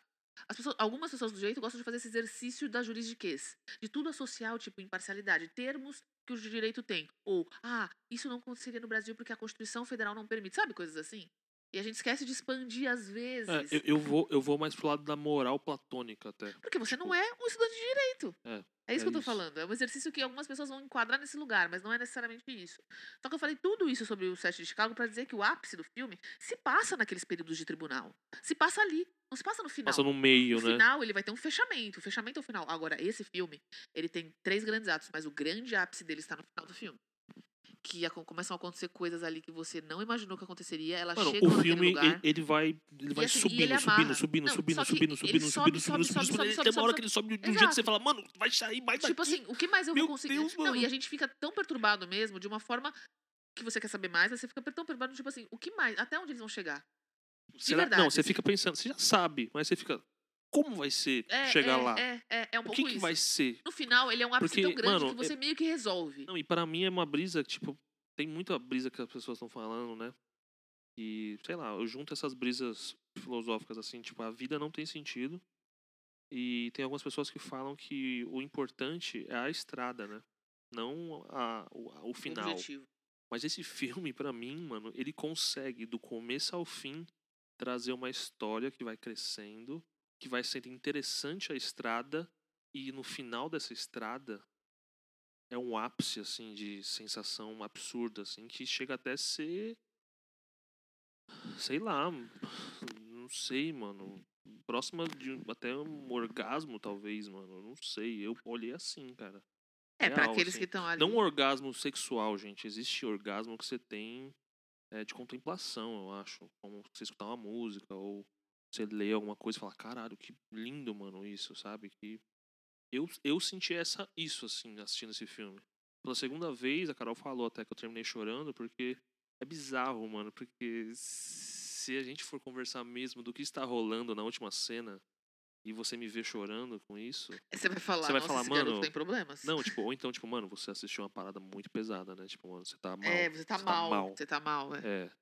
[SPEAKER 4] as pessoas- algumas pessoas do direito gostam de fazer esse exercício da juridiquez. De tudo associar, o tipo, imparcialidade, termos que o direito tem. Ou, ah, isso não aconteceria no Brasil porque a Constituição Federal não permite. Sabe coisas assim? E a gente esquece de expandir às vezes.
[SPEAKER 3] é, eu, eu vou, eu vou mais pro lado da moral platônica até.
[SPEAKER 4] Porque você não
[SPEAKER 3] Tipo-
[SPEAKER 4] é um estudante de direito.
[SPEAKER 3] É,
[SPEAKER 4] É
[SPEAKER 3] é
[SPEAKER 4] isso que eu tô
[SPEAKER 3] isso.
[SPEAKER 4] falando. É um exercício que algumas pessoas vão enquadrar nesse lugar, mas não é necessariamente isso. Só que eu falei tudo isso sobre o set de Chicago pra dizer que o ápice do filme se passa naqueles períodos de tribunal. Se passa ali. Não se passa no final.
[SPEAKER 3] Passa no meio,
[SPEAKER 4] no
[SPEAKER 3] né?
[SPEAKER 4] final, ele vai ter um fechamento. O fechamento é o final. Agora, esse filme, ele tem três grandes atos, mas o grande ápice dele está no final do filme. Que acon- começam a acontecer coisas ali que você não imaginou que aconteceria. Elas
[SPEAKER 3] Mano,
[SPEAKER 4] chegam
[SPEAKER 3] o
[SPEAKER 4] naquele
[SPEAKER 3] filme,
[SPEAKER 4] um lugar.
[SPEAKER 3] ele, ele vai, ele vai
[SPEAKER 4] assim, e
[SPEAKER 3] subindo,
[SPEAKER 4] ele amarra.
[SPEAKER 3] subindo, subindo,
[SPEAKER 4] Não,
[SPEAKER 3] subindo,
[SPEAKER 4] só que
[SPEAKER 3] subindo,
[SPEAKER 4] ele
[SPEAKER 3] subindo,
[SPEAKER 4] sobe,
[SPEAKER 3] subindo,
[SPEAKER 4] sobe,
[SPEAKER 3] subindo,
[SPEAKER 4] sobe,
[SPEAKER 3] subindo,
[SPEAKER 4] sobe,
[SPEAKER 3] subindo.
[SPEAKER 4] sobe,
[SPEAKER 3] Tem uma hora
[SPEAKER 4] sobe,
[SPEAKER 3] que ele sobe de um
[SPEAKER 4] Exato.
[SPEAKER 3] jeito que você fala, mano, vai sair mais
[SPEAKER 4] Tipo
[SPEAKER 3] É daqui.
[SPEAKER 4] assim, o que mais eu
[SPEAKER 3] Meu
[SPEAKER 4] vou conseguir?
[SPEAKER 3] Deus,
[SPEAKER 4] não, e
[SPEAKER 3] mano.
[SPEAKER 4] a gente fica tão perturbado mesmo, de uma forma que você quer saber mais, mas você fica tão perturbado, tipo assim, o que mais? Até onde eles vão chegar?
[SPEAKER 3] Será-
[SPEAKER 4] verdade,
[SPEAKER 3] Não, você
[SPEAKER 4] assim.
[SPEAKER 3] fica pensando, você já sabe, mas você fica, como vai ser
[SPEAKER 4] É,
[SPEAKER 3] chegar
[SPEAKER 4] é,
[SPEAKER 3] lá?
[SPEAKER 4] É, é, é um
[SPEAKER 3] o
[SPEAKER 4] pouco
[SPEAKER 3] que, que
[SPEAKER 4] isso.
[SPEAKER 3] vai ser?
[SPEAKER 4] No final, ele é um ápice
[SPEAKER 3] Porque,
[SPEAKER 4] tão grande
[SPEAKER 3] mano,
[SPEAKER 4] que você
[SPEAKER 3] é-
[SPEAKER 4] meio que resolve.
[SPEAKER 3] Não, e para mim é uma brisa, tipo, tem muita brisa que as pessoas estão falando, né? E, sei lá, eu junto essas brisas filosóficas, assim, tipo, a vida não tem sentido. E tem algumas pessoas que falam que o importante é a estrada, né? Não a, o, o
[SPEAKER 4] o
[SPEAKER 3] final.
[SPEAKER 4] objetivo.
[SPEAKER 3] Mas esse filme, pra mim, mano, ele consegue, do começo ao fim, trazer uma história que vai crescendo, que vai sendo interessante a estrada, e no final dessa estrada é um ápice, assim, de sensação absurda, assim, que chega até a ser. Sei lá, não sei, mano. Próxima de um- até um orgasmo, talvez, mano. Não sei. Eu olhei assim, cara.
[SPEAKER 4] É, pra
[SPEAKER 3] real,
[SPEAKER 4] aqueles
[SPEAKER 3] assim.
[SPEAKER 4] que estão ali.
[SPEAKER 3] Não um orgasmo sexual, gente. Existe orgasmo que você tem é, de contemplação, eu acho. Como você escutar uma música ou você ler alguma coisa e falar, caralho, que lindo, mano, isso, sabe? Que eu, eu senti essa isso, assim, assistindo esse filme. Pela segunda vez, a Carol falou até que eu terminei chorando, porque é bizarro, mano. Porque se a gente for conversar mesmo do que está rolando na última cena e você me ver chorando com isso.
[SPEAKER 4] Você vai falar,
[SPEAKER 3] Você vai
[SPEAKER 4] nossa,
[SPEAKER 3] falar,
[SPEAKER 4] esse garoto
[SPEAKER 3] mano,
[SPEAKER 4] tem problemas.
[SPEAKER 3] Não, tipo, ou então, tipo, mano, você assistiu uma parada muito pesada, né? Tipo, mano, você tá mal.
[SPEAKER 4] é, você tá mal. Você tá mal, é.
[SPEAKER 3] É.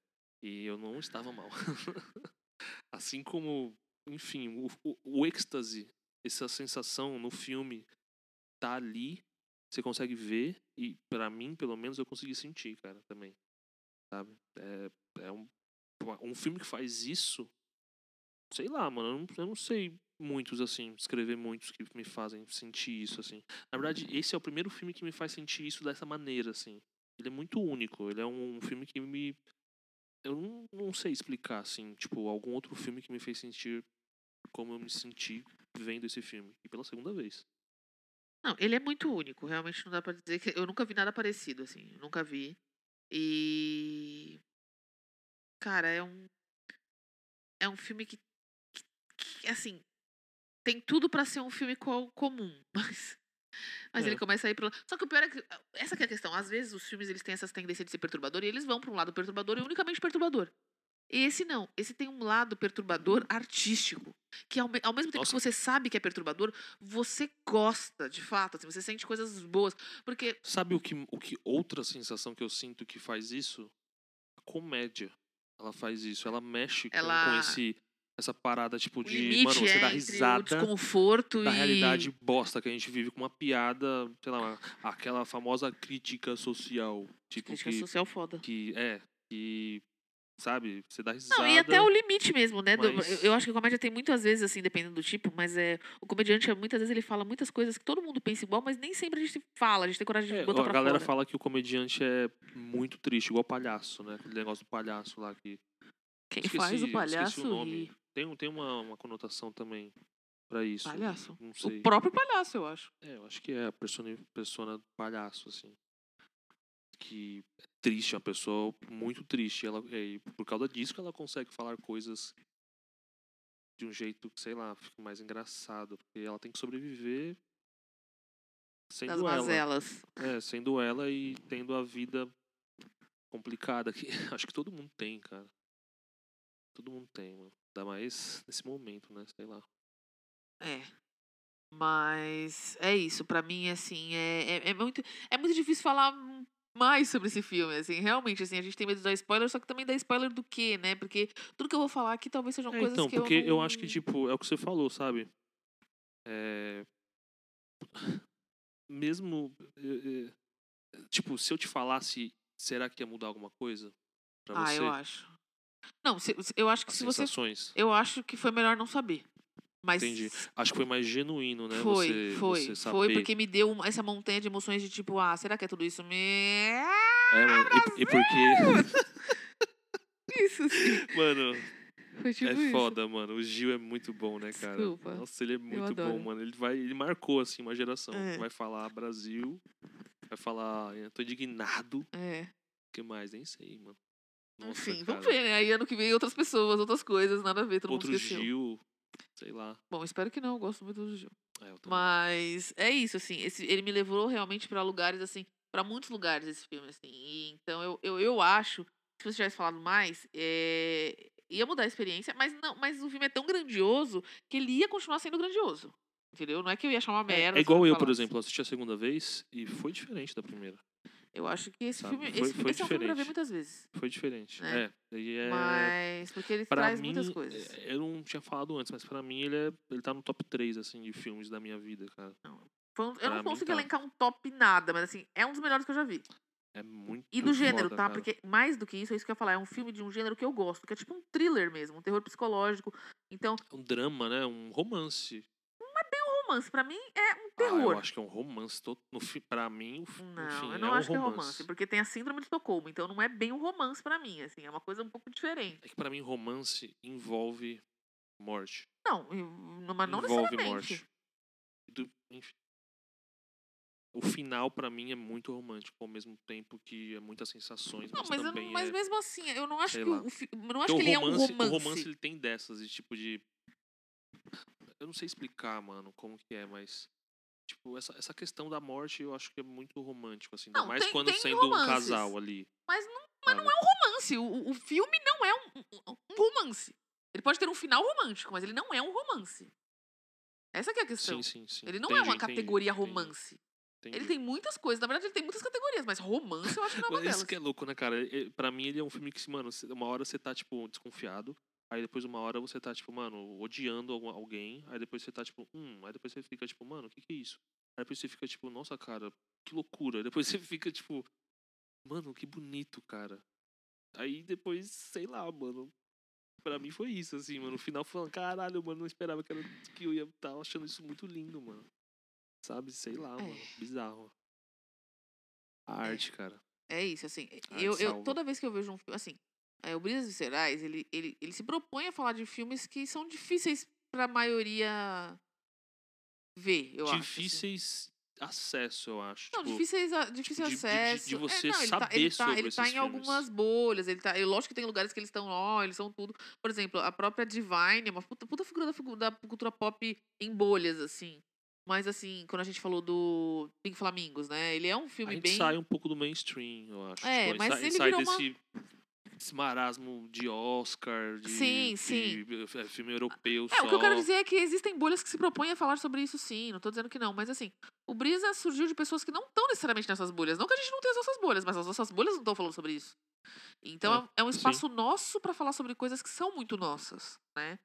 [SPEAKER 3] E eu não estava mal. assim como, enfim, o, o, o êxtase, essa sensação no filme tá ali, você consegue ver, e pra mim, pelo menos, eu consegui sentir, cara, também. Sabe? É, é um, um filme que faz isso. Sei lá, mano, eu não, eu não sei muitos, assim, escrever muitos que me fazem sentir isso, assim. Na verdade, esse é o primeiro filme que me faz sentir isso dessa maneira, assim. Ele é muito único, ele é um filme que me. Eu não, não sei explicar, assim, tipo, algum outro filme que me fez sentir como eu me senti vendo esse filme. E pela segunda vez.
[SPEAKER 4] Não, ele é muito único, realmente não dá pra dizer que eu nunca vi nada parecido assim, eu nunca vi. E cara, é um é um filme que, que- que, assim, tem tudo pra ser um filme co- comum, mas mas ele
[SPEAKER 3] É.
[SPEAKER 4] começa a ir pro Só que o pior é que essa que é a questão, às vezes os filmes eles têm essas tendências de ser perturbador e eles vão pra um lado perturbador e unicamente perturbador. Esse não, esse tem um lado perturbador artístico, que ao, me- ao mesmo tempo que
[SPEAKER 3] Nossa.
[SPEAKER 4] você sabe que é perturbador, você gosta, de fato, assim, você sente coisas boas. Porque,
[SPEAKER 3] Sabe o que, o que outra sensação que eu sinto que faz isso? A comédia. Ela faz isso, ela mexe com, com
[SPEAKER 4] Ela-
[SPEAKER 3] esse essa parada, tipo,
[SPEAKER 4] O
[SPEAKER 3] de.
[SPEAKER 4] limite
[SPEAKER 3] mano, você
[SPEAKER 4] é
[SPEAKER 3] dá
[SPEAKER 4] entre o
[SPEAKER 3] risada
[SPEAKER 4] desconforto
[SPEAKER 3] da
[SPEAKER 4] e...
[SPEAKER 3] realidade bosta que a gente vive com uma piada, sei lá, uma- aquela famosa crítica social. Tipo,
[SPEAKER 4] Crítica
[SPEAKER 3] que,
[SPEAKER 4] social foda.
[SPEAKER 3] que. É, que. Sabe? Você dá risada.
[SPEAKER 4] Não, e até o limite mesmo, né? do-
[SPEAKER 3] mas-
[SPEAKER 4] eu- Eu acho que a comédia tem muitas vezes, assim, dependendo do tipo, mas é. O comediante, muitas vezes, ele fala muitas coisas que todo mundo pensa igual, mas nem sempre a gente fala, a gente tem coragem de
[SPEAKER 3] É,
[SPEAKER 4] botar
[SPEAKER 3] a
[SPEAKER 4] pra
[SPEAKER 3] galera
[SPEAKER 4] fora.
[SPEAKER 3] fala que o comediante é muito triste, igual palhaço, né? Aquele negócio do palhaço lá que.
[SPEAKER 4] Quem
[SPEAKER 3] Esqueci-
[SPEAKER 4] faz o
[SPEAKER 3] esqueci
[SPEAKER 4] palhaço
[SPEAKER 3] nome.
[SPEAKER 4] ri.
[SPEAKER 3] Tem, um- tem uma, uma conotação também pra isso. né?
[SPEAKER 4] Palhaço?
[SPEAKER 3] Não sei.
[SPEAKER 4] O próprio palhaço, eu acho.
[SPEAKER 3] É, eu acho que é a persona, persona do palhaço, assim. Que é triste, é uma pessoa muito triste. Ela, é, e por causa disso que ela consegue falar coisas de um jeito que, sei lá, fica mais engraçado. Porque ela tem que sobreviver sendo
[SPEAKER 4] Das
[SPEAKER 3] ela.
[SPEAKER 4] mazelas.
[SPEAKER 3] É, sendo ela e tendo a vida complicada que acho que todo mundo tem, cara. Todo mundo tem, mano. Ainda mais nesse momento, né? Sei lá.
[SPEAKER 4] É. Mas é isso, pra mim, assim, é, é, é muito, é muito difícil falar m- mais sobre esse filme, assim, realmente, assim, a gente tem medo de dar spoiler, só que também dá spoiler do quê, né? Porque tudo que eu vou falar aqui talvez sejam
[SPEAKER 3] É,
[SPEAKER 4] coisas
[SPEAKER 3] então,
[SPEAKER 4] que
[SPEAKER 3] porque
[SPEAKER 4] eu
[SPEAKER 3] eu,
[SPEAKER 4] não...
[SPEAKER 3] acho que, tipo, é o que você falou, sabe? É... Mesmo. é, é, Tipo, se eu te falasse, será que ia mudar alguma coisa pra
[SPEAKER 4] Ah,
[SPEAKER 3] você?
[SPEAKER 4] eu acho. Não, se- se- eu acho que
[SPEAKER 3] As
[SPEAKER 4] se você...
[SPEAKER 3] sensações.
[SPEAKER 4] Eu acho que foi melhor não saber. Mas
[SPEAKER 3] Entendi. Acho que foi mais genuíno, né?
[SPEAKER 4] foi,
[SPEAKER 3] você,
[SPEAKER 4] foi,
[SPEAKER 3] você saber.
[SPEAKER 4] foi, porque me deu uma- essa montanha de emoções de tipo, ah, será que é tudo isso mesmo?
[SPEAKER 3] É, mano, e, e porque.
[SPEAKER 4] Isso, assim,
[SPEAKER 3] mano,
[SPEAKER 4] foi tipo
[SPEAKER 3] é
[SPEAKER 4] isso.
[SPEAKER 3] foda, mano. O Gil é muito bom, né, cara?
[SPEAKER 4] Desculpa.
[SPEAKER 3] Nossa, ele é muito bom,
[SPEAKER 4] adoro.
[SPEAKER 3] mano. Ele, vai, ele marcou, assim, uma geração.
[SPEAKER 4] É.
[SPEAKER 3] Vai falar Brasil, vai falar. "Eu Tô indignado.
[SPEAKER 4] É.
[SPEAKER 3] O que mais? Nem sei, mano. Nossa,
[SPEAKER 4] Enfim, vamos
[SPEAKER 3] cara.
[SPEAKER 4] ver, né? Aí ano que vem outras pessoas, outras coisas, nada a ver, todo
[SPEAKER 3] Outro
[SPEAKER 4] mundo esqueceu.
[SPEAKER 3] Gil, sei lá.
[SPEAKER 4] Bom, espero que não, eu gosto muito do Gil.
[SPEAKER 3] É, eu também.
[SPEAKER 4] Mas é isso, assim, esse, ele me levou realmente pra lugares, assim, pra muitos lugares esse filme, assim. E, então eu, eu, eu acho que se você tivesse falado mais, é, ia mudar a experiência, mas não, mas o filme é tão grandioso que ele ia continuar sendo grandioso. Entendeu? Não é que eu ia achar uma
[SPEAKER 3] É
[SPEAKER 4] merda. se assim.
[SPEAKER 3] igual
[SPEAKER 4] não
[SPEAKER 3] eu, por
[SPEAKER 4] falasse.
[SPEAKER 3] exemplo, eu assisti a segunda vez e foi diferente da primeira.
[SPEAKER 4] Eu acho que esse
[SPEAKER 3] Sabe,
[SPEAKER 4] filme.
[SPEAKER 3] foi-
[SPEAKER 4] esse filme-
[SPEAKER 3] foi
[SPEAKER 4] esse é um filme pra ver
[SPEAKER 3] diferente.
[SPEAKER 4] muitas vezes.
[SPEAKER 3] Foi diferente.
[SPEAKER 4] É.
[SPEAKER 3] É. e é
[SPEAKER 4] Mas. Porque ele
[SPEAKER 3] pra
[SPEAKER 4] traz
[SPEAKER 3] mim,
[SPEAKER 4] muitas coisas.
[SPEAKER 3] é, eu não tinha falado antes, mas pra mim ele, é, ele tá no top 3, assim, de filmes da minha vida, cara.
[SPEAKER 4] Foi um- eu
[SPEAKER 3] pra
[SPEAKER 4] não
[SPEAKER 3] mim,
[SPEAKER 4] consigo
[SPEAKER 3] tá.
[SPEAKER 4] elencar um top nada, mas assim, é um dos melhores que eu já vi.
[SPEAKER 3] É muito
[SPEAKER 4] E do gênero,
[SPEAKER 3] foda,
[SPEAKER 4] tá?
[SPEAKER 3] cara.
[SPEAKER 4] Porque mais do que isso, é isso que eu ia falar. É um filme de um gênero que eu gosto, que é tipo um thriller mesmo, um terror psicológico. Então,
[SPEAKER 3] É um drama, né? Um romance.
[SPEAKER 4] romance, pra mim, é um
[SPEAKER 3] Ah,
[SPEAKER 4] terror.
[SPEAKER 3] eu acho que é um romance. Todo, no, fi- pra mim, o fi-
[SPEAKER 4] Não,
[SPEAKER 3] enfim,
[SPEAKER 4] eu não
[SPEAKER 3] é um
[SPEAKER 4] acho que é
[SPEAKER 3] romance.
[SPEAKER 4] romance, porque tem a síndrome de Estocolmo, então não é bem um romance pra mim, assim, é uma coisa um pouco diferente.
[SPEAKER 3] É que pra mim, romance envolve morte.
[SPEAKER 4] Não, e- mas não
[SPEAKER 3] envolve
[SPEAKER 4] necessariamente.
[SPEAKER 3] morte. E do- enfim. O final, pra mim, é muito romântico, ao mesmo tempo que é muitas sensações,
[SPEAKER 4] Não,
[SPEAKER 3] mas,
[SPEAKER 4] mas, eu não-
[SPEAKER 3] também
[SPEAKER 4] mas
[SPEAKER 3] é...
[SPEAKER 4] mesmo assim, eu não acho
[SPEAKER 3] sei
[SPEAKER 4] que
[SPEAKER 3] lá.
[SPEAKER 4] o, o fi- eu não acho que
[SPEAKER 3] Porque
[SPEAKER 4] ele
[SPEAKER 3] o romance,
[SPEAKER 4] é um romance.
[SPEAKER 3] O romance ele tem dessas, de tipo de... Eu não sei explicar, mano, como que é, mas... Tipo, essa, essa questão da morte eu acho que é muito romântico, assim. Ainda
[SPEAKER 4] Não,
[SPEAKER 3] mais
[SPEAKER 4] tem-
[SPEAKER 3] quando
[SPEAKER 4] tem
[SPEAKER 3] sendo um
[SPEAKER 4] romances.
[SPEAKER 3] casal ali.
[SPEAKER 4] Mas não-
[SPEAKER 3] mas não é um
[SPEAKER 4] romance. O, o filme não é um, um- um romance. Ele pode ter um final romântico, mas ele não é um romance. Essa que é a questão.
[SPEAKER 3] Sim, sim, sim.
[SPEAKER 4] Ele não é
[SPEAKER 3] Entendi,
[SPEAKER 4] uma
[SPEAKER 3] entendi,
[SPEAKER 4] categoria
[SPEAKER 3] entendi,
[SPEAKER 4] romance. Ele
[SPEAKER 3] entendi.
[SPEAKER 4] tem muitas coisas. Na verdade, ele tem muitas categorias, mas romance eu acho que não é uma
[SPEAKER 3] Mas
[SPEAKER 4] delas.
[SPEAKER 3] Isso que é louco, né, cara? É- é- Pra mim, ele é um filme que, se- mano, cê- uma hora você tá, tipo, desconfiado. Aí depois uma hora você tá, tipo, mano, odiando algum- alguém. Aí depois você tá, tipo, hum. Aí depois você fica, tipo, mano, o que que é isso? Aí depois você fica, tipo, nossa, cara, que loucura. Aí depois você fica, tipo, mano, que bonito, cara. Aí depois, sei lá, mano. Pra mim foi isso, assim, mano. No final falando, caralho, mano, não esperava que, era, que eu ia estar achando isso muito lindo, mano. Sabe? Sei lá,
[SPEAKER 4] É.
[SPEAKER 3] mano. Bizarro. A
[SPEAKER 4] É.
[SPEAKER 3] arte, cara.
[SPEAKER 4] É isso, assim.
[SPEAKER 3] Ah,
[SPEAKER 4] eu, eu-
[SPEAKER 3] salva.
[SPEAKER 4] toda vez que eu vejo um filme. Assim, é, o Brisas Viscerais, ele, ele, ele se propõe a falar de filmes que são difíceis pra maioria ver, eu acho. assim.
[SPEAKER 3] difíceis acesso, eu acho.
[SPEAKER 4] Não,
[SPEAKER 3] tipo,
[SPEAKER 4] difíceis, a- difícil
[SPEAKER 3] de- de- de- de
[SPEAKER 4] acesso. É,
[SPEAKER 3] você
[SPEAKER 4] não, ele tá,
[SPEAKER 3] saber
[SPEAKER 4] ele tá,
[SPEAKER 3] sobre
[SPEAKER 4] ele tá
[SPEAKER 3] esses
[SPEAKER 4] em algumas bolhas. Ele tá, e lógico que tem lugares que eles estão, ó, eles são tudo. Por exemplo, a própria Divine é uma puta, puta figura da, figu- da cultura pop em bolhas, assim. Mas, assim, quando a gente falou do Pink Flamingos, né? Ele é um
[SPEAKER 3] a
[SPEAKER 4] filme
[SPEAKER 3] gente
[SPEAKER 4] bem.
[SPEAKER 3] sai um pouco do mainstream, eu acho.
[SPEAKER 4] É,
[SPEAKER 3] tipo, a gente sai,
[SPEAKER 4] mas
[SPEAKER 3] a gente
[SPEAKER 4] ele
[SPEAKER 3] sai
[SPEAKER 4] virou uma-
[SPEAKER 3] desse, desse marasmo de Oscar, de,
[SPEAKER 4] Sim,
[SPEAKER 3] de
[SPEAKER 4] sim.
[SPEAKER 3] eh, filme europeu
[SPEAKER 4] É,
[SPEAKER 3] só.
[SPEAKER 4] o que eu quero dizer é que existem bolhas que se propõem a falar sobre isso, sim. Não tô dizendo que não, mas assim, o Brisa surgiu de pessoas que não estão necessariamente nessas bolhas. Não que a gente não tenha as nossas bolhas, mas as nossas bolhas não estão falando sobre é, isso. Então é, um espaço nosso pra falar sobre coisas que são muito nossas, né?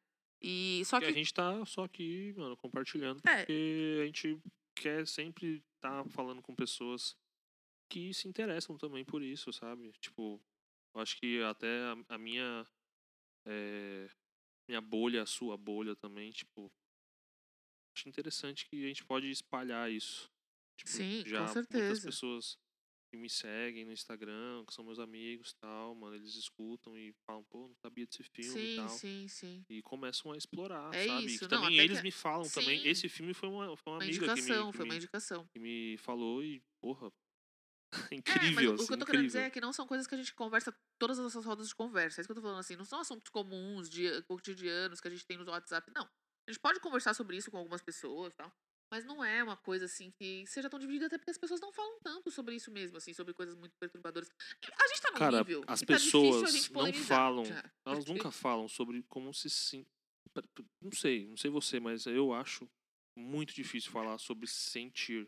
[SPEAKER 4] E só
[SPEAKER 3] Porque a
[SPEAKER 4] que
[SPEAKER 3] gente tá só aqui, mano, compartilhando,
[SPEAKER 4] É.
[SPEAKER 3] porque a gente quer sempre estar tá falando com pessoas que se interessam também por isso, sabe? Tipo, eu acho que até a- a, minha. eh, minha bolha, a sua bolha também, tipo. Acho interessante que a gente pode espalhar isso. Tipo,
[SPEAKER 4] Sim, com
[SPEAKER 3] já Muitas
[SPEAKER 4] certeza.
[SPEAKER 3] pessoas que me seguem no Instagram, que são meus amigos e tal, mano, eles escutam e falam, pô, não sabia desse filme e
[SPEAKER 4] sim,
[SPEAKER 3] tal
[SPEAKER 4] sim, sim.
[SPEAKER 3] e começam a explorar,
[SPEAKER 4] É
[SPEAKER 3] sabe?
[SPEAKER 4] isso,
[SPEAKER 3] que
[SPEAKER 4] não,
[SPEAKER 3] também
[SPEAKER 4] até
[SPEAKER 3] eles
[SPEAKER 4] que-
[SPEAKER 3] me falam também.
[SPEAKER 4] Sim.
[SPEAKER 3] Esse filme foi uma, foi uma,
[SPEAKER 4] Uma
[SPEAKER 3] amiga que me,
[SPEAKER 4] indicação,
[SPEAKER 3] que
[SPEAKER 4] foi uma
[SPEAKER 3] me-
[SPEAKER 4] indicação.
[SPEAKER 3] que me falou e, porra,
[SPEAKER 4] É, mas
[SPEAKER 3] incrível,
[SPEAKER 4] o- o
[SPEAKER 3] assim,
[SPEAKER 4] que eu tô querendo dizer
[SPEAKER 3] incrível.
[SPEAKER 4] é que não são coisas que a gente conversa todas as nossas rodas de conversa. É isso que eu tô falando assim. Não são assuntos comuns, dia- cotidianos que a gente tem no WhatsApp. Não. A gente pode conversar sobre isso com algumas pessoas e tal. Mas não é uma coisa assim que seja tão dividida, até porque as pessoas não falam tanto sobre isso mesmo, assim, sobre coisas muito perturbadoras. A gente tá num
[SPEAKER 3] Cara,
[SPEAKER 4] nível.
[SPEAKER 3] as
[SPEAKER 4] que tá difícil a
[SPEAKER 3] pessoas
[SPEAKER 4] gente
[SPEAKER 3] não
[SPEAKER 4] polemizar.
[SPEAKER 3] falam,
[SPEAKER 4] Já.
[SPEAKER 3] Elas nunca falam sobre como se sim Não sei, não sei você, mas eu acho muito difícil falar sobre sentir.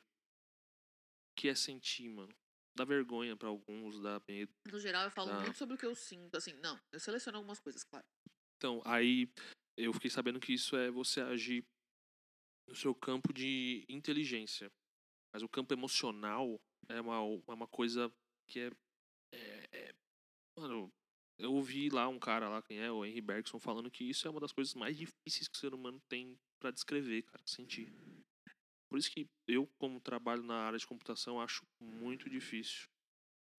[SPEAKER 3] O que é sentir, mano? Dá vergonha pra alguns, dá medo.
[SPEAKER 4] No geral, eu falo
[SPEAKER 3] Ah.
[SPEAKER 4] muito sobre o que eu sinto, assim. Não, eu seleciono algumas coisas, claro.
[SPEAKER 3] Então, aí eu fiquei sabendo que isso é você agir no seu campo de inteligência. Mas o campo emocional é uma, o- é uma coisa que é, é- é- Mano, eu ouvi lá um cara lá, quem é, o Henry Bergson, falando que isso é uma das coisas mais difíceis que o ser humano tem pra descrever, cara, sentir. Por isso que eu, como trabalho na área de computação, acho muito difícil.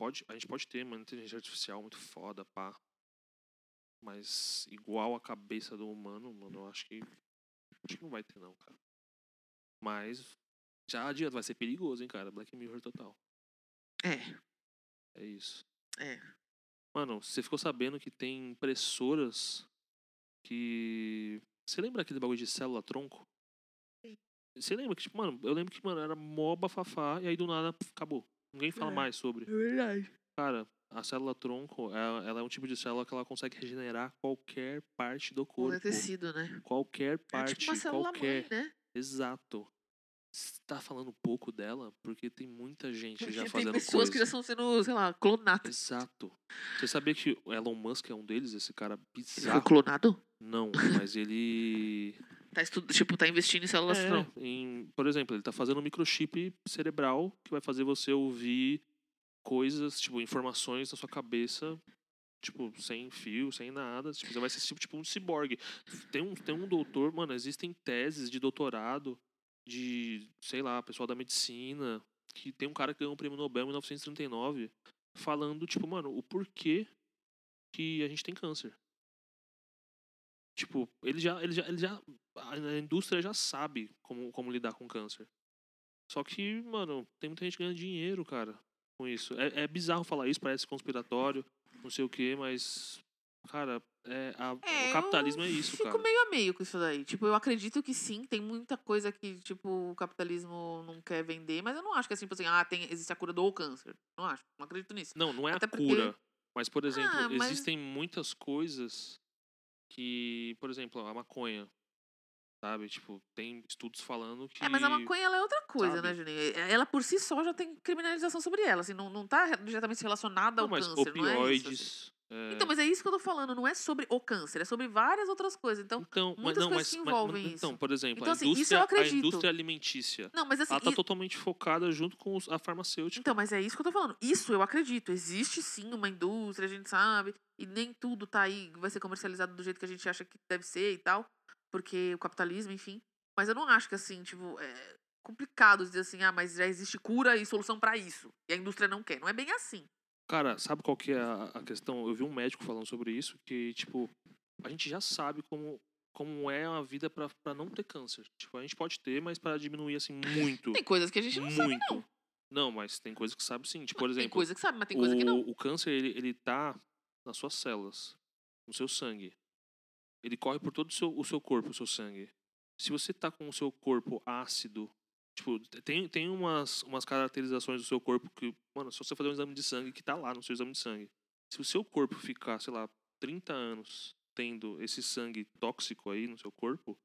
[SPEAKER 3] Pode, a gente pode ter, mano, inteligência artificial muito foda, pá. Mas igual a cabeça do humano, mano, eu acho que. Acho que não vai ter, não, cara. Mas. Já adianta, vai ser perigoso, hein, cara. Black Mirror total.
[SPEAKER 4] É.
[SPEAKER 3] É isso.
[SPEAKER 4] É.
[SPEAKER 3] Mano, você ficou sabendo que tem impressoras que. Você lembra aquele bagulho de célula tronco?
[SPEAKER 4] Sim.
[SPEAKER 3] Você lembra que, tipo, mano, eu lembro que, mano, era mó bafafá e aí do nada pf, acabou. Ninguém fala
[SPEAKER 4] É.
[SPEAKER 3] mais sobre.
[SPEAKER 4] É verdade.
[SPEAKER 3] Cara, a célula tronco, ela, ela é um tipo de célula que ela consegue regenerar qualquer parte do
[SPEAKER 4] Qualquer
[SPEAKER 3] corpo.
[SPEAKER 4] tecido, né?
[SPEAKER 3] Qualquer
[SPEAKER 4] É
[SPEAKER 3] parte,
[SPEAKER 4] tipo uma célula
[SPEAKER 3] qualquer.
[SPEAKER 4] mãe, né?
[SPEAKER 3] Exato. Você tá falando pouco dela porque tem muita gente já
[SPEAKER 4] Porque
[SPEAKER 3] fazendo
[SPEAKER 4] tem pessoas
[SPEAKER 3] coisa.
[SPEAKER 4] que já estão sendo, sei lá, clonadas.
[SPEAKER 3] Exato. Você sabia que o Elon Musk é um deles, esse cara
[SPEAKER 4] Ele foi
[SPEAKER 3] bizarro?
[SPEAKER 4] clonado?
[SPEAKER 3] Não, mas ele
[SPEAKER 4] Tá estu... Tipo, tá investindo em células
[SPEAKER 3] É,
[SPEAKER 4] tronco.
[SPEAKER 3] em- por exemplo, ele tá fazendo um microchip cerebral que vai fazer você ouvir coisas, tipo, informações na sua cabeça, tipo, sem fio, sem nada. Tipo, você vai ser tipo, tipo um ciborgue. Tem um, tem um doutor, mano, existem teses de doutorado de, sei lá, pessoal da medicina, que tem um cara que ganhou um prêmio Nobel em 1939 falando, tipo, mano, o porquê que a gente tem câncer. Tipo, ele já, ele já, ele já a a indústria já sabe como, como lidar com câncer. Só que, mano, tem muita gente ganhando dinheiro, cara, com isso. É, é bizarro falar isso, parece conspiratório, não sei o quê, mas, cara, é, a-
[SPEAKER 4] É,
[SPEAKER 3] o capitalismo
[SPEAKER 4] eu
[SPEAKER 3] é isso,
[SPEAKER 4] fico
[SPEAKER 3] cara.
[SPEAKER 4] meio a meio com isso daí. Tipo, eu acredito que sim, tem muita coisa que, tipo, o capitalismo não quer vender, mas eu não acho que é tipo assim, ah, tem, existe a cura do câncer. Não acho, não acredito nisso.
[SPEAKER 3] Não, não é
[SPEAKER 4] Até
[SPEAKER 3] a
[SPEAKER 4] porque-
[SPEAKER 3] cura. Mas, por exemplo,
[SPEAKER 4] Ah, mas-
[SPEAKER 3] existem muitas coisas que, por exemplo, a maconha, sabe? Tipo, tem estudos falando que.
[SPEAKER 4] É, mas a maconha ela é outra coisa,
[SPEAKER 3] sabe?
[SPEAKER 4] né, Juninho? Ela por si só já tem criminalização sobre ela, assim, não, não tá diretamente relacionada
[SPEAKER 3] Não,
[SPEAKER 4] ao
[SPEAKER 3] mas
[SPEAKER 4] câncer, não é isso, assim.
[SPEAKER 3] opioides. é,
[SPEAKER 4] Então, mas é isso que eu tô falando, não é sobre o câncer, é sobre várias outras coisas. Então,
[SPEAKER 3] Então, mas
[SPEAKER 4] muitas
[SPEAKER 3] não,
[SPEAKER 4] coisas
[SPEAKER 3] mas-
[SPEAKER 4] que
[SPEAKER 3] mas- mas-
[SPEAKER 4] envolvem
[SPEAKER 3] Então,
[SPEAKER 4] isso.
[SPEAKER 3] por exemplo, a,
[SPEAKER 4] Então, assim, isso eu
[SPEAKER 3] indústria, a
[SPEAKER 4] acredito.
[SPEAKER 3] indústria alimentícia.
[SPEAKER 4] não, mas assim,
[SPEAKER 3] Ela tá
[SPEAKER 4] e-
[SPEAKER 3] totalmente focada junto com os- a farmacêutica.
[SPEAKER 4] Então, mas é isso que eu tô falando. Isso eu acredito. Existe sim uma indústria, a gente sabe. E nem tudo tá aí, vai ser comercializado do jeito que a gente acha que deve ser e tal. Porque o capitalismo, enfim. Mas eu não acho que assim, tipo, é complicado dizer assim, ah, mas já existe cura e solução pra isso. E a indústria não quer. Não é bem assim.
[SPEAKER 3] Cara, sabe qual que é a, a questão? Eu vi um médico falando sobre isso, que, tipo, a gente já sabe como, como é a vida pra pra não ter câncer. Tipo, a gente pode ter, mas pra diminuir, assim, muito.
[SPEAKER 4] Tem coisas que a gente não
[SPEAKER 3] muito.
[SPEAKER 4] sabe, não.
[SPEAKER 3] Não, mas tem coisa que sabe sim. Tipo, por
[SPEAKER 4] Tem
[SPEAKER 3] exemplo,
[SPEAKER 4] coisa que sabe, mas tem
[SPEAKER 3] o,
[SPEAKER 4] coisa que não.
[SPEAKER 3] o câncer, ele, ele tá nas suas células, no seu sangue. Ele corre por todo o seu, o seu corpo, o seu sangue. Se você tá com o seu corpo ácido, tipo, tem, tem umas, umas caracterizações do seu corpo que, mano, se você fazer um exame de sangue que tá lá no seu exame de sangue, se o seu corpo ficar, sei lá, 30 anos tendo esse sangue tóxico aí no seu corpo,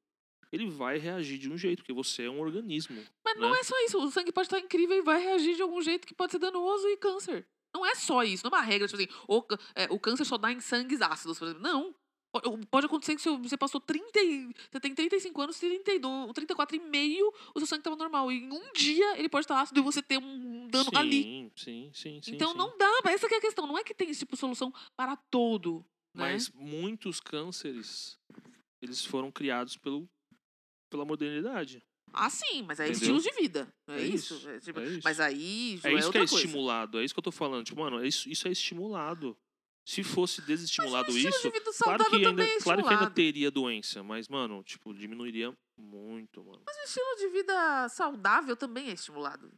[SPEAKER 3] ele vai reagir de um jeito, porque você é um organismo.
[SPEAKER 4] Mas não
[SPEAKER 3] né?
[SPEAKER 4] é só isso. O sangue pode estar incrível e vai reagir de algum jeito que pode ser danoso e câncer. Não é só isso. Não é uma regra, tipo assim, o, cân- é, o câncer só dá em sangues ácidos, por exemplo. Não. po- Pode acontecer que se você passou 30. e- Você tem 35 anos, 32, 34 e meio, o seu sangue tava normal. E em um dia ele pode estar ácido e você ter um dano
[SPEAKER 3] sim,
[SPEAKER 4] ali.
[SPEAKER 3] Sim, sim, sim.
[SPEAKER 4] então
[SPEAKER 3] sim.
[SPEAKER 4] não dá, mas essa que é a questão. Não é que tem esse tipo de solução para todo. Né?
[SPEAKER 3] Mas muitos cânceres, eles foram criados pelo, pela modernidade.
[SPEAKER 4] Ah, sim, mas aí é
[SPEAKER 3] Entendeu?
[SPEAKER 4] estilos de vida. É,
[SPEAKER 3] É
[SPEAKER 4] isso.
[SPEAKER 3] isso,
[SPEAKER 4] é tipo-
[SPEAKER 3] é isso.
[SPEAKER 4] Mas aí já
[SPEAKER 3] É
[SPEAKER 4] é,
[SPEAKER 3] isso que
[SPEAKER 4] outra
[SPEAKER 3] é
[SPEAKER 4] coisa.
[SPEAKER 3] estimulado, é isso que eu tô falando. Tipo, mano, é isso, isso é estimulado. Se fosse desestimulado
[SPEAKER 4] Mas um estilo
[SPEAKER 3] isso,
[SPEAKER 4] de vida
[SPEAKER 3] claro
[SPEAKER 4] saudável
[SPEAKER 3] que, ainda,
[SPEAKER 4] também é
[SPEAKER 3] claro que ainda
[SPEAKER 4] estimulado.
[SPEAKER 3] teria doença. Mas, mano, tipo, diminuiria muito, mano.
[SPEAKER 4] Mas o estilo de vida saudável também é estimulado.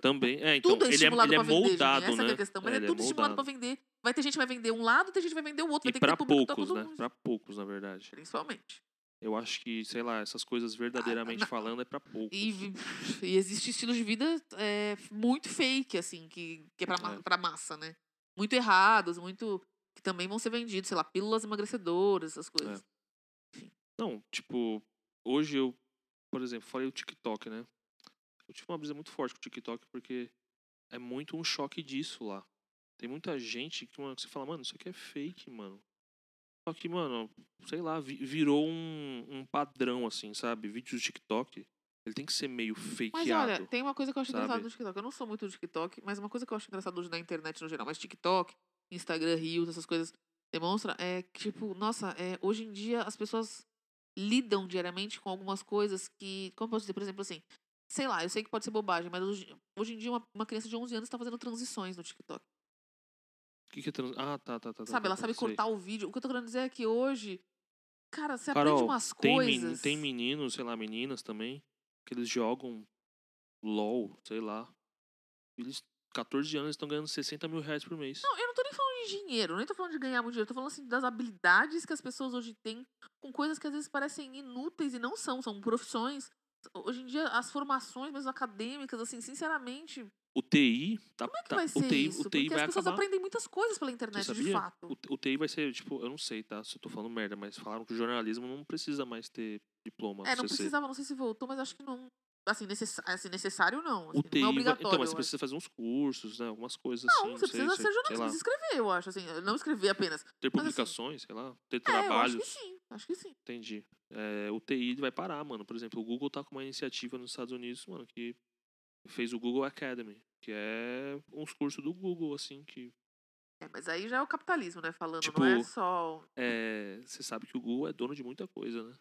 [SPEAKER 3] Também. É, então,
[SPEAKER 4] tudo é
[SPEAKER 3] ele é,
[SPEAKER 4] estimulado
[SPEAKER 3] ele é
[SPEAKER 4] pra vender, gente.
[SPEAKER 3] moldado,
[SPEAKER 4] Essa
[SPEAKER 3] né?
[SPEAKER 4] que é a questão. Mas é,
[SPEAKER 3] ele
[SPEAKER 4] tudo estimulado pra
[SPEAKER 3] moldado.
[SPEAKER 4] vender. Vai ter gente que vai vender um lado, tem gente que vai vender o
[SPEAKER 3] E
[SPEAKER 4] outro. vai ter que
[SPEAKER 3] pra
[SPEAKER 4] ter público
[SPEAKER 3] poucos,
[SPEAKER 4] pra todo
[SPEAKER 3] né?
[SPEAKER 4] mundo.
[SPEAKER 3] Pra poucos, na verdade.
[SPEAKER 4] Principalmente.
[SPEAKER 3] Eu acho que, sei lá, essas coisas
[SPEAKER 4] Ah,
[SPEAKER 3] verdadeiramente
[SPEAKER 4] na-
[SPEAKER 3] falando é pra poucos.
[SPEAKER 4] E, vi- e existe estilo de vida é, muito fake, assim, que, que é pra, ma-
[SPEAKER 3] É.
[SPEAKER 4] pra massa, né? Muito errados, muito. Que também vão ser vendidos, sei lá, pílulas emagrecedoras, essas coisas.
[SPEAKER 3] Não, tipo, hoje eu, por exemplo, falei o TikTok, né? Eu tive uma brisa muito forte com o TikTok porque é muito um choque disso lá. Tem muita gente que, mano, que você fala, mano, isso aqui é fake, mano. Só que, mano, sei lá, vi- virou um, um padrão, assim, sabe? Vídeos do TikTok, ele tem que ser meio
[SPEAKER 4] Mas
[SPEAKER 3] fakeado.
[SPEAKER 4] olha, tem uma coisa que eu acho
[SPEAKER 3] sabe?
[SPEAKER 4] engraçada no TikTok. Eu não sou muito do TikTok, mas uma coisa que eu acho engraçada hoje na internet no geral, mas TikTok, Instagram, Reels, essas coisas demonstra é que, tipo, nossa, é, hoje em dia as pessoas lidam diariamente com algumas coisas que, como eu posso dizer, por exemplo, assim, sei lá, eu sei que pode ser bobagem, mas hoje, hoje em dia uma, uma criança de 11 anos tá fazendo transições no TikTok.
[SPEAKER 3] O que que é trans... Ah, tá, tá, tá. tá,
[SPEAKER 4] Sabe,
[SPEAKER 3] tá,
[SPEAKER 4] ela
[SPEAKER 3] tá,
[SPEAKER 4] sabe
[SPEAKER 3] sei.
[SPEAKER 4] cortar o vídeo. O que eu tô querendo dizer é que hoje, cara, você aprende
[SPEAKER 3] Carol,
[SPEAKER 4] umas
[SPEAKER 3] tem, meni-
[SPEAKER 4] coisas.
[SPEAKER 3] tem meninos, sei lá, meninas também, que eles jogam LOL, sei lá. Eles, 14 anos, estão ganhando 60 mil reais por mês.
[SPEAKER 4] Não, eu não tô nem falando de dinheiro, nem tô falando de ganhar muito dinheiro, eu tô falando assim das habilidades que as pessoas hoje têm com coisas que às vezes parecem inúteis e não são, são profissões. Hoje em dia, as formações mesmo acadêmicas, assim, sinceramente,
[SPEAKER 3] O TI tá,
[SPEAKER 4] como é que
[SPEAKER 3] tá-
[SPEAKER 4] vai ser
[SPEAKER 3] o TI,
[SPEAKER 4] isso?
[SPEAKER 3] o TI
[SPEAKER 4] Porque
[SPEAKER 3] vai
[SPEAKER 4] as pessoas
[SPEAKER 3] acabar.
[SPEAKER 4] aprendem muitas coisas pela internet, de
[SPEAKER 3] sabia?
[SPEAKER 4] fato.
[SPEAKER 3] O, o TI vai ser, tipo, eu não sei, tá? Se eu tô falando merda, mas falaram que o jornalismo não precisa mais ter diploma.
[SPEAKER 4] É, não
[SPEAKER 3] pra você ser-
[SPEAKER 4] precisava, não sei se voltou, mas acho que não. Assim, necess... assim necessário não. Assim,
[SPEAKER 3] O TI
[SPEAKER 4] não é
[SPEAKER 3] vai...
[SPEAKER 4] obrigatório.
[SPEAKER 3] Então, mas
[SPEAKER 4] eu
[SPEAKER 3] você
[SPEAKER 4] acho.
[SPEAKER 3] precisa fazer uns cursos, né? Algumas coisas assim.
[SPEAKER 4] Não, você
[SPEAKER 3] sei,
[SPEAKER 4] precisa
[SPEAKER 3] sei-
[SPEAKER 4] ser
[SPEAKER 3] sei
[SPEAKER 4] jornalista,
[SPEAKER 3] lá,
[SPEAKER 4] precisa escrever, eu acho, assim. Não escrever apenas.
[SPEAKER 3] Ter
[SPEAKER 4] mas assim,
[SPEAKER 3] publicações, sei lá. Ter
[SPEAKER 4] É, eu acho
[SPEAKER 3] trabalhos.
[SPEAKER 4] que sim, acho que sim.
[SPEAKER 3] Entendi. É, o TI vai parar, mano. Por exemplo, o Google tá com uma iniciativa nos Estados Unidos, mano, que fez o Google Academy, que é uns cursos do Google, assim, que
[SPEAKER 4] É, mas aí já é o capitalismo, né? Falando,
[SPEAKER 3] Tipo,
[SPEAKER 4] não é só.
[SPEAKER 3] é... Você sabe que o Google é dono de muita coisa, né?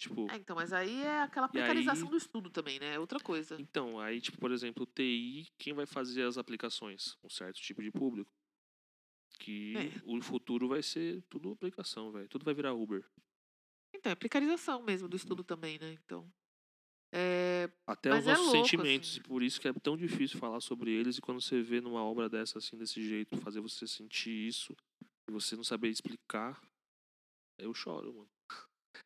[SPEAKER 3] Tipo,
[SPEAKER 4] É, então, mas aí é aquela
[SPEAKER 3] E aí-
[SPEAKER 4] precarização do estudo também, né? É outra coisa.
[SPEAKER 3] então, aí, tipo, por exemplo, o TI, quem vai fazer as aplicações? Um certo tipo de público. Que
[SPEAKER 4] É.
[SPEAKER 3] o futuro vai ser tudo aplicação, velho. Tudo vai virar Uber.
[SPEAKER 4] Então, é precarização mesmo do estudo também, né? Então. É,
[SPEAKER 3] Até
[SPEAKER 4] Mas
[SPEAKER 3] os
[SPEAKER 4] é
[SPEAKER 3] nossos
[SPEAKER 4] louco,
[SPEAKER 3] sentimentos.
[SPEAKER 4] assim.
[SPEAKER 3] E por isso que é tão difícil falar sobre eles. E quando você vê numa obra dessa, assim, desse jeito, fazer você sentir isso, e você não saber explicar, eu choro, mano.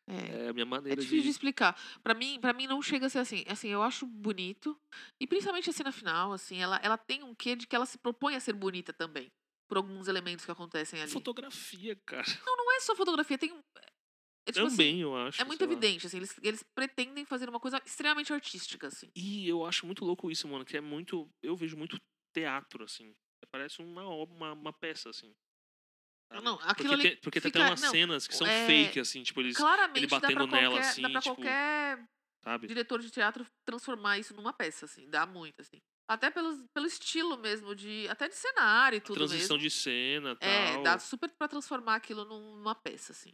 [SPEAKER 4] é,
[SPEAKER 3] É a minha
[SPEAKER 4] é
[SPEAKER 3] maneira
[SPEAKER 4] difícil de
[SPEAKER 3] de.
[SPEAKER 4] explicar. Pra mim, para mim não chega a ser assim. Assim, eu acho bonito. E principalmente a cena final, assim, ela, ela tem um quê de que ela se propõe a ser bonita também. Por alguns elementos que acontecem ali.
[SPEAKER 3] Fotografia, cara.
[SPEAKER 4] Não é só fotografia, tem um. É, tipo, assim,
[SPEAKER 3] Também, eu acho.
[SPEAKER 4] é muito
[SPEAKER 3] sei lá.
[SPEAKER 4] evidente, assim, eles, eles pretendem fazer uma coisa extremamente artística, assim.
[SPEAKER 3] E eu acho muito louco isso, mano, que é muito. Eu vejo muito teatro, assim. Parece uma, ob- uma, uma peça, assim. sabe?
[SPEAKER 4] Não, aquilo
[SPEAKER 3] porque
[SPEAKER 4] ali
[SPEAKER 3] tem, porque tem
[SPEAKER 4] fica-
[SPEAKER 3] até umas
[SPEAKER 4] não,
[SPEAKER 3] cenas que são
[SPEAKER 4] é,
[SPEAKER 3] fake, assim, tipo, eles.
[SPEAKER 4] Claramente dá pra
[SPEAKER 3] batendo nela,
[SPEAKER 4] qualquer,
[SPEAKER 3] assim,
[SPEAKER 4] dá pra
[SPEAKER 3] tipo,
[SPEAKER 4] qualquer
[SPEAKER 3] Sabe?
[SPEAKER 4] diretor de teatro transformar isso numa peça, assim, dá muito, assim. Até pelos, pelo estilo mesmo, de, até de cenário e tudo
[SPEAKER 3] Transição
[SPEAKER 4] mesmo.
[SPEAKER 3] de cena tal.
[SPEAKER 4] É, dá super pra transformar aquilo num- numa peça, assim.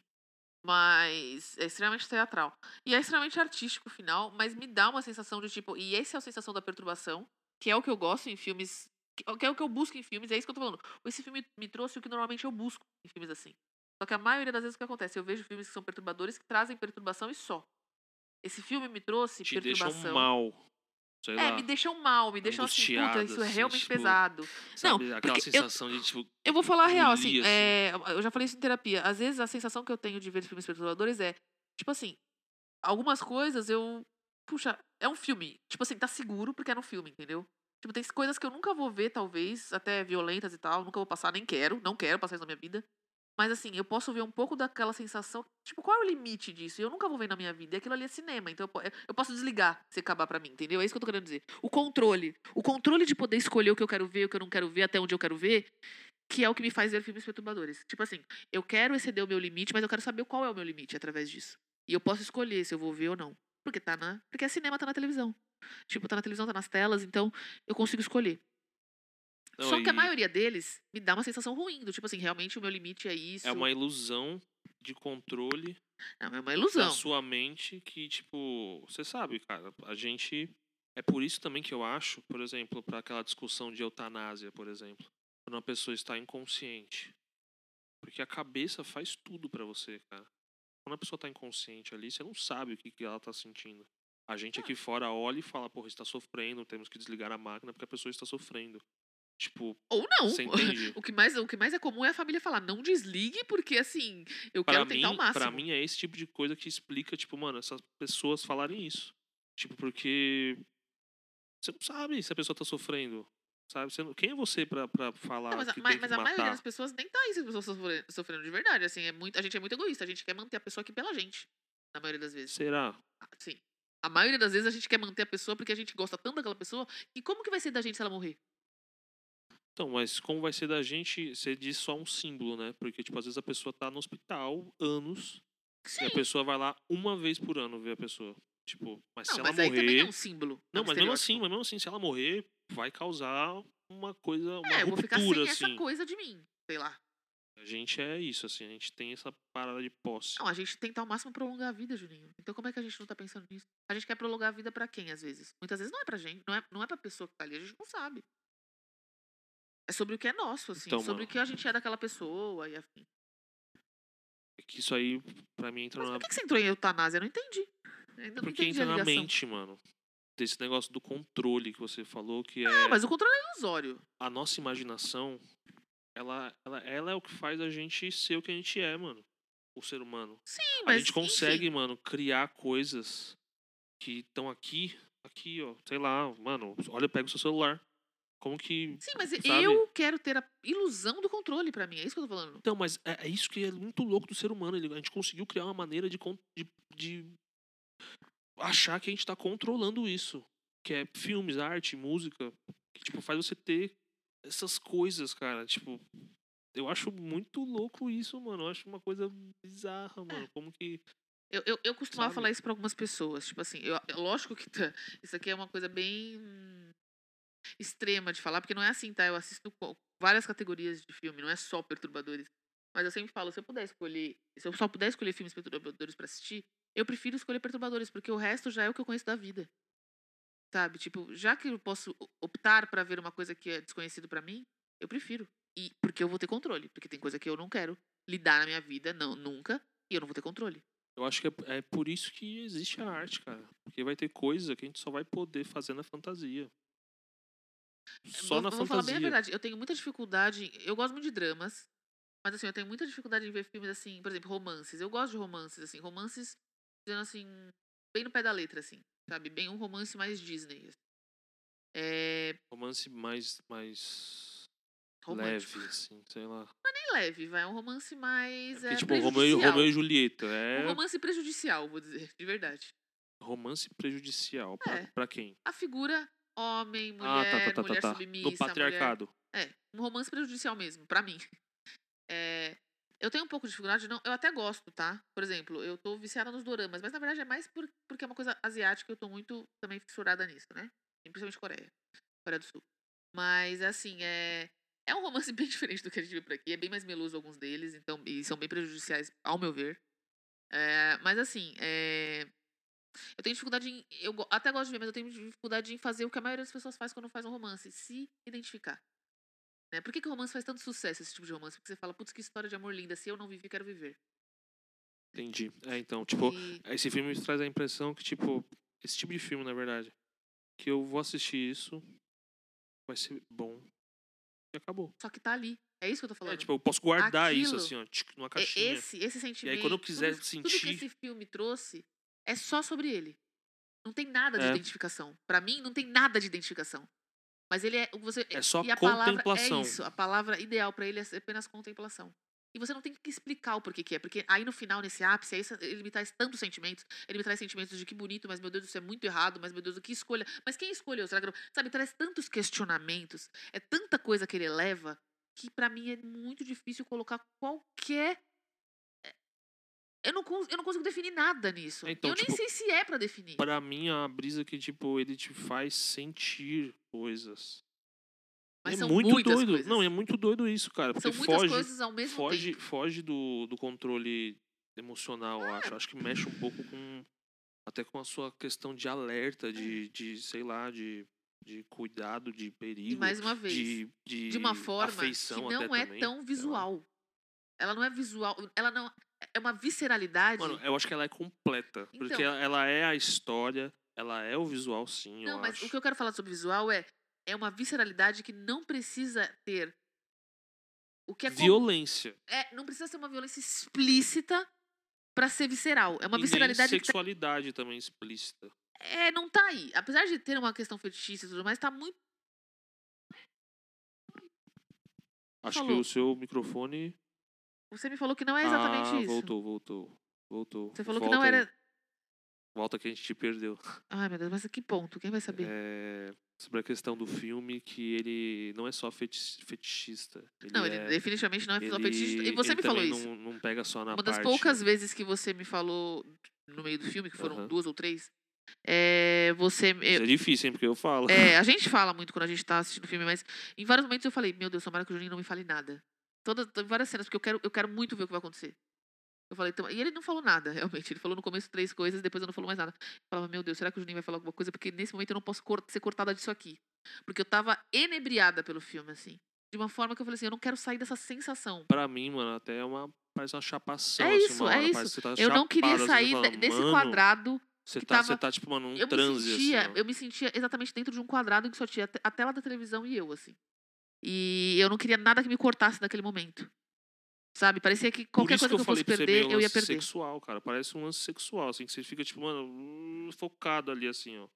[SPEAKER 4] Mas é extremamente teatral. E é extremamente artístico o final, mas me dá uma sensação de tipo. E essa é a sensação da perturbação, que é o que eu gosto em filmes. que- Que é o que eu busco em filmes, é isso que eu tô falando. Esse filme me trouxe o que normalmente eu busco em filmes assim. Só que a maioria das vezes o que acontece? Eu vejo filmes que são perturbadores que trazem perturbação e só. Esse filme me trouxe
[SPEAKER 3] te deixam
[SPEAKER 4] perturbação.
[SPEAKER 3] mal. Sei
[SPEAKER 4] é,
[SPEAKER 3] lá.
[SPEAKER 4] me deixam mal, me deixam assim, puta,
[SPEAKER 3] angustiado,
[SPEAKER 4] isso é
[SPEAKER 3] assim,
[SPEAKER 4] realmente
[SPEAKER 3] tipo,
[SPEAKER 4] pesado.
[SPEAKER 3] Sabe? Aquela
[SPEAKER 4] porque eu-
[SPEAKER 3] sensação de tipo.
[SPEAKER 4] Eu vou falar a real, assim,
[SPEAKER 3] Engolir, assim.
[SPEAKER 4] é, eu já falei isso em terapia. Às vezes a sensação que eu tenho de ver filmes perturbadores é, tipo assim, algumas coisas eu. Puxa, é um filme. Tipo assim, tá seguro porque é um filme, entendeu? Tipo, tem coisas que eu nunca vou ver, talvez, até violentas e tal, nunca vou passar, nem quero, não quero passar isso na minha vida. Mas assim, eu posso ver um pouco daquela sensação. Tipo, qual é o limite disso? Eu nunca vou ver na minha vida. E aquilo ali é cinema. Então eu, po- eu posso desligar se acabar pra mim, entendeu? É isso que eu tô querendo dizer. O controle. O controle de poder escolher o que eu quero ver, o que eu não quero ver, até onde eu quero ver, que é o que me faz ver filmes perturbadores. Tipo assim, eu quero exceder o meu limite, mas eu quero saber qual é o meu limite através disso. E eu posso escolher se eu vou ver ou não. Porque tá na. Porque é cinema, tá na televisão. Tipo, tá na televisão, tá nas telas, então eu consigo escolher.
[SPEAKER 3] Não,
[SPEAKER 4] Só que a
[SPEAKER 3] e
[SPEAKER 4] maioria deles me dá uma sensação ruim, do tipo assim, realmente o meu limite é isso.
[SPEAKER 3] É uma ilusão de controle
[SPEAKER 4] Não, é uma
[SPEAKER 3] da
[SPEAKER 4] ilusão.
[SPEAKER 3] sua mente que, tipo, você sabe, cara, a gente. É por isso também que eu acho, por exemplo, para aquela discussão de eutanásia, por exemplo, quando uma pessoa está inconsciente. Porque a cabeça faz tudo para você, cara. Quando a pessoa tá inconsciente ali, você não sabe o que, que ela tá sentindo. A gente
[SPEAKER 4] Ah.
[SPEAKER 3] aqui fora olha e fala, porra, está sofrendo, temos que desligar a máquina porque a pessoa está sofrendo. Tipo,
[SPEAKER 4] Ou não.
[SPEAKER 3] você entende?
[SPEAKER 4] O que, mais, o que mais é comum é a família falar, não desligue, porque assim, eu
[SPEAKER 3] Pra
[SPEAKER 4] quero
[SPEAKER 3] mim,
[SPEAKER 4] tentar o máximo.
[SPEAKER 3] pra mim é esse tipo de coisa que explica, tipo, mano, essas pessoas falarem isso. Tipo, porque você não sabe se a pessoa tá sofrendo, sabe? Você não- Quem é você pra, pra falar
[SPEAKER 4] Não, mas a,
[SPEAKER 3] que
[SPEAKER 4] ma-
[SPEAKER 3] tem
[SPEAKER 4] mas
[SPEAKER 3] que
[SPEAKER 4] a maioria
[SPEAKER 3] matar?
[SPEAKER 4] das pessoas nem tá aí se as pessoas sofre- sofrendo de verdade. Assim, é muito, a gente é muito egoísta, a gente quer manter a pessoa aqui pela gente. Na maioria das vezes.
[SPEAKER 3] Será?
[SPEAKER 4] Ah, Sim. A maioria das vezes a gente quer manter a pessoa porque a gente gosta tanto daquela pessoa. E como que vai ser da gente se ela morrer?
[SPEAKER 3] Então, mas como vai ser da gente, você diz só um símbolo, né? Porque, tipo, às vezes a pessoa tá no hospital anos e
[SPEAKER 4] Sim.
[SPEAKER 3] a pessoa vai lá uma vez por ano ver a pessoa. Tipo, mas
[SPEAKER 4] Não,
[SPEAKER 3] se ela
[SPEAKER 4] mas aí também é
[SPEAKER 3] morrer.
[SPEAKER 4] um símbolo. é
[SPEAKER 3] Não,
[SPEAKER 4] um
[SPEAKER 3] mas mesmo assim,
[SPEAKER 4] estereótipo.
[SPEAKER 3] mas mesmo assim, se ela morrer, vai causar uma coisa, uma
[SPEAKER 4] É, eu vou
[SPEAKER 3] ruptura,
[SPEAKER 4] ficar sem
[SPEAKER 3] assim.
[SPEAKER 4] essa coisa de mim. Sei lá.
[SPEAKER 3] A gente é isso, assim, a gente tem essa parada de posse.
[SPEAKER 4] Não, a gente tenta ao máximo prolongar a vida, Juninho. Então como é que a gente não tá pensando nisso? A gente quer prolongar a vida pra quem, às vezes? Muitas vezes não é pra gente, não é, não é pra pessoa que tá ali, a gente não sabe. É sobre o que é nosso, assim.
[SPEAKER 3] Então, mano.
[SPEAKER 4] sobre o que a gente é daquela pessoa e afim.
[SPEAKER 3] É que isso aí, pra mim, entra
[SPEAKER 4] Mas
[SPEAKER 3] na.
[SPEAKER 4] por que, que você entrou em eutanásia? Eu não entendi. Ainda
[SPEAKER 3] Então,
[SPEAKER 4] não
[SPEAKER 3] é Porque
[SPEAKER 4] entendi a
[SPEAKER 3] entra na
[SPEAKER 4] ligação.
[SPEAKER 3] mente, mano. Desse negócio do controle que você falou, que é.
[SPEAKER 4] Ah, mas o controle é ilusório.
[SPEAKER 3] A nossa imaginação, ela, ela, ela é o que faz a gente ser o que a gente é, mano. O ser humano.
[SPEAKER 4] Sim,
[SPEAKER 3] a
[SPEAKER 4] mas,
[SPEAKER 3] gente consegue,
[SPEAKER 4] enfim,
[SPEAKER 3] mano, criar coisas que estão aqui, aqui, ó. Sei lá, mano. Olha, pega o seu celular. Como que.
[SPEAKER 4] Sim, mas
[SPEAKER 3] sabe?
[SPEAKER 4] eu quero ter a ilusão do controle pra mim. É isso que eu tô falando.
[SPEAKER 3] Então, mas é, é isso que é muito louco do ser humano. Ele, a gente conseguiu criar uma maneira de, con- de, de achar que a gente tá controlando isso. Que é filmes, arte, música. Que, tipo, faz você ter essas coisas, cara. Tipo, eu acho muito louco isso, mano. Eu acho uma coisa
[SPEAKER 4] É.
[SPEAKER 3] bizarra, mano. Como que.
[SPEAKER 4] Eu, eu, eu costumava
[SPEAKER 3] Sabe?
[SPEAKER 4] falar isso pra algumas pessoas. Tipo assim, eu, é lógico que tá- isso aqui é uma coisa bem hum, extrema de falar, porque não é assim, tá? Eu assisto co- várias categorias de filme, não é só perturbadores. Mas eu sempre falo, se eu puder escolher, se eu só puder escolher filmes perturbadores pra assistir, eu prefiro escolher perturbadores, porque o resto já é o que eu conheço da vida. Sabe? Tipo, já que eu posso o- optar pra ver uma coisa que é desconhecido pra mim, eu prefiro. E porque eu vou ter controle, porque tem coisa que eu não quero lidar na minha vida, não, nunca, e eu não vou ter controle.
[SPEAKER 3] Eu acho que é, é por isso que existe a arte, cara. Porque vai ter coisa que a gente só vai poder fazer na fantasia. Só
[SPEAKER 4] vou,
[SPEAKER 3] na
[SPEAKER 4] vou
[SPEAKER 3] fantasia.
[SPEAKER 4] É, falar bem a verdade. Eu tenho muita dificuldade. Eu gosto muito de dramas. Mas assim, eu tenho muita dificuldade em ver filmes assim, por exemplo, romances. Eu gosto de romances, assim, romances dizendo assim, bem no pé da letra, assim, sabe? Bem um romance mais Disney. assim. É.
[SPEAKER 3] Romance mais. mais...
[SPEAKER 4] Romântico.
[SPEAKER 3] Leve, assim, sei lá.
[SPEAKER 4] Bem leve, vai. É um romance mais.
[SPEAKER 3] Porque,
[SPEAKER 4] é,
[SPEAKER 3] tipo, Romeu,
[SPEAKER 4] prejudicial.
[SPEAKER 3] Romeu e Julieta
[SPEAKER 4] Um
[SPEAKER 3] é
[SPEAKER 4] romance prejudicial, vou dizer, de verdade.
[SPEAKER 3] romance prejudicial. Pra,
[SPEAKER 4] É.
[SPEAKER 3] pra quem?
[SPEAKER 4] A figura homem,
[SPEAKER 3] ah,
[SPEAKER 4] mulher,
[SPEAKER 3] tá, tá, tá,
[SPEAKER 4] mulher
[SPEAKER 3] tá, tá.
[SPEAKER 4] submissa.
[SPEAKER 3] No
[SPEAKER 4] mulher-
[SPEAKER 3] patriarcado.
[SPEAKER 4] É, um romance prejudicial mesmo, pra mim. É, eu tenho um pouco de dificuldade, não, eu até gosto, tá? Por exemplo, eu tô viciada nos doramas, mas na verdade é mais por- porque é uma coisa asiática, eu tô muito também fissurada nisso, né? E Principalmente Coreia, Coreia do Sul. Mas assim, é é um romance bem diferente do que a gente viu por aqui, é bem mais meloso alguns deles, então e são bem prejudiciais ao meu ver. É, mas assim, é, eu tenho dificuldade em. Eu go- até gosto de ver, mas eu tenho dificuldade em fazer o que a maioria das pessoas faz quando faz um romance, se identificar. Né? Por que, que o romance faz tanto sucesso, esse tipo de romance? Porque você fala, putz, que história de amor linda. Se eu não vivi, quero viver.
[SPEAKER 3] Entendi. É, então, tipo,
[SPEAKER 4] E-
[SPEAKER 3] esse filme traz a impressão que, tipo, esse tipo de filme, na verdade, que eu vou assistir isso, vai ser bom. E acabou.
[SPEAKER 4] Só que tá ali. É isso que eu tô falando.
[SPEAKER 3] É, tipo, eu posso guardar isso,
[SPEAKER 4] Aquilo-
[SPEAKER 3] assim, ó, tchic, numa
[SPEAKER 4] É
[SPEAKER 3] caixinha.
[SPEAKER 4] esse, esse sentimento.
[SPEAKER 3] quando eu quiser
[SPEAKER 4] tudo, Tudo que
[SPEAKER 3] sentir-
[SPEAKER 4] esse filme trouxe é só sobre ele. Não tem nada de
[SPEAKER 3] É.
[SPEAKER 4] identificação. Pra mim, não tem nada de identificação. Mas ele é. Você,
[SPEAKER 3] É só
[SPEAKER 4] e a palavra-
[SPEAKER 3] contemplação.
[SPEAKER 4] é isso. A palavra ideal pra ele é apenas contemplação. E você não tem que explicar o porquê que é. Porque aí no final, nesse ápice, aí isso- ele me traz tantos sentimentos. Ele me traz sentimentos de que bonito, mas meu Deus, isso é muito errado. Mas meu Deus, o que escolha? Mas quem escolheu? Será que. não- Sabe, traz tantos questionamentos. É tanta coisa que ele leva que pra mim é muito difícil colocar qualquer. eh, Eu não, cons- eu não consigo definir nada nisso.
[SPEAKER 3] Então,
[SPEAKER 4] eu
[SPEAKER 3] tipo,
[SPEAKER 4] nem sei se é pra definir.
[SPEAKER 3] Pra mim, a brisa que, tipo, ele te faz sentir coisas.
[SPEAKER 4] Mas
[SPEAKER 3] é
[SPEAKER 4] são
[SPEAKER 3] muito
[SPEAKER 4] muitas
[SPEAKER 3] doido.
[SPEAKER 4] coisas.
[SPEAKER 3] Não, é muito doido isso, cara. Porque
[SPEAKER 4] São muitas
[SPEAKER 3] foge,
[SPEAKER 4] coisas ao mesmo
[SPEAKER 3] foge,
[SPEAKER 4] tempo.
[SPEAKER 3] foge do, do controle emocional, eu
[SPEAKER 4] Ah.
[SPEAKER 3] acho. Acho que mexe um pouco com. Até com a sua questão de alerta,
[SPEAKER 4] É.
[SPEAKER 3] de, de sei lá, de, de cuidado, de perigo.
[SPEAKER 4] E mais uma vez.
[SPEAKER 3] de, de,
[SPEAKER 4] de uma forma
[SPEAKER 3] afeição
[SPEAKER 4] que não
[SPEAKER 3] até
[SPEAKER 4] é
[SPEAKER 3] também, sei
[SPEAKER 4] tão
[SPEAKER 3] lá.
[SPEAKER 4] visual. Ela não é visual, ela não é uma visceralidade.
[SPEAKER 3] Mano, eu acho que ela é completa. Porque
[SPEAKER 4] assim. Então.
[SPEAKER 3] ela- ela é a história, ela é o visual, sim.
[SPEAKER 4] não,
[SPEAKER 3] eu
[SPEAKER 4] mas
[SPEAKER 3] acho.
[SPEAKER 4] o que eu quero falar sobre visual é é uma visceralidade que não precisa ter o que é, com-
[SPEAKER 3] Violência.
[SPEAKER 4] é não precisa ser uma violência explícita pra ser visceral. É uma
[SPEAKER 3] e
[SPEAKER 4] visceralidade
[SPEAKER 3] nem
[SPEAKER 4] que tá-
[SPEAKER 3] sexualidade também explícita.
[SPEAKER 4] é não tá aí. Apesar de ter uma questão fetichista e tudo mais, tá muito
[SPEAKER 3] Acho que
[SPEAKER 4] Falou.
[SPEAKER 3] o seu microfone.
[SPEAKER 4] Você me falou que não é exatamente
[SPEAKER 3] ah,
[SPEAKER 4] isso.
[SPEAKER 3] Voltou, voltou. Voltou.
[SPEAKER 4] Você falou que
[SPEAKER 3] Volta
[SPEAKER 4] não
[SPEAKER 3] aí.
[SPEAKER 4] era
[SPEAKER 3] Volta que a gente te perdeu.
[SPEAKER 4] Ai, meu Deus, mas a que ponto? Quem vai saber?
[SPEAKER 3] É, sobre a questão do filme, que ele não é só feti- fetichista. Ele
[SPEAKER 4] não, ele
[SPEAKER 3] é,
[SPEAKER 4] definitivamente não é
[SPEAKER 3] ele-
[SPEAKER 4] fetichista. E você
[SPEAKER 3] ele
[SPEAKER 4] me falou
[SPEAKER 3] também
[SPEAKER 4] isso.
[SPEAKER 3] Não, não pega só na
[SPEAKER 4] Uma das
[SPEAKER 3] parte-
[SPEAKER 4] poucas vezes que você me falou no meio do filme, que foram
[SPEAKER 3] Aham.
[SPEAKER 4] duas ou três, é, você.
[SPEAKER 3] Isso
[SPEAKER 4] eu-
[SPEAKER 3] é difícil, hein? Porque eu falo.
[SPEAKER 4] é, a gente fala muito quando a gente tá assistindo filme, mas em vários momentos eu falei, meu Deus, tomara que o Juninho não me fale nada. Todas, to- várias cenas, porque eu quero, eu quero muito ver o que vai acontecer. Eu falei, então, e ele não falou nada, realmente. Ele falou no começo três coisas, depois eu não falou mais nada. Eu falava, meu Deus, será que o Juninho vai falar alguma coisa? Porque nesse momento eu não posso cor- ser cortada disso aqui. Porque eu tava enebriada pelo filme, assim. De uma forma que eu falei assim, eu não quero sair dessa sensação.
[SPEAKER 3] Pra mim, mano, até é uma. Parece uma chapação.
[SPEAKER 4] É
[SPEAKER 3] assim,
[SPEAKER 4] isso,
[SPEAKER 3] uma
[SPEAKER 4] é
[SPEAKER 3] hora,
[SPEAKER 4] isso.
[SPEAKER 3] parece que você tá
[SPEAKER 4] Eu não queria
[SPEAKER 3] chapado, assim,
[SPEAKER 4] sair
[SPEAKER 3] você
[SPEAKER 4] de-
[SPEAKER 3] fala,
[SPEAKER 4] desse
[SPEAKER 3] "Mano,
[SPEAKER 4] quadado.
[SPEAKER 3] Você
[SPEAKER 4] que
[SPEAKER 3] tá,
[SPEAKER 4] tava-
[SPEAKER 3] você tá, tipo, mano, num
[SPEAKER 4] Eu me,
[SPEAKER 3] transe,
[SPEAKER 4] sentia,
[SPEAKER 3] assim. ó.
[SPEAKER 4] eu me sentia exatamente dentro de um quadrado que só tinha a te- a tela da televisão e eu, assim. E eu não queria nada que me cortasse naquele momento. Sabe? Parecia que qualquer coisa que eu, fosse
[SPEAKER 3] pra você,
[SPEAKER 4] perder,
[SPEAKER 3] meio
[SPEAKER 4] eu ia
[SPEAKER 3] lance
[SPEAKER 4] perder.
[SPEAKER 3] sexual, cara. Parece um lance sexual, assim, que você fica, tipo, mano, hum, focado ali, assim, ó.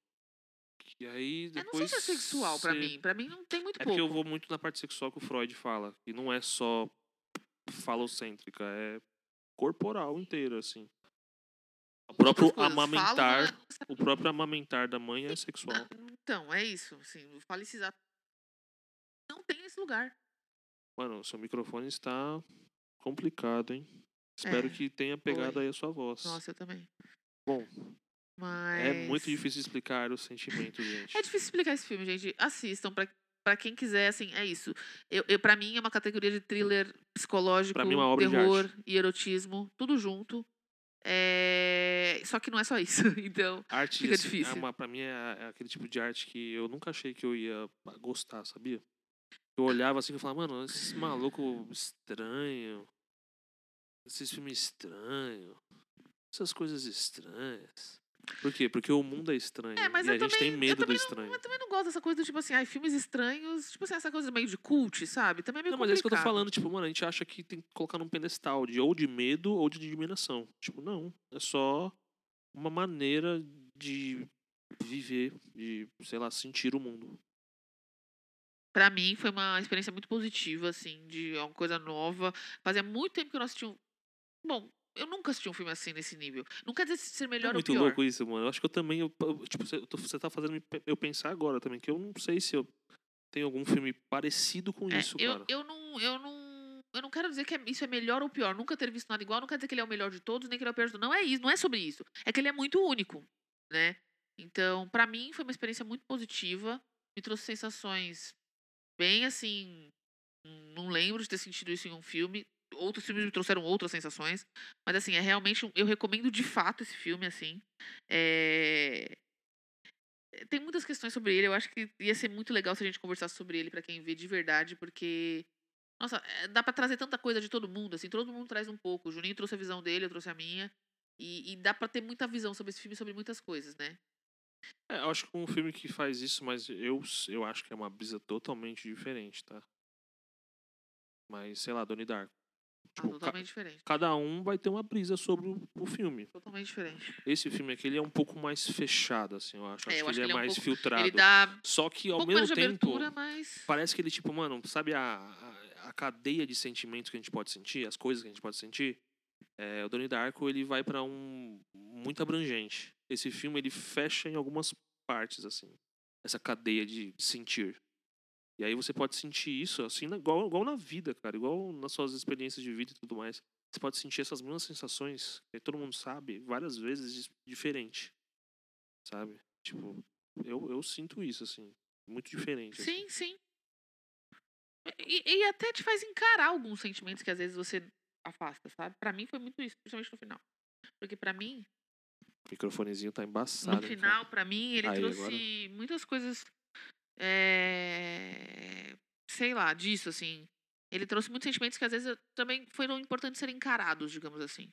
[SPEAKER 3] E aí,
[SPEAKER 4] Eu não
[SPEAKER 3] depois...
[SPEAKER 4] sei se é sexual pra
[SPEAKER 3] você-
[SPEAKER 4] mim. Pra mim não tem muito
[SPEAKER 3] É
[SPEAKER 4] pouco.
[SPEAKER 3] porque eu vou muito na parte sexual que o Freud fala. E não é só falocêntrica, é corporal inteira, assim. O
[SPEAKER 4] Outras
[SPEAKER 3] próprio
[SPEAKER 4] coisas. Falo, não é-
[SPEAKER 3] amamentar, o próprio amamentar da mãe é sexual.
[SPEAKER 4] não- Então, é isso. Assim, o falicizar não tem esse lugar.
[SPEAKER 3] Mano, seu microfone está complicado, hein? Espero
[SPEAKER 4] É,
[SPEAKER 3] que tenha pegado
[SPEAKER 4] foi.
[SPEAKER 3] aí a sua voz.
[SPEAKER 4] Nossa, eu também.
[SPEAKER 3] Bom,
[SPEAKER 4] Mas...
[SPEAKER 3] É muito difícil explicar os sentimentos, gente.
[SPEAKER 4] É difícil explicar esse filme, gente. Assistam pra, pra quem quiser, assim, é isso. Eu, eu, pra mim é uma categoria de thriller psicológico,
[SPEAKER 3] Pra mim é uma obra de
[SPEAKER 4] terror e erotismo, tudo junto. É, Só que não é só isso. Então,
[SPEAKER 3] arte
[SPEAKER 4] Fica
[SPEAKER 3] assim,
[SPEAKER 4] difícil.
[SPEAKER 3] É uma, pra mim é, é aquele tipo de arte que eu nunca achei que eu ia gostar, sabia? Eu olhava assim e falava, mano, esses maluco estranho, esses filmes estranhos, essas coisas estranhas. Por quê? Porque o mundo é estranho
[SPEAKER 4] É, mas
[SPEAKER 3] e a
[SPEAKER 4] eu
[SPEAKER 3] gente
[SPEAKER 4] também-
[SPEAKER 3] tem
[SPEAKER 4] eu
[SPEAKER 3] medo do
[SPEAKER 4] também
[SPEAKER 3] estranho.
[SPEAKER 4] eu também não gosto dessa coisa do tipo assim, ai, filmes estranhos, tipo assim, essa coisa meio de cult, sabe? Também é meio
[SPEAKER 3] Não, mas é isso que eu tô
[SPEAKER 4] complicado.
[SPEAKER 3] falando, tipo, mano, a gente acha que tem que colocar num pedestal de ou de medo ou de diminuição. Tipo, não, é só uma maneira de viver, de, sei lá, sentir o mundo.
[SPEAKER 4] Pra mim foi uma experiência muito positiva, assim, de uma coisa nova. Fazia muito tempo que eu não assistia um. Bom, eu nunca assisti um filme assim nesse nível. Não quer dizer ser
[SPEAKER 3] Não
[SPEAKER 4] melhor
[SPEAKER 3] é muito
[SPEAKER 4] ou pior.
[SPEAKER 3] louco isso, mano. Eu acho que eu também, eu, eu- tipo, você, eu tô- você tá fazendo eu pensar agora também, que eu não sei se eu tenho algum filme parecido com
[SPEAKER 4] É,
[SPEAKER 3] isso,
[SPEAKER 4] eu,
[SPEAKER 3] cara.
[SPEAKER 4] eu não, eu não, eu não quero dizer que é- isso é melhor ou pior. Nunca ter visto nada igual, não quer dizer que ele é o melhor de todos, nem que ele é o pior de todos. Não é isso, não é sobre isso. É que ele é muito único, né? Então, pra mim foi uma experiência muito positiva, me trouxe sensações bem assim, hum, não lembro de ter sentido isso em um filme. Outros filmes me trouxeram outras sensações, mas assim, é realmente, um- eu recomendo de fato esse filme assim. É, tem muitas questões sobre ele. Eu acho que ia ser muito legal se a gente conversasse sobre ele pra quem vê de verdade, porque. Nossa, é, dá pra trazer tanta coisa de todo mundo, assim, todo mundo traz um pouco. O Juninho trouxe a visão dele, eu trouxe a minha. E, e dá pra ter muita visão sobre esse filme, sobre muitas coisas, né?
[SPEAKER 3] É, eu acho que um filme que faz isso, mas eu, eu acho que é uma brisa totalmente diferente, tá? Mas, sei lá, Donnie Darko.
[SPEAKER 4] Ah,
[SPEAKER 3] Tipo, ca-
[SPEAKER 4] totalmente diferente.
[SPEAKER 3] cada um vai ter uma brisa sobre o, o filme.
[SPEAKER 4] Totalmente diferente.
[SPEAKER 3] Esse filme aqui ele é um pouco mais fechado, assim, eu acho.
[SPEAKER 4] É,
[SPEAKER 3] acho
[SPEAKER 4] eu
[SPEAKER 3] que
[SPEAKER 4] acho
[SPEAKER 3] ele é,
[SPEAKER 4] que ele é um
[SPEAKER 3] mais
[SPEAKER 4] pouco-
[SPEAKER 3] filtrado.
[SPEAKER 4] Ele dá
[SPEAKER 3] Só que,
[SPEAKER 4] um
[SPEAKER 3] ao
[SPEAKER 4] pouco
[SPEAKER 3] mesmo
[SPEAKER 4] menos de
[SPEAKER 3] tempo,
[SPEAKER 4] abertura, mas.
[SPEAKER 3] parece que ele, tipo, mano, sabe a, a, a cadeia de sentimentos que a gente pode sentir, as coisas que a gente pode sentir? É, o Donnie Darko, ele vai pra um... muito abrangente. Esse filme, ele fecha em algumas partes, assim. Essa cadeia de sentir. E aí você pode sentir isso, assim, na- igual, igual na vida, cara. Igual nas suas experiências de vida e tudo mais. Você pode sentir essas mesmas sensações, que todo mundo sabe, várias vezes dis- diferente. Sabe? Tipo, eu, eu sinto isso, assim. Muito diferente. assim.
[SPEAKER 4] Sim, sim. E, e até te faz encarar alguns sentimentos que às vezes você afasta, sabe? Pra mim foi muito isso, principalmente no final. Porque pra mim,
[SPEAKER 3] O microfonezinho tá embaçado.
[SPEAKER 4] no
[SPEAKER 3] hein,
[SPEAKER 4] final,
[SPEAKER 3] cara?
[SPEAKER 4] pra mim, ele
[SPEAKER 3] Aí,
[SPEAKER 4] trouxe
[SPEAKER 3] agora.
[SPEAKER 4] muitas coisas. é, Sei lá, disso, assim. Ele trouxe muitos sentimentos que às vezes eu- também foram importantes serem encarados, digamos assim.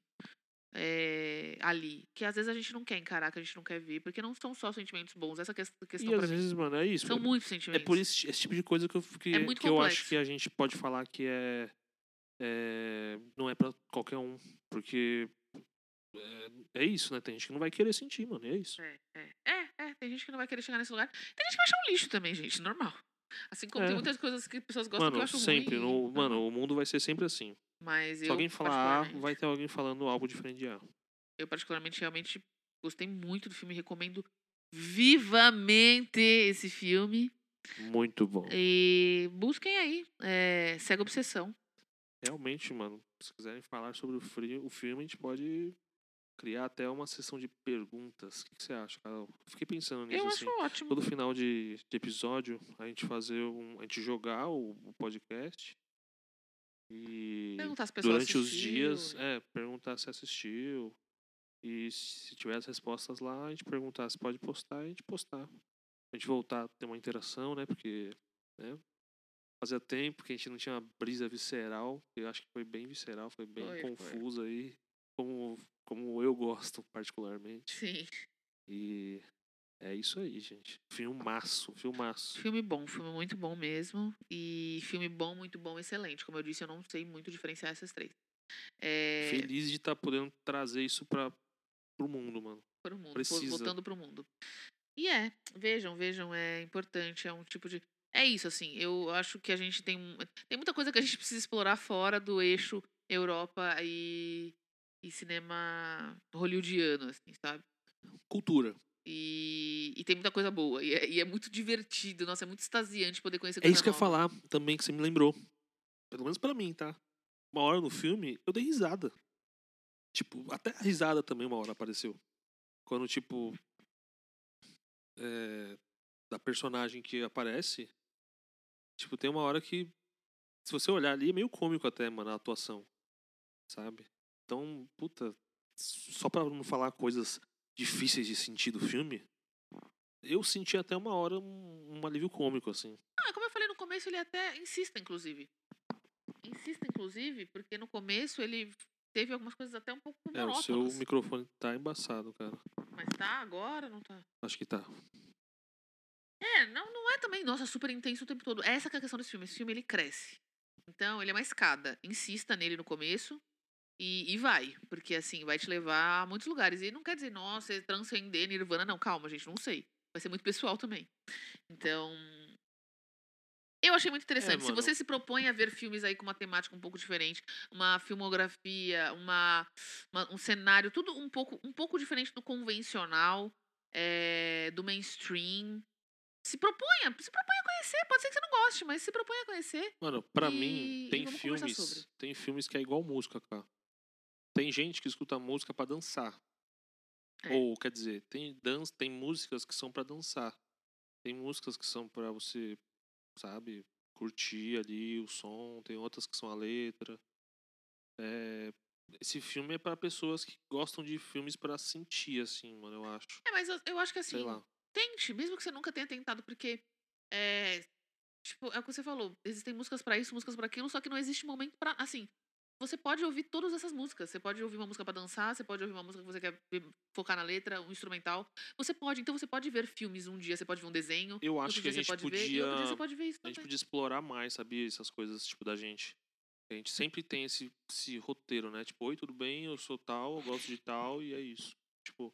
[SPEAKER 4] é, ali. Que às vezes a gente não quer encarar, que a gente não quer ver, porque não são só sentimentos bons. Essa ques- questão
[SPEAKER 3] E
[SPEAKER 4] pra
[SPEAKER 3] às
[SPEAKER 4] mim.
[SPEAKER 3] vezes, mano, é isso.
[SPEAKER 4] São
[SPEAKER 3] mano.
[SPEAKER 4] muitos
[SPEAKER 3] É
[SPEAKER 4] sentimentos.
[SPEAKER 3] por esse, esse tipo de coisa que, eu, que,
[SPEAKER 4] É muito
[SPEAKER 3] que eu acho
[SPEAKER 4] complexo.
[SPEAKER 3] que a gente pode falar que é, é- não é pra qualquer um, porque é, é isso, né? Tem gente que não vai querer sentir, mano, e é isso.
[SPEAKER 4] É, é. É, é, tem gente que não vai querer chegar nesse lugar. Tem gente que vai achar um lixo também, gente, normal. Assim como
[SPEAKER 3] É.
[SPEAKER 4] tem muitas coisas que pessoas gostam que eu
[SPEAKER 3] mano,
[SPEAKER 4] acho
[SPEAKER 3] sempre,
[SPEAKER 4] ruim.
[SPEAKER 3] no, mano, o mundo vai ser sempre assim.
[SPEAKER 4] mas
[SPEAKER 3] Se
[SPEAKER 4] eu,
[SPEAKER 3] alguém falar A,
[SPEAKER 4] particularmente-
[SPEAKER 3] vai ter alguém falando algo diferente de A.
[SPEAKER 4] Eu, particularmente, realmente gostei muito do filme. Recomendo vivamente esse filme.
[SPEAKER 3] Muito bom.
[SPEAKER 4] É. E busquem aí. É, Cega Obsessão.
[SPEAKER 3] Realmente, mano, se quiserem falar sobre o, frio, o filme, a gente pode criar até uma sessão de perguntas. O que, que você acha, cara? Eu Fiquei pensando nisso,
[SPEAKER 4] eu
[SPEAKER 3] assim.
[SPEAKER 4] acho ótimo.
[SPEAKER 3] todo final de, de episódio a gente fazer um. A gente jogar o, o podcast. E
[SPEAKER 4] Perguntar se o pessoal
[SPEAKER 3] durante os
[SPEAKER 4] assistiu. né?
[SPEAKER 3] dias, é, perguntar se assistiu. E se tiver as respostas lá, a gente perguntar se pode postar, a gente postar. A gente voltar a ter uma interação, né? Porque, né? Fazia tempo que a gente não tinha uma brisa visceral. Eu acho que foi bem visceral, foi bem
[SPEAKER 4] Foi, foi.
[SPEAKER 3] confusa aí. Como, como eu gosto, particularmente.
[SPEAKER 4] Sim.
[SPEAKER 3] E é isso aí, gente. Filmaço, filmaço.
[SPEAKER 4] Filme bom, filme muito bom mesmo. E filme bom, muito bom, excelente. Como eu disse, eu não sei muito diferenciar essas três. É,
[SPEAKER 3] Feliz de estar podendo trazer isso para pro mundo, mano.
[SPEAKER 4] para o mundo,
[SPEAKER 3] Precisa.
[SPEAKER 4] voltando para o mundo. E é, vejam, vejam, é importante, é um tipo de é isso assim. Eu acho que a gente tem um- tem muita coisa que a gente precisa explorar fora do eixo Europa e e cinema hollywoodiano, assim, sabe?
[SPEAKER 3] Cultura.
[SPEAKER 4] E, e tem muita coisa boa. E é, e é muito divertido. Nossa, é muito extasiante poder conhecer
[SPEAKER 3] É
[SPEAKER 4] coisa
[SPEAKER 3] isso que eu ia
[SPEAKER 4] nova.
[SPEAKER 3] falar também que você me lembrou. Pelo menos para mim, tá? Uma hora no filme, eu dei risada. Tipo, até a risada também uma hora apareceu. Quando, tipo. é, da personagem que aparece. Tipo, tem uma hora que. Se você olhar ali, é meio cômico até, mano, a atuação. Sabe? Então, puta. Só pra não falar coisas difíceis de sentir do filme. Eu senti até uma hora um, um alívio cômico, assim.
[SPEAKER 4] Ah, como eu falei no começo, ele até insista, inclusive. Insista, inclusive, porque no começo ele teve algumas coisas até um pouco
[SPEAKER 3] É, o
[SPEAKER 4] monótonas.
[SPEAKER 3] seu microfone tá embaçado, cara.
[SPEAKER 4] Mas tá agora, não tá?
[SPEAKER 3] Acho que tá.
[SPEAKER 4] É, não, não é também, nossa, super intenso o tempo todo. Essa que é a questão desse filme. Esse filme, ele cresce. Então, ele é uma escada. Insista nele no começo e, e vai. Porque, assim, vai te levar a muitos lugares. E não quer dizer, nossa, é transcender Nirvana. Não, calma, gente, não sei. Vai ser muito pessoal também. Então... Eu achei muito interessante. se
[SPEAKER 3] mano.
[SPEAKER 4] você se propõe a ver filmes aí com uma temática um pouco diferente, uma filmografia, uma, uma- um cenário, tudo um pouco, um pouco diferente do convencional, é, do mainstream, se proponha, se proponha a conhecer. Pode ser que você não goste, mas se proponha a conhecer.
[SPEAKER 3] Mano, pra
[SPEAKER 4] E-
[SPEAKER 3] mim,
[SPEAKER 4] e
[SPEAKER 3] tem
[SPEAKER 4] vamos conversar
[SPEAKER 3] filmes.
[SPEAKER 4] sobre.
[SPEAKER 3] Tem filmes que é igual música, cara. Tem gente que escuta música pra dançar.
[SPEAKER 4] É.
[SPEAKER 3] Ou, quer dizer, tem, dança, tem músicas que são pra dançar. Tem músicas que são pra você, sabe, curtir ali o som. Tem outras que são a letra. É, esse filme é pra pessoas que gostam de filmes pra sentir, assim, mano, eu acho.
[SPEAKER 4] É, mas eu, eu acho que
[SPEAKER 3] Sei
[SPEAKER 4] assim,
[SPEAKER 3] lá.
[SPEAKER 4] tente, mesmo que você nunca tenha tentado, porque é. Tipo, é o que você falou, existem músicas pra isso, músicas pra aquilo, só que não existe momento pra. Assim, você pode ouvir todas essas músicas. Você pode ouvir uma música pra dançar, você pode ouvir uma música que você quer ver- focar na letra, um instrumental. Você pode, então você pode ver filmes um dia, você pode ver um desenho.
[SPEAKER 3] Eu acho
[SPEAKER 4] outro
[SPEAKER 3] que a
[SPEAKER 4] dia
[SPEAKER 3] gente
[SPEAKER 4] você pode ver, e
[SPEAKER 3] podia.
[SPEAKER 4] outro dia você pode ver isso
[SPEAKER 3] A gente
[SPEAKER 4] também.
[SPEAKER 3] podia explorar mais, sabia? Essas coisas, tipo, da gente. A gente sempre tem esse, esse roteiro, né? Tipo, oi, tudo bem, eu sou tal, eu gosto de tal, e é isso. Tipo,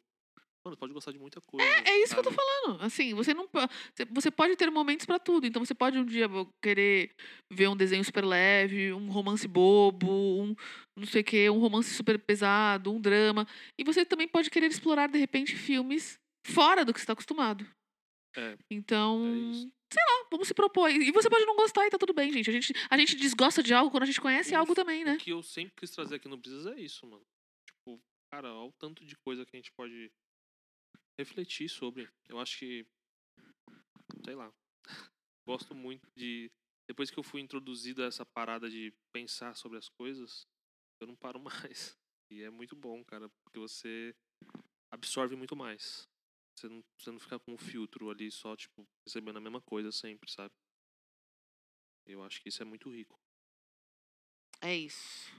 [SPEAKER 3] mano, pode gostar de muita coisa.
[SPEAKER 4] É isso que eu tô
[SPEAKER 3] sabe?
[SPEAKER 4] falando. Assim, você não. po- você- Você pode ter momentos pra tudo. Então você pode um dia bo- querer ver um desenho super leve, um romance bobo, um não sei o quê, um romance super pesado, um drama. E você também pode querer explorar, de repente, filmes fora do que você tá acostumado.
[SPEAKER 3] É.
[SPEAKER 4] Então,
[SPEAKER 3] É isso.
[SPEAKER 4] vamos se propor. E e você pode não gostar e tá tudo bem, gente. A gente, a gente desgosta de algo quando a gente conhece
[SPEAKER 3] Isso.
[SPEAKER 4] algo também, né?
[SPEAKER 3] O que eu sempre quis trazer aqui no Brisas é isso, mano. Tipo, cara, olha o tanto de coisa que a gente pode refletir sobre. Eu acho que. Sei lá. Gosto muito de. Depois que eu fui introduzido a essa parada de pensar sobre as coisas, eu não paro mais. E é muito bom, cara, porque você absorve muito mais. Você não, você não fica com um filtro ali só, tipo, recebendo a mesma coisa sempre, sabe? Eu acho que isso é muito rico.
[SPEAKER 4] É isso.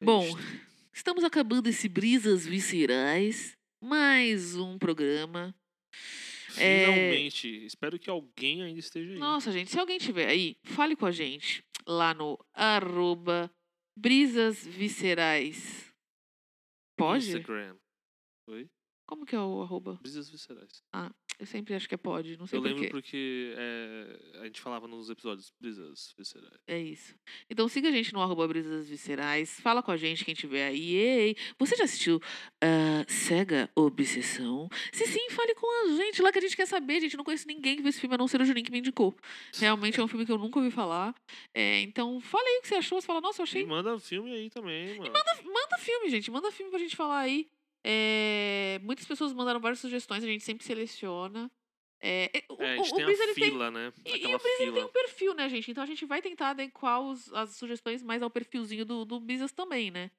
[SPEAKER 3] É
[SPEAKER 4] Bom,
[SPEAKER 3] isto.
[SPEAKER 4] Estamos acabando esse Brisas Viscerais. Mais um programa. É.
[SPEAKER 3] Finalmente. Espero que alguém ainda esteja aí.
[SPEAKER 4] Nossa, gente, se alguém tiver aí, fale com a gente lá no arroba Brisas Viscerais. Pode?
[SPEAKER 3] Instagram. Oi?
[SPEAKER 4] Como que é o arroba?
[SPEAKER 3] Brisas Viscerais.
[SPEAKER 4] Eu sempre acho que é pode, não sei
[SPEAKER 3] Eu
[SPEAKER 4] por
[SPEAKER 3] lembro
[SPEAKER 4] quê.
[SPEAKER 3] porque é, a gente falava nos episódios Brisas Viscerais.
[SPEAKER 4] É isso. Então siga a gente no arroba Brisas Viscerais. Fala com a gente, quem tiver aí. Ei, você já assistiu ah, Cega Obsessão? Se sim, fale com a gente lá que a gente quer saber. Gente, eu não conheço ninguém que viu esse filme, a não ser o Juninho que me indicou. Realmente é um filme que eu nunca ouvi falar. É, então fala aí o que você achou. Você fala, nossa, eu achei
[SPEAKER 3] E manda filme aí também, mano.
[SPEAKER 4] Manda filme, gente. Manda filme pra gente falar aí. É, muitas pessoas mandaram várias sugestões, a gente sempre seleciona. É, é, o,
[SPEAKER 3] É, a
[SPEAKER 4] o-
[SPEAKER 3] gente
[SPEAKER 4] o
[SPEAKER 3] tem
[SPEAKER 4] Brisa,
[SPEAKER 3] a
[SPEAKER 4] ele tem-
[SPEAKER 3] fila, né?
[SPEAKER 4] E, e
[SPEAKER 3] Aquela
[SPEAKER 4] o Brisa ele tem um
[SPEAKER 3] fila.
[SPEAKER 4] perfil, né, gente? Então a gente vai tentar adequar os- as sugestões mais ao perfilzinho do, do Brisas também, né?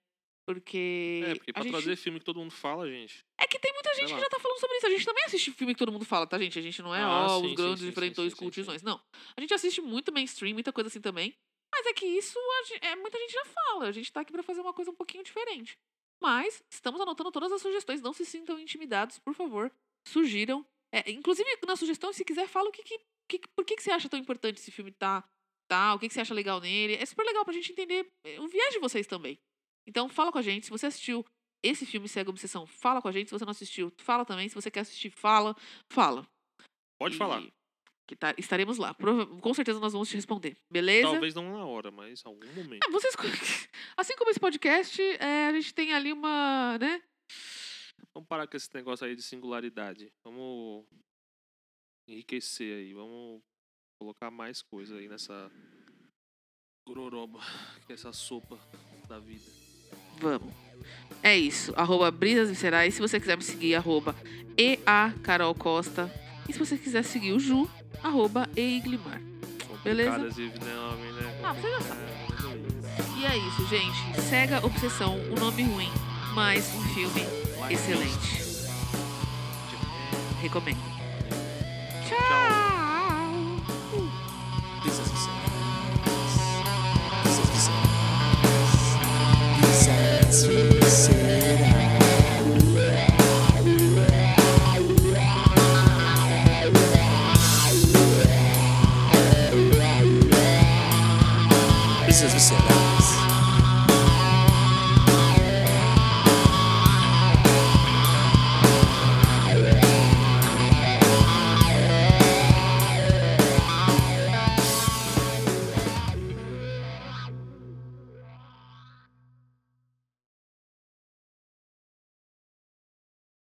[SPEAKER 4] Porque.
[SPEAKER 3] É, porque
[SPEAKER 4] a
[SPEAKER 3] pra
[SPEAKER 4] gente-
[SPEAKER 3] trazer filme que todo mundo fala, gente.
[SPEAKER 4] É que tem muita gente
[SPEAKER 3] lá.
[SPEAKER 4] que já tá falando sobre isso. A gente também assiste filme que todo mundo fala, tá, gente? A gente não é,
[SPEAKER 3] Ah,
[SPEAKER 4] ó,
[SPEAKER 3] sim,
[SPEAKER 4] os
[SPEAKER 3] sim,
[SPEAKER 4] grandes
[SPEAKER 3] sim, sim,
[SPEAKER 4] enfrentou
[SPEAKER 3] sim,
[SPEAKER 4] os
[SPEAKER 3] sim, sim.
[SPEAKER 4] cultisões. Não. A gente assiste muito mainstream, muita coisa assim também. Mas é que isso a gen- é, muita gente já fala. A gente tá aqui pra fazer uma coisa um pouquinho diferente. Mas estamos anotando todas as sugestões. Não se sintam intimidados, por favor. Sugiram. É, inclusive, na sugestão, se quiser, fala o que, que, que que- por que, que você acha tão importante esse filme tá, tá, o que, que você acha legal nele. É super legal pra gente entender é, o viés de vocês também. Então, fala com a gente. Se você assistiu esse filme segue a obsessão, fala com a gente. Se você não assistiu, fala também. Se você quer assistir, fala. Fala.
[SPEAKER 3] Pode
[SPEAKER 4] E
[SPEAKER 3] falar.
[SPEAKER 4] Que tá- estaremos lá. Prova- com certeza nós vamos te responder. Beleza?
[SPEAKER 3] Talvez não na hora, mas em algum momento.
[SPEAKER 4] É, vocês... Assim como esse podcast, é, a gente tem ali uma, né?
[SPEAKER 3] Vamos parar com esse negócio aí de singularidade. Vamos enriquecer aí. Vamos colocar mais coisa aí nessa gororoba, que é essa sopa da vida.
[SPEAKER 4] Vamos. É isso. Arroba Brisas Viscerais. Se você quiser me seguir, arroba EA Carol Costa. E se você quiser seguir o Ju, arroba EIGlimar. Beleza?
[SPEAKER 3] Complicado esse nome, né?
[SPEAKER 4] Ah, você já
[SPEAKER 3] sabe.
[SPEAKER 4] E é isso, gente. Cega Obsessão, o nome ruim, mas um filme excelente. Recomendo. Tchau.
[SPEAKER 1] Business is Business is Business is